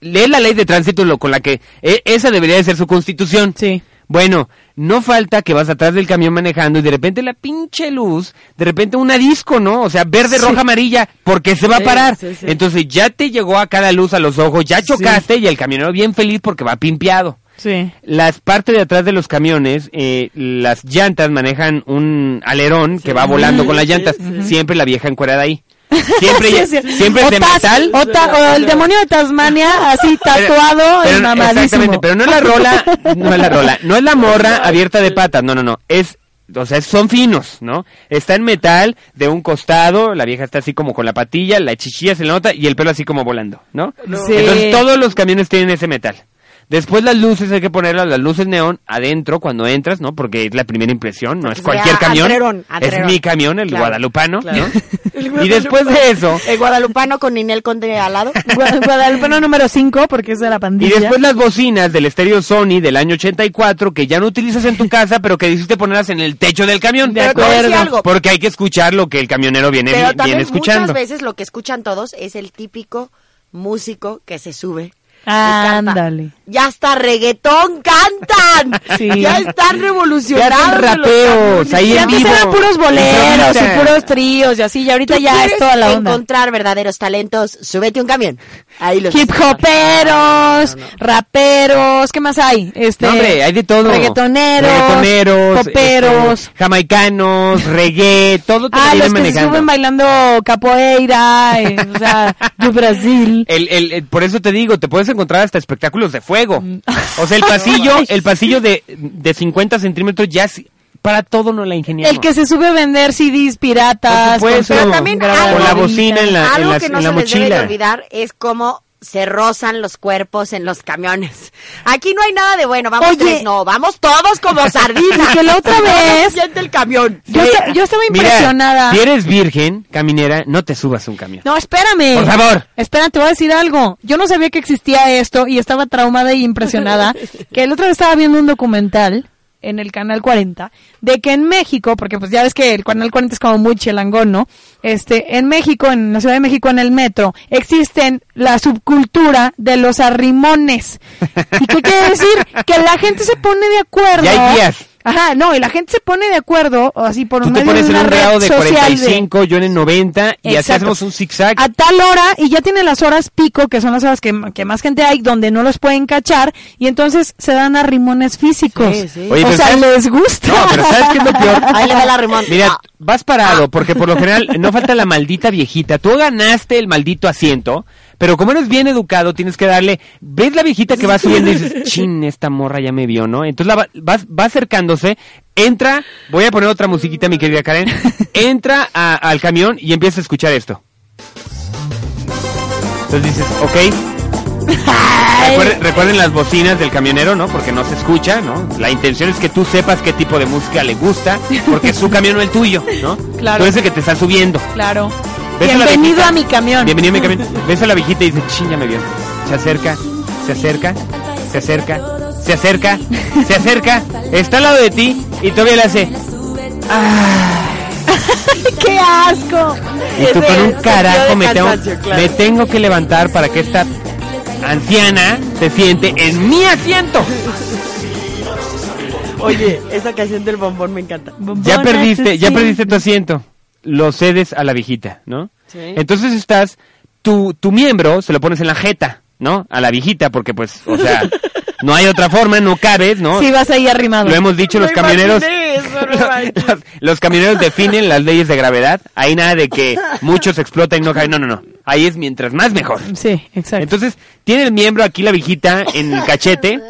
S6: Lee la ley de tránsito lo- con la que... e- esa debería de ser su constitución.
S8: Sí.
S6: Bueno, no falta que vas atrás del camión manejando y de repente la pinche luz, de repente una disco, ¿no? O sea, verde,
S9: Sí.
S6: roja, amarilla, porque se va a
S9: Sí,
S6: parar.
S9: sí, sí.
S6: Entonces ya te llegó a cada luz a los ojos, ya chocaste y el camionero bien feliz porque va pimpeado.
S8: Sí.
S6: Las partes de atrás de los camiones, eh, las llantas manejan un alerón que va volando con las llantas. Siempre la vieja encuerada ahí. Siempre,
S8: Sí,
S6: ella-
S8: es cierto.
S6: siempre es
S8: O
S6: de
S8: Taz-
S6: metal.
S8: O, ta- o el demonio de Tasmania, así tatuado
S6: Pero-
S8: y mamadísimo.
S6: Exactamente, pero no es la rola, no es la rola, no es la morra abierta de patas, no, no, no, es, o sea, son finos, ¿no? Está en metal, de un costado, la vieja está así como con la patilla, la chichilla se le nota y el pelo así como volando, ¿no?
S9: No. Sí.
S6: Entonces todos los camiones tienen ese metal. Después las luces hay que ponerlas, las luces neón adentro cuando entras, ¿no? Porque es la primera impresión, no es
S7: sea
S6: cualquier camión.
S7: adrerón, adrerón.
S6: Es mi camión, el
S7: Claro,
S6: guadalupano, ¿no? Y después de eso,
S7: El guadalupano con Ninel Conde al lado.
S8: Gua- Guadalupano número 5, porque es de la
S6: Y
S8: pandilla.
S6: después las bocinas del estéreo Sony del año 84 que ya no utilizas en tu casa, pero que decidiste ponerlas en el techo del camión.
S7: De Pero te voy a decir acuerdo. algo.
S6: Porque hay que escuchar lo que el camionero viene,
S7: Pero
S6: vi-
S7: también
S6: viene escuchando.
S7: muchas veces lo que escuchan todos es el típico músico que se sube.
S8: Ándale.
S7: Ya está reggaetón, cantan.
S8: Sí.
S7: Ya están revolucionados.
S8: Ya hacen
S7: los
S8: rapeos,
S7: camiones.
S8: ahí en Y antes vivo. eran puros boleros y puros
S7: tríos y así. Y ahorita
S8: ya es toda la onda.
S7: encontrar verdaderos talentos, súbete un camión. Ahí los Ah,
S8: Hip hoperos, raperos, ¿qué más hay? Este,
S6: No, hombre, hay de todo.
S8: Reggaetoneros,
S6: Reggaetoneros,
S8: poperos.
S6: este, jamaicanos, reggae, todo te lo
S8: Ah,
S6: vienen
S8: los que se
S6: manejando.
S8: suben bailando capoeira, eh, o sea, yo Brasil.
S6: El- el- el- por eso te digo, te puedes encontrar hasta espectáculos de fuego.
S8: Mm.
S6: O sea, el pasillo, el pasillo de, de 50 centímetros ya es- para todo no la ingeniamos.
S8: El que se sube a vender CDs piratas.
S6: Por supuesto.
S8: con-
S6: Pero también
S8: con
S6: algo- Con la
S8: grabadoritas.
S6: bocina Ah, en la-
S7: Algo que no
S6: en
S7: se
S6: la
S7: les debe de
S6: mochila.
S7: olvidar es cómo se rozan los cuerpos en los camiones. Aquí no hay nada de bueno, vamos
S8: Oye.
S7: tres, no, vamos todos como sardinas.
S8: Y que la otra
S7: No se
S8: vez-
S7: siente el camión.
S8: Yo, esta- yo estaba impresionada.
S6: Mira, si eres virgen, caminera, no te subas a un camión.
S8: No, espérame.
S6: Por favor.
S8: Espérate, te voy a decir algo. Yo no sabía que existía esto y estaba traumada y impresionada. que el otro día estaba viendo un documental en el Canal 40 de que en México, porque pues ya ves que el Canal 40 es como muy chelangón, ¿no? Este, en México, en la Ciudad de México, en el metro, existen la subcultura de los arrimones. ¿Y qué quiere decir? Que la gente se pone de acuerdo.
S6: Ya hay guías.
S8: Ajá, no, y la gente se pone de acuerdo, o así por
S6: Tú te
S8: medio
S6: pones
S8: de
S6: en
S8: una
S6: un grado
S8: red
S6: de
S8: social de-
S6: 45, yo en el 90, y así
S8: Exacto.
S6: hacemos un zigzag.
S8: a tal hora y ya tiene las horas pico, que son las horas que, m- que más gente hay, donde no los pueden cachar, y entonces se dan a rimones físicos.
S6: Oye,
S8: o
S6: pero
S8: sea,
S6: ¿sabes?
S8: les gusta.
S6: No, pero ¿sabes qué es lo peor?
S7: Ahí le da la Ah. rimón.
S6: Mira, vas parado, porque por lo general no falta la maldita viejita. Tú ganaste el maldito asiento, pero como eres bien educado, tienes que darle. Ves la viejita que va subiendo y dices, chin, esta morra ya me vio, ¿no? Entonces la va, vas- va acercándose, entra, voy a poner otra musiquita, mi querida Karen, entra a- al camión y empieza a escuchar esto. Entonces dices, ok. Recuerden, recuerden las bocinas del camionero, ¿no? Porque no se escucha, ¿no? La intención es que tú sepas qué tipo de música le gusta, porque es su camión no el tuyo, ¿no?
S8: Claro.
S6: Tú eres el que te está subiendo.
S8: Claro.
S6: Ves a la
S8: Bienvenido
S6: viejita.
S8: a mi camión.
S6: Bienvenido a mi camión. Ves a la viejita y dice, ching, ya me vio. Se acerca, se acerca, se acerca, se acerca, se acerca, está al lado de ti y todavía le hace.
S8: ¡Qué asco!
S6: Y tú con un
S8: Ese
S6: carajo
S8: sentido de
S6: me tengo,
S8: cansancio, claro.
S6: me tengo que levantar para que esta anciana se siente en mi asiento.
S7: Oye, esa canción del bombón me encanta.
S6: ya perdiste, ya perdiste tu asiento. Lo cedes a la viejita, ¿no?
S7: Sí.
S6: Entonces estás, tu, tu miembro se lo pones en la jeta, ¿no? A la viejita, porque pues, o sea, no hay otra forma, no cabes, ¿no?
S8: Sí, vas ahí arrimado.
S6: Lo hemos dicho los
S8: Me
S6: camioneros.
S8: imaginé eso, no manches.
S6: Los camioneros definen las leyes de gravedad. Hay nada de que muchos explotan y no caen. No, no, no. Ahí es mientras más mejor.
S8: Sí, exacto.
S6: Entonces, tiene el miembro aquí la viejita en el cachete.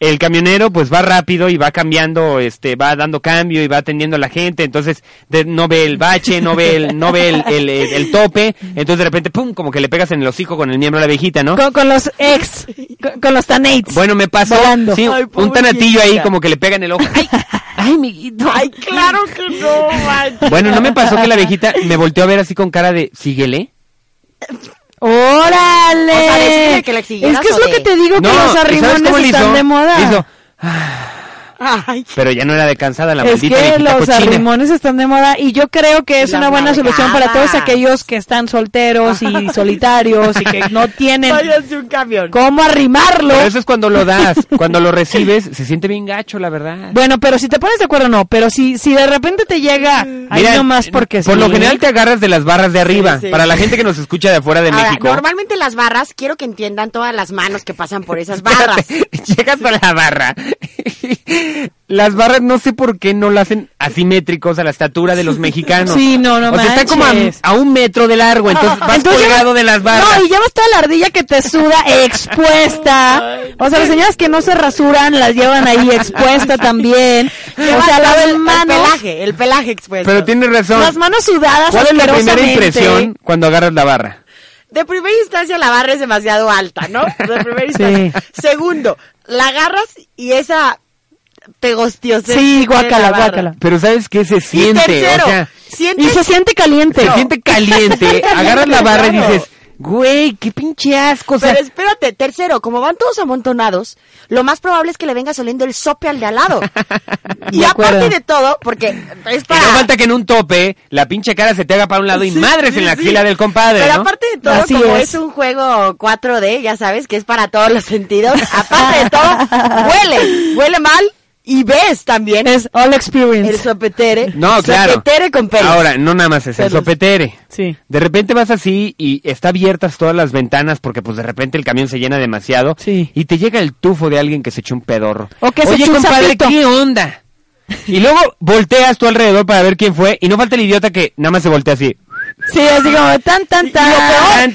S6: El camionero pues va rápido y va cambiando, este, va dando cambio y va atendiendo a la gente. Entonces, de- no ve el bache, no ve el, no ve el, el- el- el tope. Entonces, de repente, pum, como que le pegas en el hocico con el miembro a la viejita, ¿no?
S8: Con, con los ex, con, con los tanates.
S6: Bueno, me pasó
S8: Volando.
S6: sí,
S8: Ay,
S6: un
S8: pobre
S6: tanatillo ahí
S8: viejita.
S6: como que le pega en el ojo. ¡Ay!
S8: Ay, amiguito.
S7: Ay, claro que no, manches.
S6: Bueno, no me pasó que la viejita me volteó a ver así con cara de, síguele.
S8: ¡Órale!
S7: O sea, decirle que la
S8: es
S7: exigieras
S8: que es
S7: o
S8: lo
S7: de-
S8: que te digo que
S6: No, ¿y sabes
S8: los
S6: cómo
S8: arrimones
S6: le
S8: están
S6: hizo?
S8: de moda.
S6: Le hizo,
S7: Ay,
S6: Pero ya no era de cansada la
S8: es
S6: maldita
S8: que
S6: viejita
S8: los
S6: cochina.
S8: arrimones están de moda y yo creo que es una buena solución para todos aquellos que están solteros y solitarios y que no tienen
S7: Váyanse un camión.
S8: cómo arrimarlo.
S6: Pero eso es cuando lo das, cuando lo recibes, se siente bien gacho, la verdad.
S8: Bueno, pero si te pones de acuerdo no, pero si si de repente te llega ahí
S6: Mira,
S8: nomás porque
S6: Por
S8: sí.
S6: lo general te agarras de las barras de arriba.
S7: Sí, sí.
S6: para la gente que nos escucha de afuera de
S7: Ahora,
S6: México.
S7: normalmente las barras, quiero que entiendan todas las manos que pasan por esas barras.
S6: Llegas a la barra. Las barras no sé por qué no la hacen asimétricos a la estatura de los mexicanos.
S8: Sí, no, no
S6: O sea, está como a,
S8: manches.
S6: a un metro de largo, entonces vas
S8: Entonces-
S6: colgado de las barras.
S8: No, y llevas toda la ardilla que te suda expuesta. O sea, las señoras que no se rasuran las llevan ahí expuesta también. O sea,
S7: Llevas
S8: las
S7: el,
S8: manos...
S7: el pelaje, el pelaje expuesto.
S6: Pero tienes razón.
S8: Las manos sudadas
S6: ¿Cuál es la primera
S8: asquerosamente.
S6: impresión cuando agarras la barra?
S7: De primera instancia la barra es demasiado
S8: Ah,
S7: alta, ¿no? De primera instancia. Segundo, la agarras y esa pegostiosa.
S8: Sí, guácala, guácala.
S6: Pero ¿sabes qué se
S7: Y
S6: siente?
S7: tercero,
S6: o sea,
S7: sientes
S8: Y se siente caliente.
S6: se siente caliente, agarras la barra y
S7: Claro.
S6: dices, güey, qué pinche asco. o sea,
S7: Pero espérate, tercero, como van todos amontonados, lo más probable es que le venga oliendo el sope al de al lado. y
S6: De acuerdo.
S7: aparte de todo, porque es
S6: que
S7: para...
S6: no falta que en un tope la pinche cara se te haga para un lado y
S7: Sí,
S6: madres
S7: sí,
S6: en la
S7: sí.
S6: axila del compadre,
S7: Pero
S6: ¿no?
S7: aparte de todo,
S8: Así
S7: como
S8: es.
S7: es. un juego 4D, ya sabes, que es para todos los sentidos, aparte de todo, huele, huele mal y ves también
S8: Es all experience.
S7: el sopetere.
S6: No, claro.
S7: Sopetere con pelos.
S6: Ahora, no nada más es el
S7: Pelos.
S6: sopetere.
S8: Sí.
S6: De repente vas así y está abiertas todas las ventanas porque pues de repente el camión se llena demasiado y te llega el tufo de alguien que se echó un pedorro.
S8: O que se
S6: Oye,
S8: echó un
S6: compadre,
S8: sapito.
S6: ¿qué onda? Y luego volteas tú alrededor para ver quién fue y no falta el idiota que nada más se voltea así.
S8: Sí, así como tan, tan,
S7: Y lo
S8: tan.
S7: peor,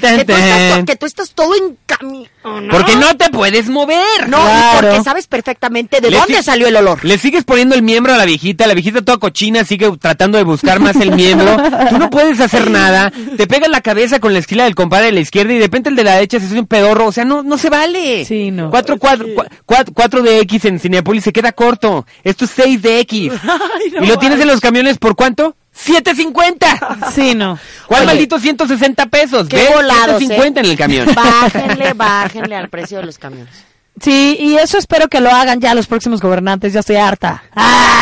S6: Tan, tan,
S7: que, tú estás, to-
S6: tan.
S7: que tú estás todo encaminado.
S6: Porque no te puedes mover.
S7: No,
S8: Claro.
S7: y porque sabes perfectamente de
S6: Le
S7: dónde
S6: si-
S7: salió el olor.
S6: Le sigues poniendo el miembro a la viejita, la viejita toda cochina sigue tratando de buscar más el miembro. Tú no puedes hacer nada. Te pegas la cabeza con la esquila del compadre de la izquierda y de repente el de la derecha se hace un pedorro. O sea, no, no se vale.
S8: Sí, no.
S6: 4 cuatro, cua- cuatro, cuatro de X en Cinepolis se queda corto. Esto es 6 de X.
S7: Ay, no
S6: y lo tienes
S7: manches.
S6: en los camiones por cuánto? 750.
S8: Sí, no.
S6: ¿Cuál
S7: Oye.
S6: maldito 160 pesos?
S7: Qué
S6: Ve,
S7: volados,
S6: 750
S7: ¿eh?
S6: en el camión.
S7: Bájenle, bájenle al precio de los camiones.
S8: Sí, y eso espero que lo hagan ya los próximos gobernantes. Ya estoy harta. ¡Ay!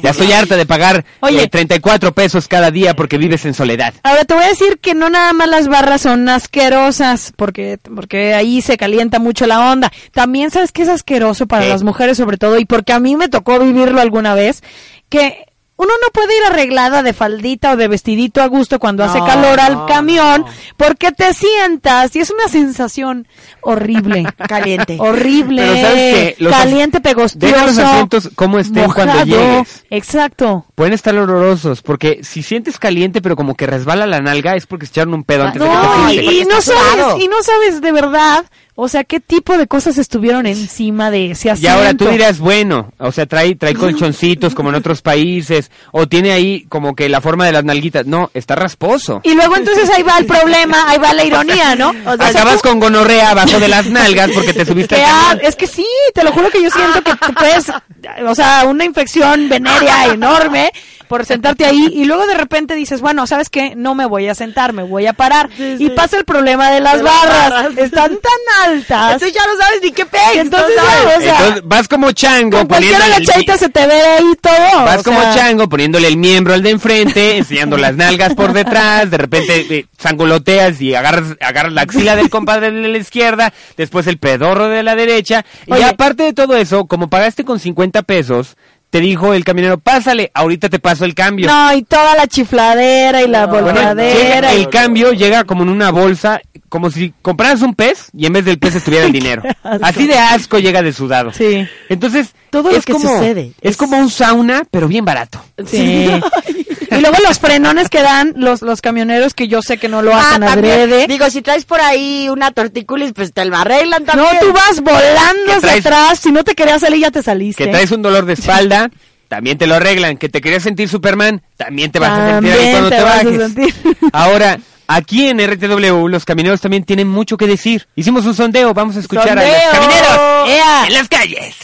S6: Ya estoy harta de pagar
S8: Oye.
S6: eh, 34 pesos cada día porque vives en soledad.
S8: Ahora te voy a decir que no nada más las barras son asquerosas, porque, porque ahí se calienta mucho la onda. También sabes que es asqueroso para
S6: ¿Qué?
S8: las mujeres sobre todo, y porque a mí me tocó vivirlo alguna vez, que uno no puede ir arreglada de faldita o de vestidito a gusto cuando hace
S7: No,
S8: calor al
S7: no,
S8: camión, porque te sientas y es una sensación horrible.
S7: Caliente.
S8: horrible.
S6: Pero ¿sabes qué? Los as-
S8: caliente, pegostioso.
S6: Deja los asientos como estén cuando
S8: mojado.
S6: llegues.
S8: Exacto.
S6: Pueden estar olorosos, porque si sientes caliente pero como que resbala la nalga es porque se echaron un pedo antes de que te
S8: Ah, No,
S6: fuiste.
S8: y, y
S7: Porque
S8: no
S7: está sudado.
S8: sabes, y no sabes de verdad, o sea, qué tipo de cosas estuvieron encima de ese
S6: Y
S8: asiento.
S6: ahora tú dirás, bueno, o sea, trae, trae colchoncitos como en otros países, o tiene ahí como que la forma de las nalguitas. No, está rasposo.
S8: Y luego entonces ahí va el problema, ahí va la ironía, ¿no? O sea,
S6: Acabas
S8: tú-
S6: con gonorrea abajo de las nalgas porque te subiste
S8: que,
S6: al
S8: ah,
S6: camión.
S8: es que sí, te lo juro que yo siento que tú puedes, o sea, una infección venérea enorme por sentarte ahí y luego de repente dices, bueno, ¿sabes qué? No me voy a sentar, me voy a parar. Y pasa el problema de las
S7: De las
S8: barras,
S7: barras.
S8: están tan altas.
S7: Entonces ya no sabes ni qué pex.
S8: Entonces, ya, o sea,
S6: Entonces, vas como chango
S8: con
S6: poniendo
S8: cualquiera
S6: el-
S8: gachadita se te ve ahí todo.
S6: Vas
S8: o
S6: como
S8: sea.
S6: chango poniéndole el miembro al de enfrente, enseñando las nalgas por detrás, de repente eh, zangoloteas y agarras, agarras la axila del compadre de la izquierda, después el pedorro de la derecha. Y
S8: Oye.
S6: aparte de todo eso, como pagaste con 50 pesos, te dijo el camionero, pásale, ahorita te paso el cambio.
S8: No, y toda la chifladera y la
S6: Bueno, llega-
S8: volteadera.
S6: el cambio llega como en una bolsa, como si compraras un pez y en vez del pez estuviera el dinero.
S8: asco.
S6: Así de asco llega de sudado.
S8: Sí.
S6: Entonces,
S7: Todo lo
S6: es
S7: que
S6: como-
S7: sucede
S6: es
S7: es-
S6: como un sauna, pero bien barato.
S8: Sí. y luego los frenones que dan los, los camioneros que yo sé que no lo hacen
S7: Ah, también.
S8: adrede.
S7: Digo, si traes por ahí una tortícolis, pues te la arreglan
S8: No,
S7: también.
S8: tú vas volando
S6: Que
S8: hacia
S6: traes-
S8: atrás. Si no te querías salir, ya te saliste.
S6: Que traes un dolor de espalda, también te lo arreglan. Que te querías sentir Superman, también te vas a sentir ahí
S8: También
S6: cuando te,
S8: te vas a
S6: bajes.
S8: sentir.
S6: Ahora, aquí en RTW, los camineros también tienen mucho que decir. Hicimos un sondeo, vamos a escuchar a los Eh.
S8: ¡Sondeo!
S6: camineros
S8: ¡Ea!
S6: en las calles.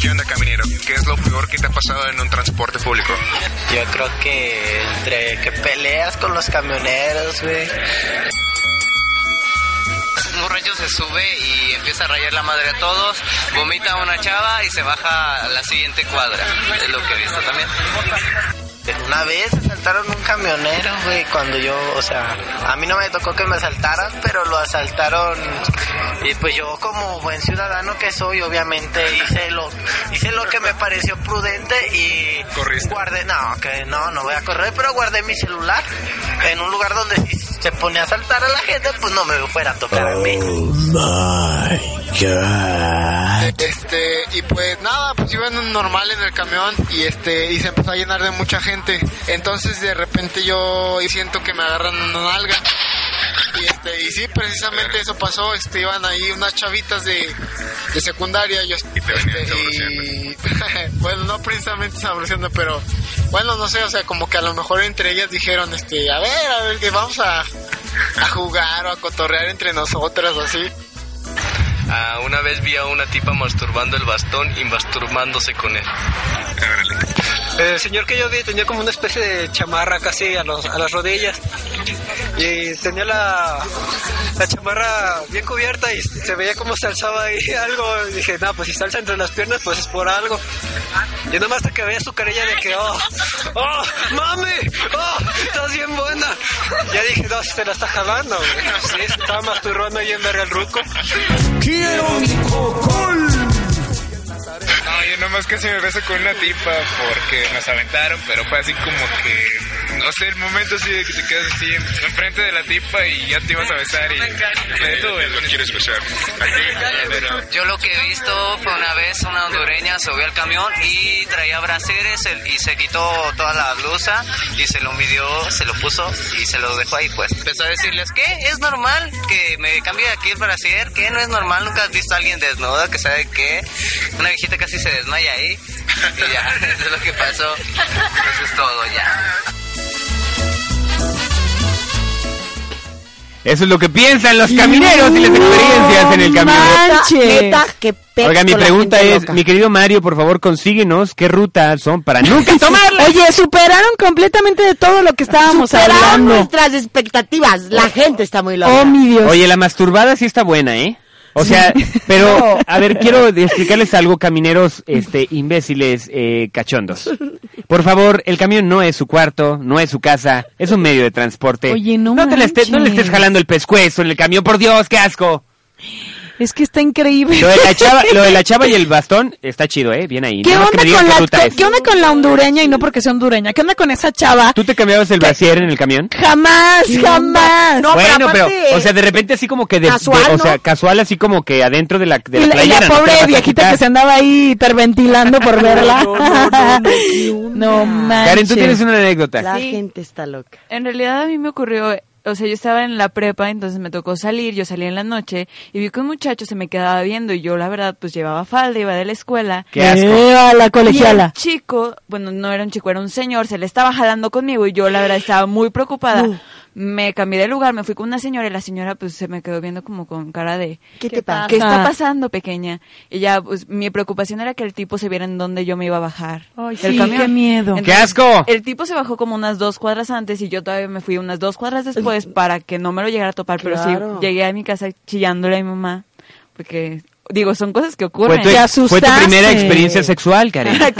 S5: ¿Qué onda, caminero? ¿Qué es lo peor que te ha pasado en un transporte público?
S23: Yo creo que entre que peleas con los camioneros, güey. Un borracho se sube y empieza a rayar la madre a todos, vomita a una chava y se baja a la siguiente cuadra. Es lo que he visto también. Una vez asaltaron un camionero, güey, cuando yo, o sea, a mí no me tocó que me asaltaran, pero lo asaltaron. Y pues yo como buen ciudadano que soy, obviamente hice lo, hice lo que me pareció prudente y guardé, no, que no, no voy a correr, pero guardé mi celular en un lugar donde si se pone a asaltar a la gente, pues no me fuera a tocar a mí.
S12: Este, y pues nada, pues iban normal en el camión y este, y se empezó a llenar de mucha gente. Entonces de repente yo siento que me agarran una nalga. Y este, y sí, precisamente eso pasó, este, iban ahí unas chavitas de, de secundaria, yo este, y- bueno, no precisamente sabroseando, pero bueno, no sé, o sea, como que a lo mejor entre ellas dijeron, este, a ver, a ver, que vamos a, a jugar o a cotorrear entre nosotras o así.
S13: Ah, una vez vi a una tipa masturbando el bastón y masturbándose con él.
S23: El Eh, señor que yo vi tenía como una especie de chamarra casi a, los- a las rodillas y tenía la, la chamarra bien cubierta y se veía como se alzaba ahí algo y dije, no, pues si se alza entre las piernas pues es por algo. Y nada más hasta que veía su carilla de que, oh, oh, mami, oh, estás bien buena. Ya dije, no, si te la está jalando. güey". Sí, se estaba masturbando ahí en verga el ruco.
S12: Quiero mi cocol.
S5: No, yo nomás casi me beso con una tipa porque nos aventaron, pero fue así como que, no sé, el momento así de que te quedas así en- enfrente de la tipa y ya te ibas a besar y me detuve. ¿Lo quieres besar?
S23: Yo lo que he visto fue una vez una hondureña subió al camión y traía brasieres el- y se quitó toda la blusa y se lo midió, se lo puso y se lo dejó ahí pues. Empezó a decirles, ¿qué? ¿Es normal que me cambie de aquí el brasier? ¿Qué? ¿No es normal? ¿Nunca has visto a alguien desnudo que sabe qué? Una viejita casi se desmaya ahí y ya, eso es lo que pasó. Eso es todo ya.
S6: Eso es lo que piensan los camineros y las experiencias en el camión.
S7: Neta, qué pedo
S6: Oiga, mi
S7: con la
S6: pregunta
S7: gente
S6: es,
S7: loca.
S6: mi querido Mario, por favor, consíguenos qué rutas son para nunca tomarlas.
S8: Oye, superaron completamente de todo lo que estábamos
S7: Superaron
S8: hablando.
S7: nuestras expectativas. La gente está muy loca.
S8: Oh, mi Dios.
S6: Oye, la masturbada sí está buena, ¿eh? O sea, pero, a ver, quiero explicarles algo, camineros este, imbéciles eh, cachondos. Por favor, el camión no es su cuarto, no es su casa, es un medio de transporte.
S8: Oye, no
S6: te le estés, no le estés
S8: manches.
S6: jalando el pescuezo en el camión, por Dios, qué asco.
S8: Es que está increíble.
S6: Lo de la chava, lo de la chava y el bastón está chido, ¿eh? Bien ahí.
S8: ¿Qué
S6: Nada más
S8: onda,
S6: que me digan
S8: con
S6: qué
S8: la,
S6: ruta es.
S8: ¿Qué onda con la hondureña? Y no porque sea hondureña. ¿Qué onda con esa chava?
S6: ¿Tú te cambiabas el brasier en el camión?
S8: Jamás, jamás.
S6: bueno, pero, o sea, de repente así como que de,
S8: casual,
S6: de- o
S8: ¿no?
S6: sea, casual así como que adentro de la de la
S8: y la, y la
S6: playera, no te
S8: pobre
S6: la vas a
S8: viejita
S6: quitar.
S8: que se andaba ahí hiperventilando por verla.
S7: No, no, no, no,
S8: No manches.
S6: Karen, tú tienes una anécdota.
S7: La
S24: Sí.
S7: gente está loca.
S24: En realidad a mí me ocurrió, o sea, yo estaba en la prepa, entonces me tocó salir, yo salí en la noche y vi que un muchacho se me quedaba viendo y yo la verdad pues llevaba falda, iba de la escuela.
S8: Qué asco. Eh, a la colegiala.
S24: Y el chico, bueno, no era un chico, era un señor, se le estaba jalando conmigo y yo la verdad estaba muy preocupada.
S7: Uh.
S24: Me cambié de lugar, me fui con una señora y la señora pues se me quedó viendo como con cara de
S7: ¿Qué te pasa?
S24: ¿Qué está pasando, pequeña? Y ya pues mi preocupación era que el tipo se viera en dónde yo me iba a bajar.
S8: Ay,
S24: del
S8: sí,
S24: camión.
S8: qué miedo.
S24: Entonces,
S8: ¡Qué asco!
S24: El tipo se bajó como unas dos cuadras antes y yo todavía me fui unas dos cuadras después para que no me lo llegara a topar, pero
S7: Claro.
S24: sí llegué a mi casa chillándole a mi mamá, porque digo, son cosas que
S6: Fue
S24: ocurren.
S6: tu, fue tu primera experiencia sexual, Karen.
S8: Pues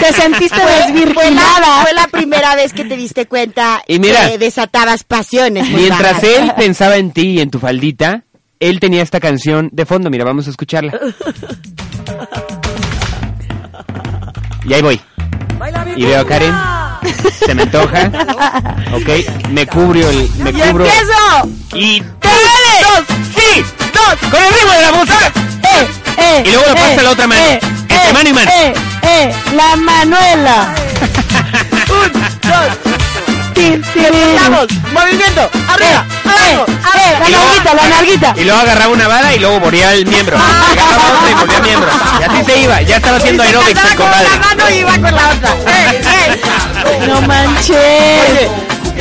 S7: Te sentiste desvirginada. Fue la, fue la primera vez que te diste cuenta
S6: Y mira,
S7: que desatabas pasiones. muy
S6: Mientras
S7: baratas.
S6: él pensaba en ti y en tu faldita, él tenía esta canción de fondo. Mira, vamos a escucharla. Y ahí voy. Y veo a Karen. Se me antoja. Ok, me cubro el. Me
S8: ¡Y
S6: cubro.
S8: empiezo!
S6: Y tres, dos, sí, dos, con el ritmo de la música.
S24: ¡Eh,
S6: Y luego le pasas a la otra mano. Entre mano y mano.
S8: Eh, eh, la Manuela. Un, dos, tin, tin. Eh,
S7: movimiento, arriba, abajo,
S8: La
S6: Y luego-
S8: nalguita, la nalguita. Ah.
S6: Y luego agarraba una vara y luego volvía el miembro. Agarraba otra y volvía el miembro. Y así se iba. Ya estaba haciendo aeróbics el compadre.
S7: mano iba con la otra.
S8: No manches.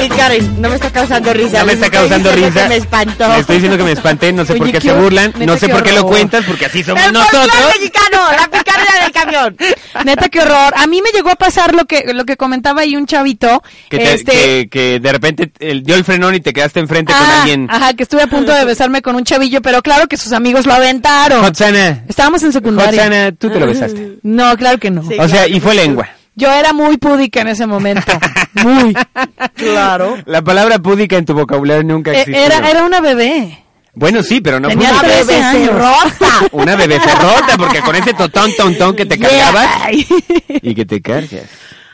S7: Y Karen, no me está causando risa.
S6: No me
S7: les
S6: está
S7: estoy
S6: causando
S7: diciendo
S6: risa.
S7: que Me espantó.
S6: Me estoy diciendo que me espanté, no sé por qué se burlan, no sé por qué lo cuentas, porque así somos
S7: ¡El
S6: nosotros.
S7: folclore mexicano! ¡La picardía del camión!
S8: Neta, qué horror. A mí me llegó a pasar lo que, lo que comentaba ahí un chavito.
S6: Que, te-
S8: este,
S6: que, que de repente eh, dio el frenón y te quedaste enfrente con
S8: ah,
S6: alguien.
S8: Ajá, que estuve a punto de besarme con un chavillo, pero claro que sus amigos lo aventaron.
S6: Hotzana,
S8: Estábamos en secundaria.
S6: Hotzana, tú te lo besaste.
S8: No, claro que no.
S6: o sea, y fue lengua.
S8: Yo era muy púdica en ese momento. Muy. Claro. E-,
S6: La palabra púdica en tu vocabulario nunca existió.
S8: Era, era una bebé.
S6: Bueno, sí, pero no
S8: Tenía
S6: púdica.
S8: 13 años.
S6: Una bebé cerrota, porque con ese totón, tontón que te cargabas y que te cargas.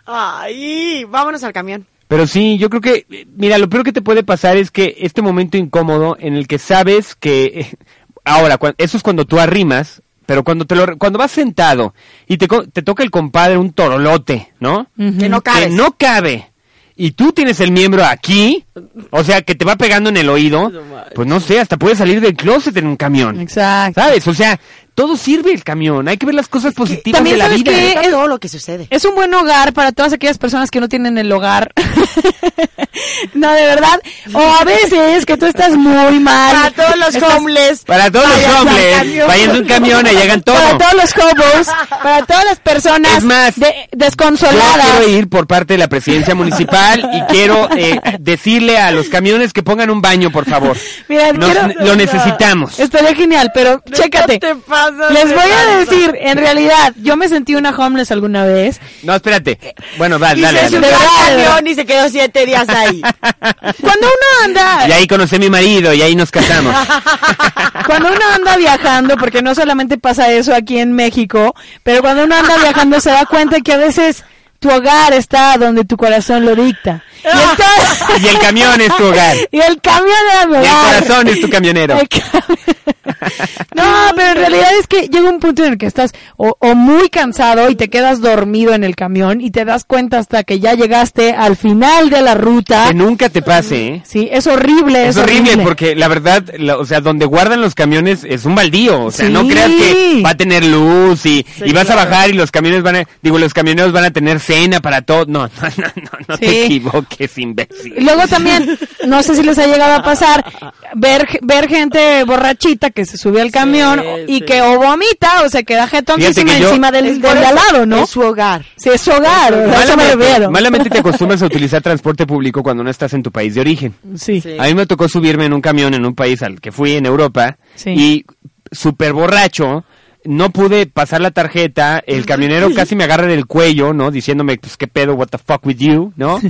S7: ¡Ay! Vámonos al camión.
S6: Pero sí, yo creo que, eh, mira, lo peor que te puede pasar es que este momento incómodo en el que sabes que, eh, ahora, cua- eso es cuando tú arrimas, pero cuando te lo, cuando vas sentado y te, co- te toca el compadre un torolote, ¿no?
S7: Que no cabes.
S6: Que no cabe. Y tú tienes el miembro aquí, o sea, que te va pegando en el oído, pues no sé, hasta puedes salir del closet en un camión.
S8: Exacto.
S6: ¿Sabes? O sea, todo sirve el camión, hay que ver las cosas positivas
S8: también
S6: de la
S8: sabes
S6: vida.
S8: que es-
S7: todo lo que sucede.
S8: Es un buen hogar para todas aquellas personas que no tienen el hogar. no, de verdad. O a veces que tú estás muy mal.
S7: Para todos los
S8: Estás-
S7: homeless.
S6: Para todos
S8: Vayan
S6: los
S8: al
S6: hombres,
S8: camión.
S6: vayan en un camión y hagan todo.
S8: Para todos los hobos, para todas las personas de-
S6: Yo
S8: desconsoladas.
S6: quiero ir por parte de la presidencia municipal y quiero eh, decirle a los camiones que pongan un baño, por favor.
S8: Mira,
S6: Nos-
S8: quiero-
S6: lo necesitamos.
S8: Estaría genial, pero chécate.
S7: te pasas
S8: Les
S7: de
S8: voy a
S7: lanza.
S8: decir, en realidad, yo me sentí una homeless alguna vez.
S6: No, espérate. Bueno, va,
S7: Y
S6: Ah, dale,
S7: se
S6: dale.
S7: subió al camión y se quedó siete días ahí.
S8: Cuando uno anda,
S6: Y ahí conocí a mi marido y ahí nos casamos.
S8: cuando uno anda viajando, porque no solamente pasa eso aquí en México, pero cuando uno anda viajando se da cuenta que a veces tu hogar está donde tu corazón lo dicta. Y entonces-
S6: Ah. Y el camión es tu hogar.
S8: Y el camión era mi
S6: Y el
S8: hogar.
S6: corazón es tu camionero.
S8: El No, pero en realidad es que llega un punto en el que estás o, o muy cansado y te quedas dormido en el camión y te das cuenta hasta que ya llegaste al final de la ruta.
S6: Que nunca te pase, ¿eh?
S8: Sí, es horrible.
S6: Es horrible porque la verdad, la- o sea, donde guardan los camiones es un baldío, o sea, no
S8: Sí.
S6: creas que va a tener luz y,
S8: Sí,
S6: y vas a
S8: claro.
S6: bajar y los camiones van a, digo, los camioneros van a tener cena para todo. No, no, no, no, no
S8: Sí.
S6: te equivoques, imbécil.
S8: Luego también, no sé si les ha llegado a pasar, ver, ver gente borrachita que se sube al camión y que o vomita o se queda jetoncísima
S6: que yo-
S8: encima del,
S7: Es
S8: del
S7: por
S8: de al
S7: eso,
S8: lado, ¿no?
S7: es su hogar.
S8: Sí, es su hogar, a eso me
S6: malamente,
S8: refiero.
S6: malamente te acostumbras a utilizar transporte público cuando no estás en tu país de origen.
S8: Sí.
S6: A mí me tocó subirme en un camión en un país al que fui en Europa
S8: Sí.
S6: y súper borracho. No pude pasar la tarjeta, el camionero casi me agarra del cuello, ¿no? Diciéndome, pues qué pedo, what the fuck with you, ¿no?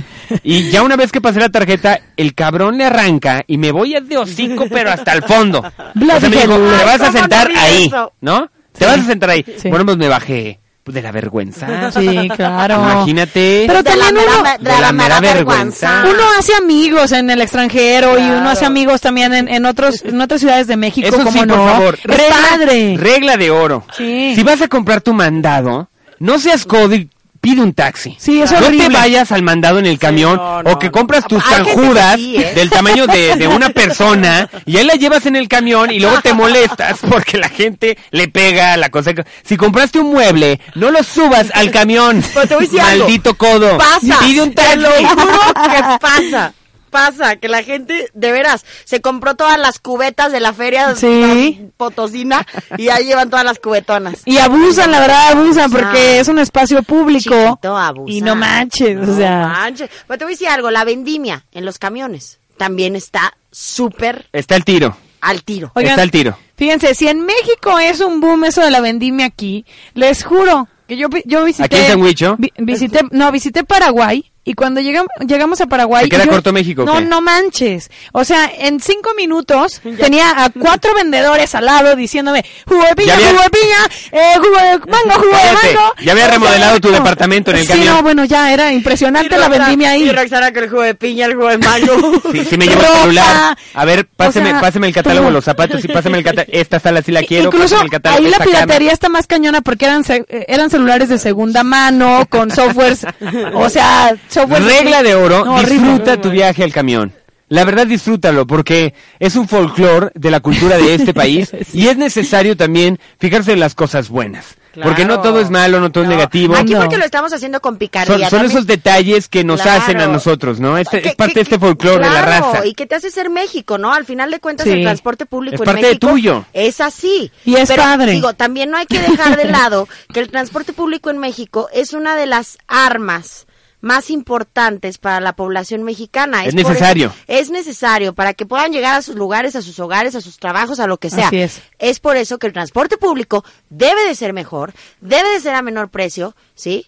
S6: Y ya una vez que pasé la tarjeta, el cabrón le arranca y me voy de hocico, pero hasta el fondo.
S8: Bloody
S6: O sea, me dijo,
S8: hell.
S6: te vas
S8: ¿Cómo
S6: a
S8: no
S6: sentar
S8: vi
S6: ahí,
S8: eso?
S6: ¿no? Te vas a sentar ahí. Bueno, pues me bajé pues, de la vergüenza.
S8: Sí, claro.
S6: Imagínate.
S8: Pero también uno,
S6: de la mera vergüenza.
S8: uno hace amigos en el extranjero y uno hace amigos también en, en otros en otras ciudades de México,
S6: Eso
S8: como
S6: sí,
S8: no.
S6: por favor.
S8: Es
S6: Regla,
S8: padre.
S6: regla de oro.
S8: Sí.
S6: Si vas a comprar tu mandado, no seas codo y pide un taxi.
S8: Sí, es
S6: no
S8: horrible.
S6: te vayas al mandado en el camión o que compras tus
S8: Hay gente que
S6: zanjudas
S8: sí, ¿eh?
S6: del tamaño de, de una persona y ahí la llevas en el camión y luego te molestas porque la gente le pega a la cosa. que- Si compraste un mueble, no lo subas al camión.
S7: decir algo.
S6: Maldito codo.
S7: Pasa.
S6: Pide un taxi.
S7: Te lo juro que pasa. Pasa, que la gente, de veras, se compró todas las cubetas de la feria
S8: Sí.
S7: potosina y ahí llevan todas las cubetonas.
S8: Y abusan, la verdad, abusan porque es un espacio público.
S7: Chiquito, abusan.
S8: Y no manches, o
S7: No
S8: sea.
S7: manches. Pero te voy a decir algo, la vendimia en los camiones también está súper
S6: Está el tiro.
S7: al tiro.
S8: Oigan,
S6: Está el tiro.
S8: Fíjense, si en México es un boom eso de la vendimia aquí, les juro que yo, vi- yo visité...
S6: Aquí en San Huicho.
S8: vi- visité, no, visité Paraguay y cuando llegam- llegamos a Paraguay...
S6: ¿Te queda
S8: yo-
S6: corto México, o
S8: No,
S6: qué?
S8: no manches. O sea, en cinco minutos tenía a cuatro vendedores al lado diciéndome jugo de piña,
S6: Ya había-
S8: jugo de piña, eh, jugo de mango, jugo de
S6: Cállate,
S8: mango.
S6: ya había
S8: O sea,
S6: remodelado tu
S8: no.
S6: departamento en el
S8: sí,
S6: camión.
S8: no, bueno, ya era impresionante la vendimia ahí.
S7: Y Roxana con el jugo de piña, el jugo de mango.
S6: Sí, sí me llevo
S8: Ropa.
S6: el celular. A ver, páseme,
S8: O sea,
S6: páseme el catálogo,
S8: todo.
S6: los zapatos, sí, páseme el catálogo. Esta sala sí la quiero,
S8: Incluso
S6: pásame el catálogo.
S8: ahí la
S6: esta cama.
S8: piratería está más cañona porque eran ce- eh, eran celulares de segunda mano con softwares, o sea, software
S6: Regla de oro,
S8: No, horrible.
S6: disfruta tu viaje al camión. La verdad, disfrútalo, porque es un folclore de la cultura de este país y es necesario también fijarse en las cosas buenas. Porque no todo es malo, no todo es negativo.
S8: Ah,
S7: Aquí porque lo estamos haciendo con picardía.
S6: son, son
S7: también.
S6: esos detalles que nos
S7: Claro.
S6: hacen a nosotros, ¿no? Este-
S7: Que-
S6: es parte
S7: que-
S6: de este folclore, la
S7: claro,
S6: raza.
S7: y que te hace ser México, ¿no? Al final de cuentas
S6: Sí.
S7: el transporte público
S6: Es
S7: en
S6: parte de
S7: México
S6: tuyo.
S7: es así.
S8: Y es
S7: Pero,
S8: padre.
S7: Digo, también no hay que dejar de lado que el transporte público en México es una de las armas más importantes para la población mexicana.
S6: Es
S7: por eso-
S6: necesario.
S7: es necesario para que puedan llegar a sus lugares, a sus hogares, a sus trabajos, a lo que sea.
S8: Así es.
S7: Es por eso que el transporte público debe de ser mejor, debe de ser a menor precio, ¿sí?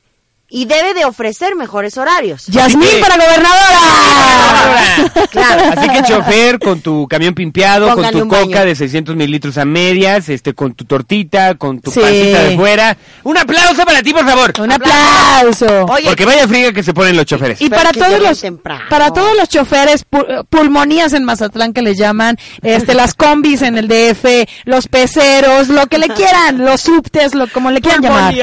S7: Y debe de ofrecer mejores horarios.
S8: ¡Yasmín
S7: Así que-
S8: para gobernadora!
S7: Claro.
S6: Ah, Así que chofer, con tu camión pimpeado,
S7: Póngale
S6: con
S7: un
S6: tu
S7: baño.
S6: coca de 600 mililitros a medias, este, con tu tortita, con tu
S8: Sí.
S6: pancita de fuera. Un aplauso para ti, por favor.
S8: Un aplauso.
S6: Porque vaya fría que se ponen los choferes.
S8: Y para todos los para todos los choferes pu- pulmonías en Mazatlán que le llaman, este las combis en el DF, los peceros, lo que le quieran, los subtes, lo como le quieran llamar.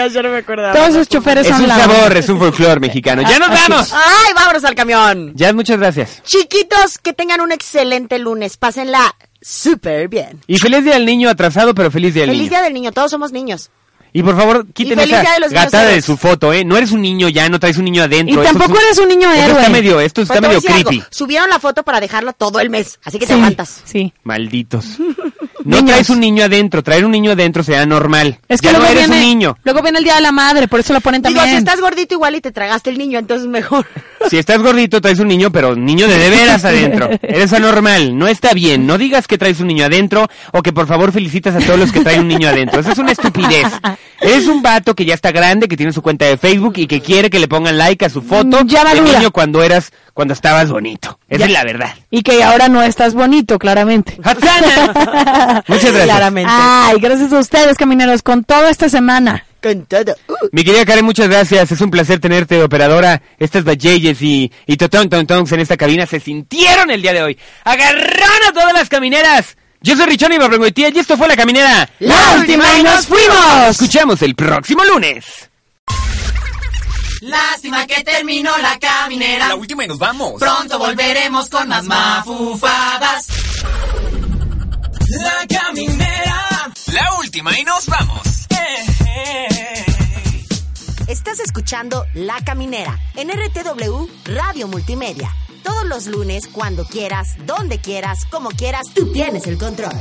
S8: Todos esos choferes
S6: Es
S8: son
S6: un
S8: la
S6: sabor, es un folclore mexicano. ¡Ya nos
S8: Así es.
S6: vamos!
S7: ¡Ay, vámonos al camión!
S6: Ya, muchas gracias.
S7: Chiquitos, que tengan un excelente lunes. Pásenla súper bien.
S6: Y feliz día del niño atrasado, pero feliz día del
S7: Feliz
S6: niño.
S7: Día del Niño, todos somos niños.
S6: Y por favor, quiten
S7: feliz
S6: esa
S7: día de los
S6: gatada de
S7: dinosaurios.
S6: su foto, ¿eh? No eres un niño ya, no traes un niño adentro.
S7: Y
S6: Esto es
S7: tampoco eres un niño
S6: Esto
S7: héroe.
S6: está medio, esto está
S7: Pero te voy a
S6: medio
S7: decir algo,
S6: creepy.
S7: Subieron la foto para dejarlo todo el mes, así que te
S8: Sí,
S7: aguantas.
S8: Sí.
S6: Malditos. No traes un niño adentro, traer un niño adentro será normal.
S8: Es que
S6: ya no
S8: luego
S6: eres
S8: viene
S6: un niño.
S8: Luego viene el día de la madre, por eso lo ponen
S7: Digo,
S8: también.
S7: si estás gordito igual y te tragaste el niño, entonces mejor.
S6: Si estás gordito, traes un niño, pero niño de de veras adentro. Eres anormal, no está bien. No digas que traes un niño adentro o que por favor felicitas a todos los que traen un niño adentro. Eso es una estupidez. Es un vato que ya está grande, que tiene su cuenta de Facebook y que quiere que le pongan like a su foto
S8: Mm, Ya
S6: de
S8: madura.
S6: niño cuando eras, cuando estabas bonito. Esa
S8: Ya.
S6: es la verdad.
S8: Y que ahora no estás bonito, claramente.
S6: Muchas gracias.
S8: Ay, gracias a ustedes, camineros, con toda esta semana.
S7: Con todo.
S6: Mi querida Karen, muchas gracias. Es un placer tenerte, operadora. Estas bajeyes y, y totón, tontongs en esta cabina se sintieron el día de hoy. ¡Agarraron a todas las camineras! Yo soy Richón y Barrengoitia y esto fue La Caminera.
S17: La última y nos fuimos.
S6: Escuchamos el próximo lunes.
S17: Lástima que terminó la caminera. La última y nos vamos. Pronto volveremos con más mafufadas. La caminera. La última y nos vamos.
S7: Estás escuchando La Caminera en RTW Radio Multimedia. Todos los lunes, cuando quieras, donde quieras, como quieras, tú tienes el control.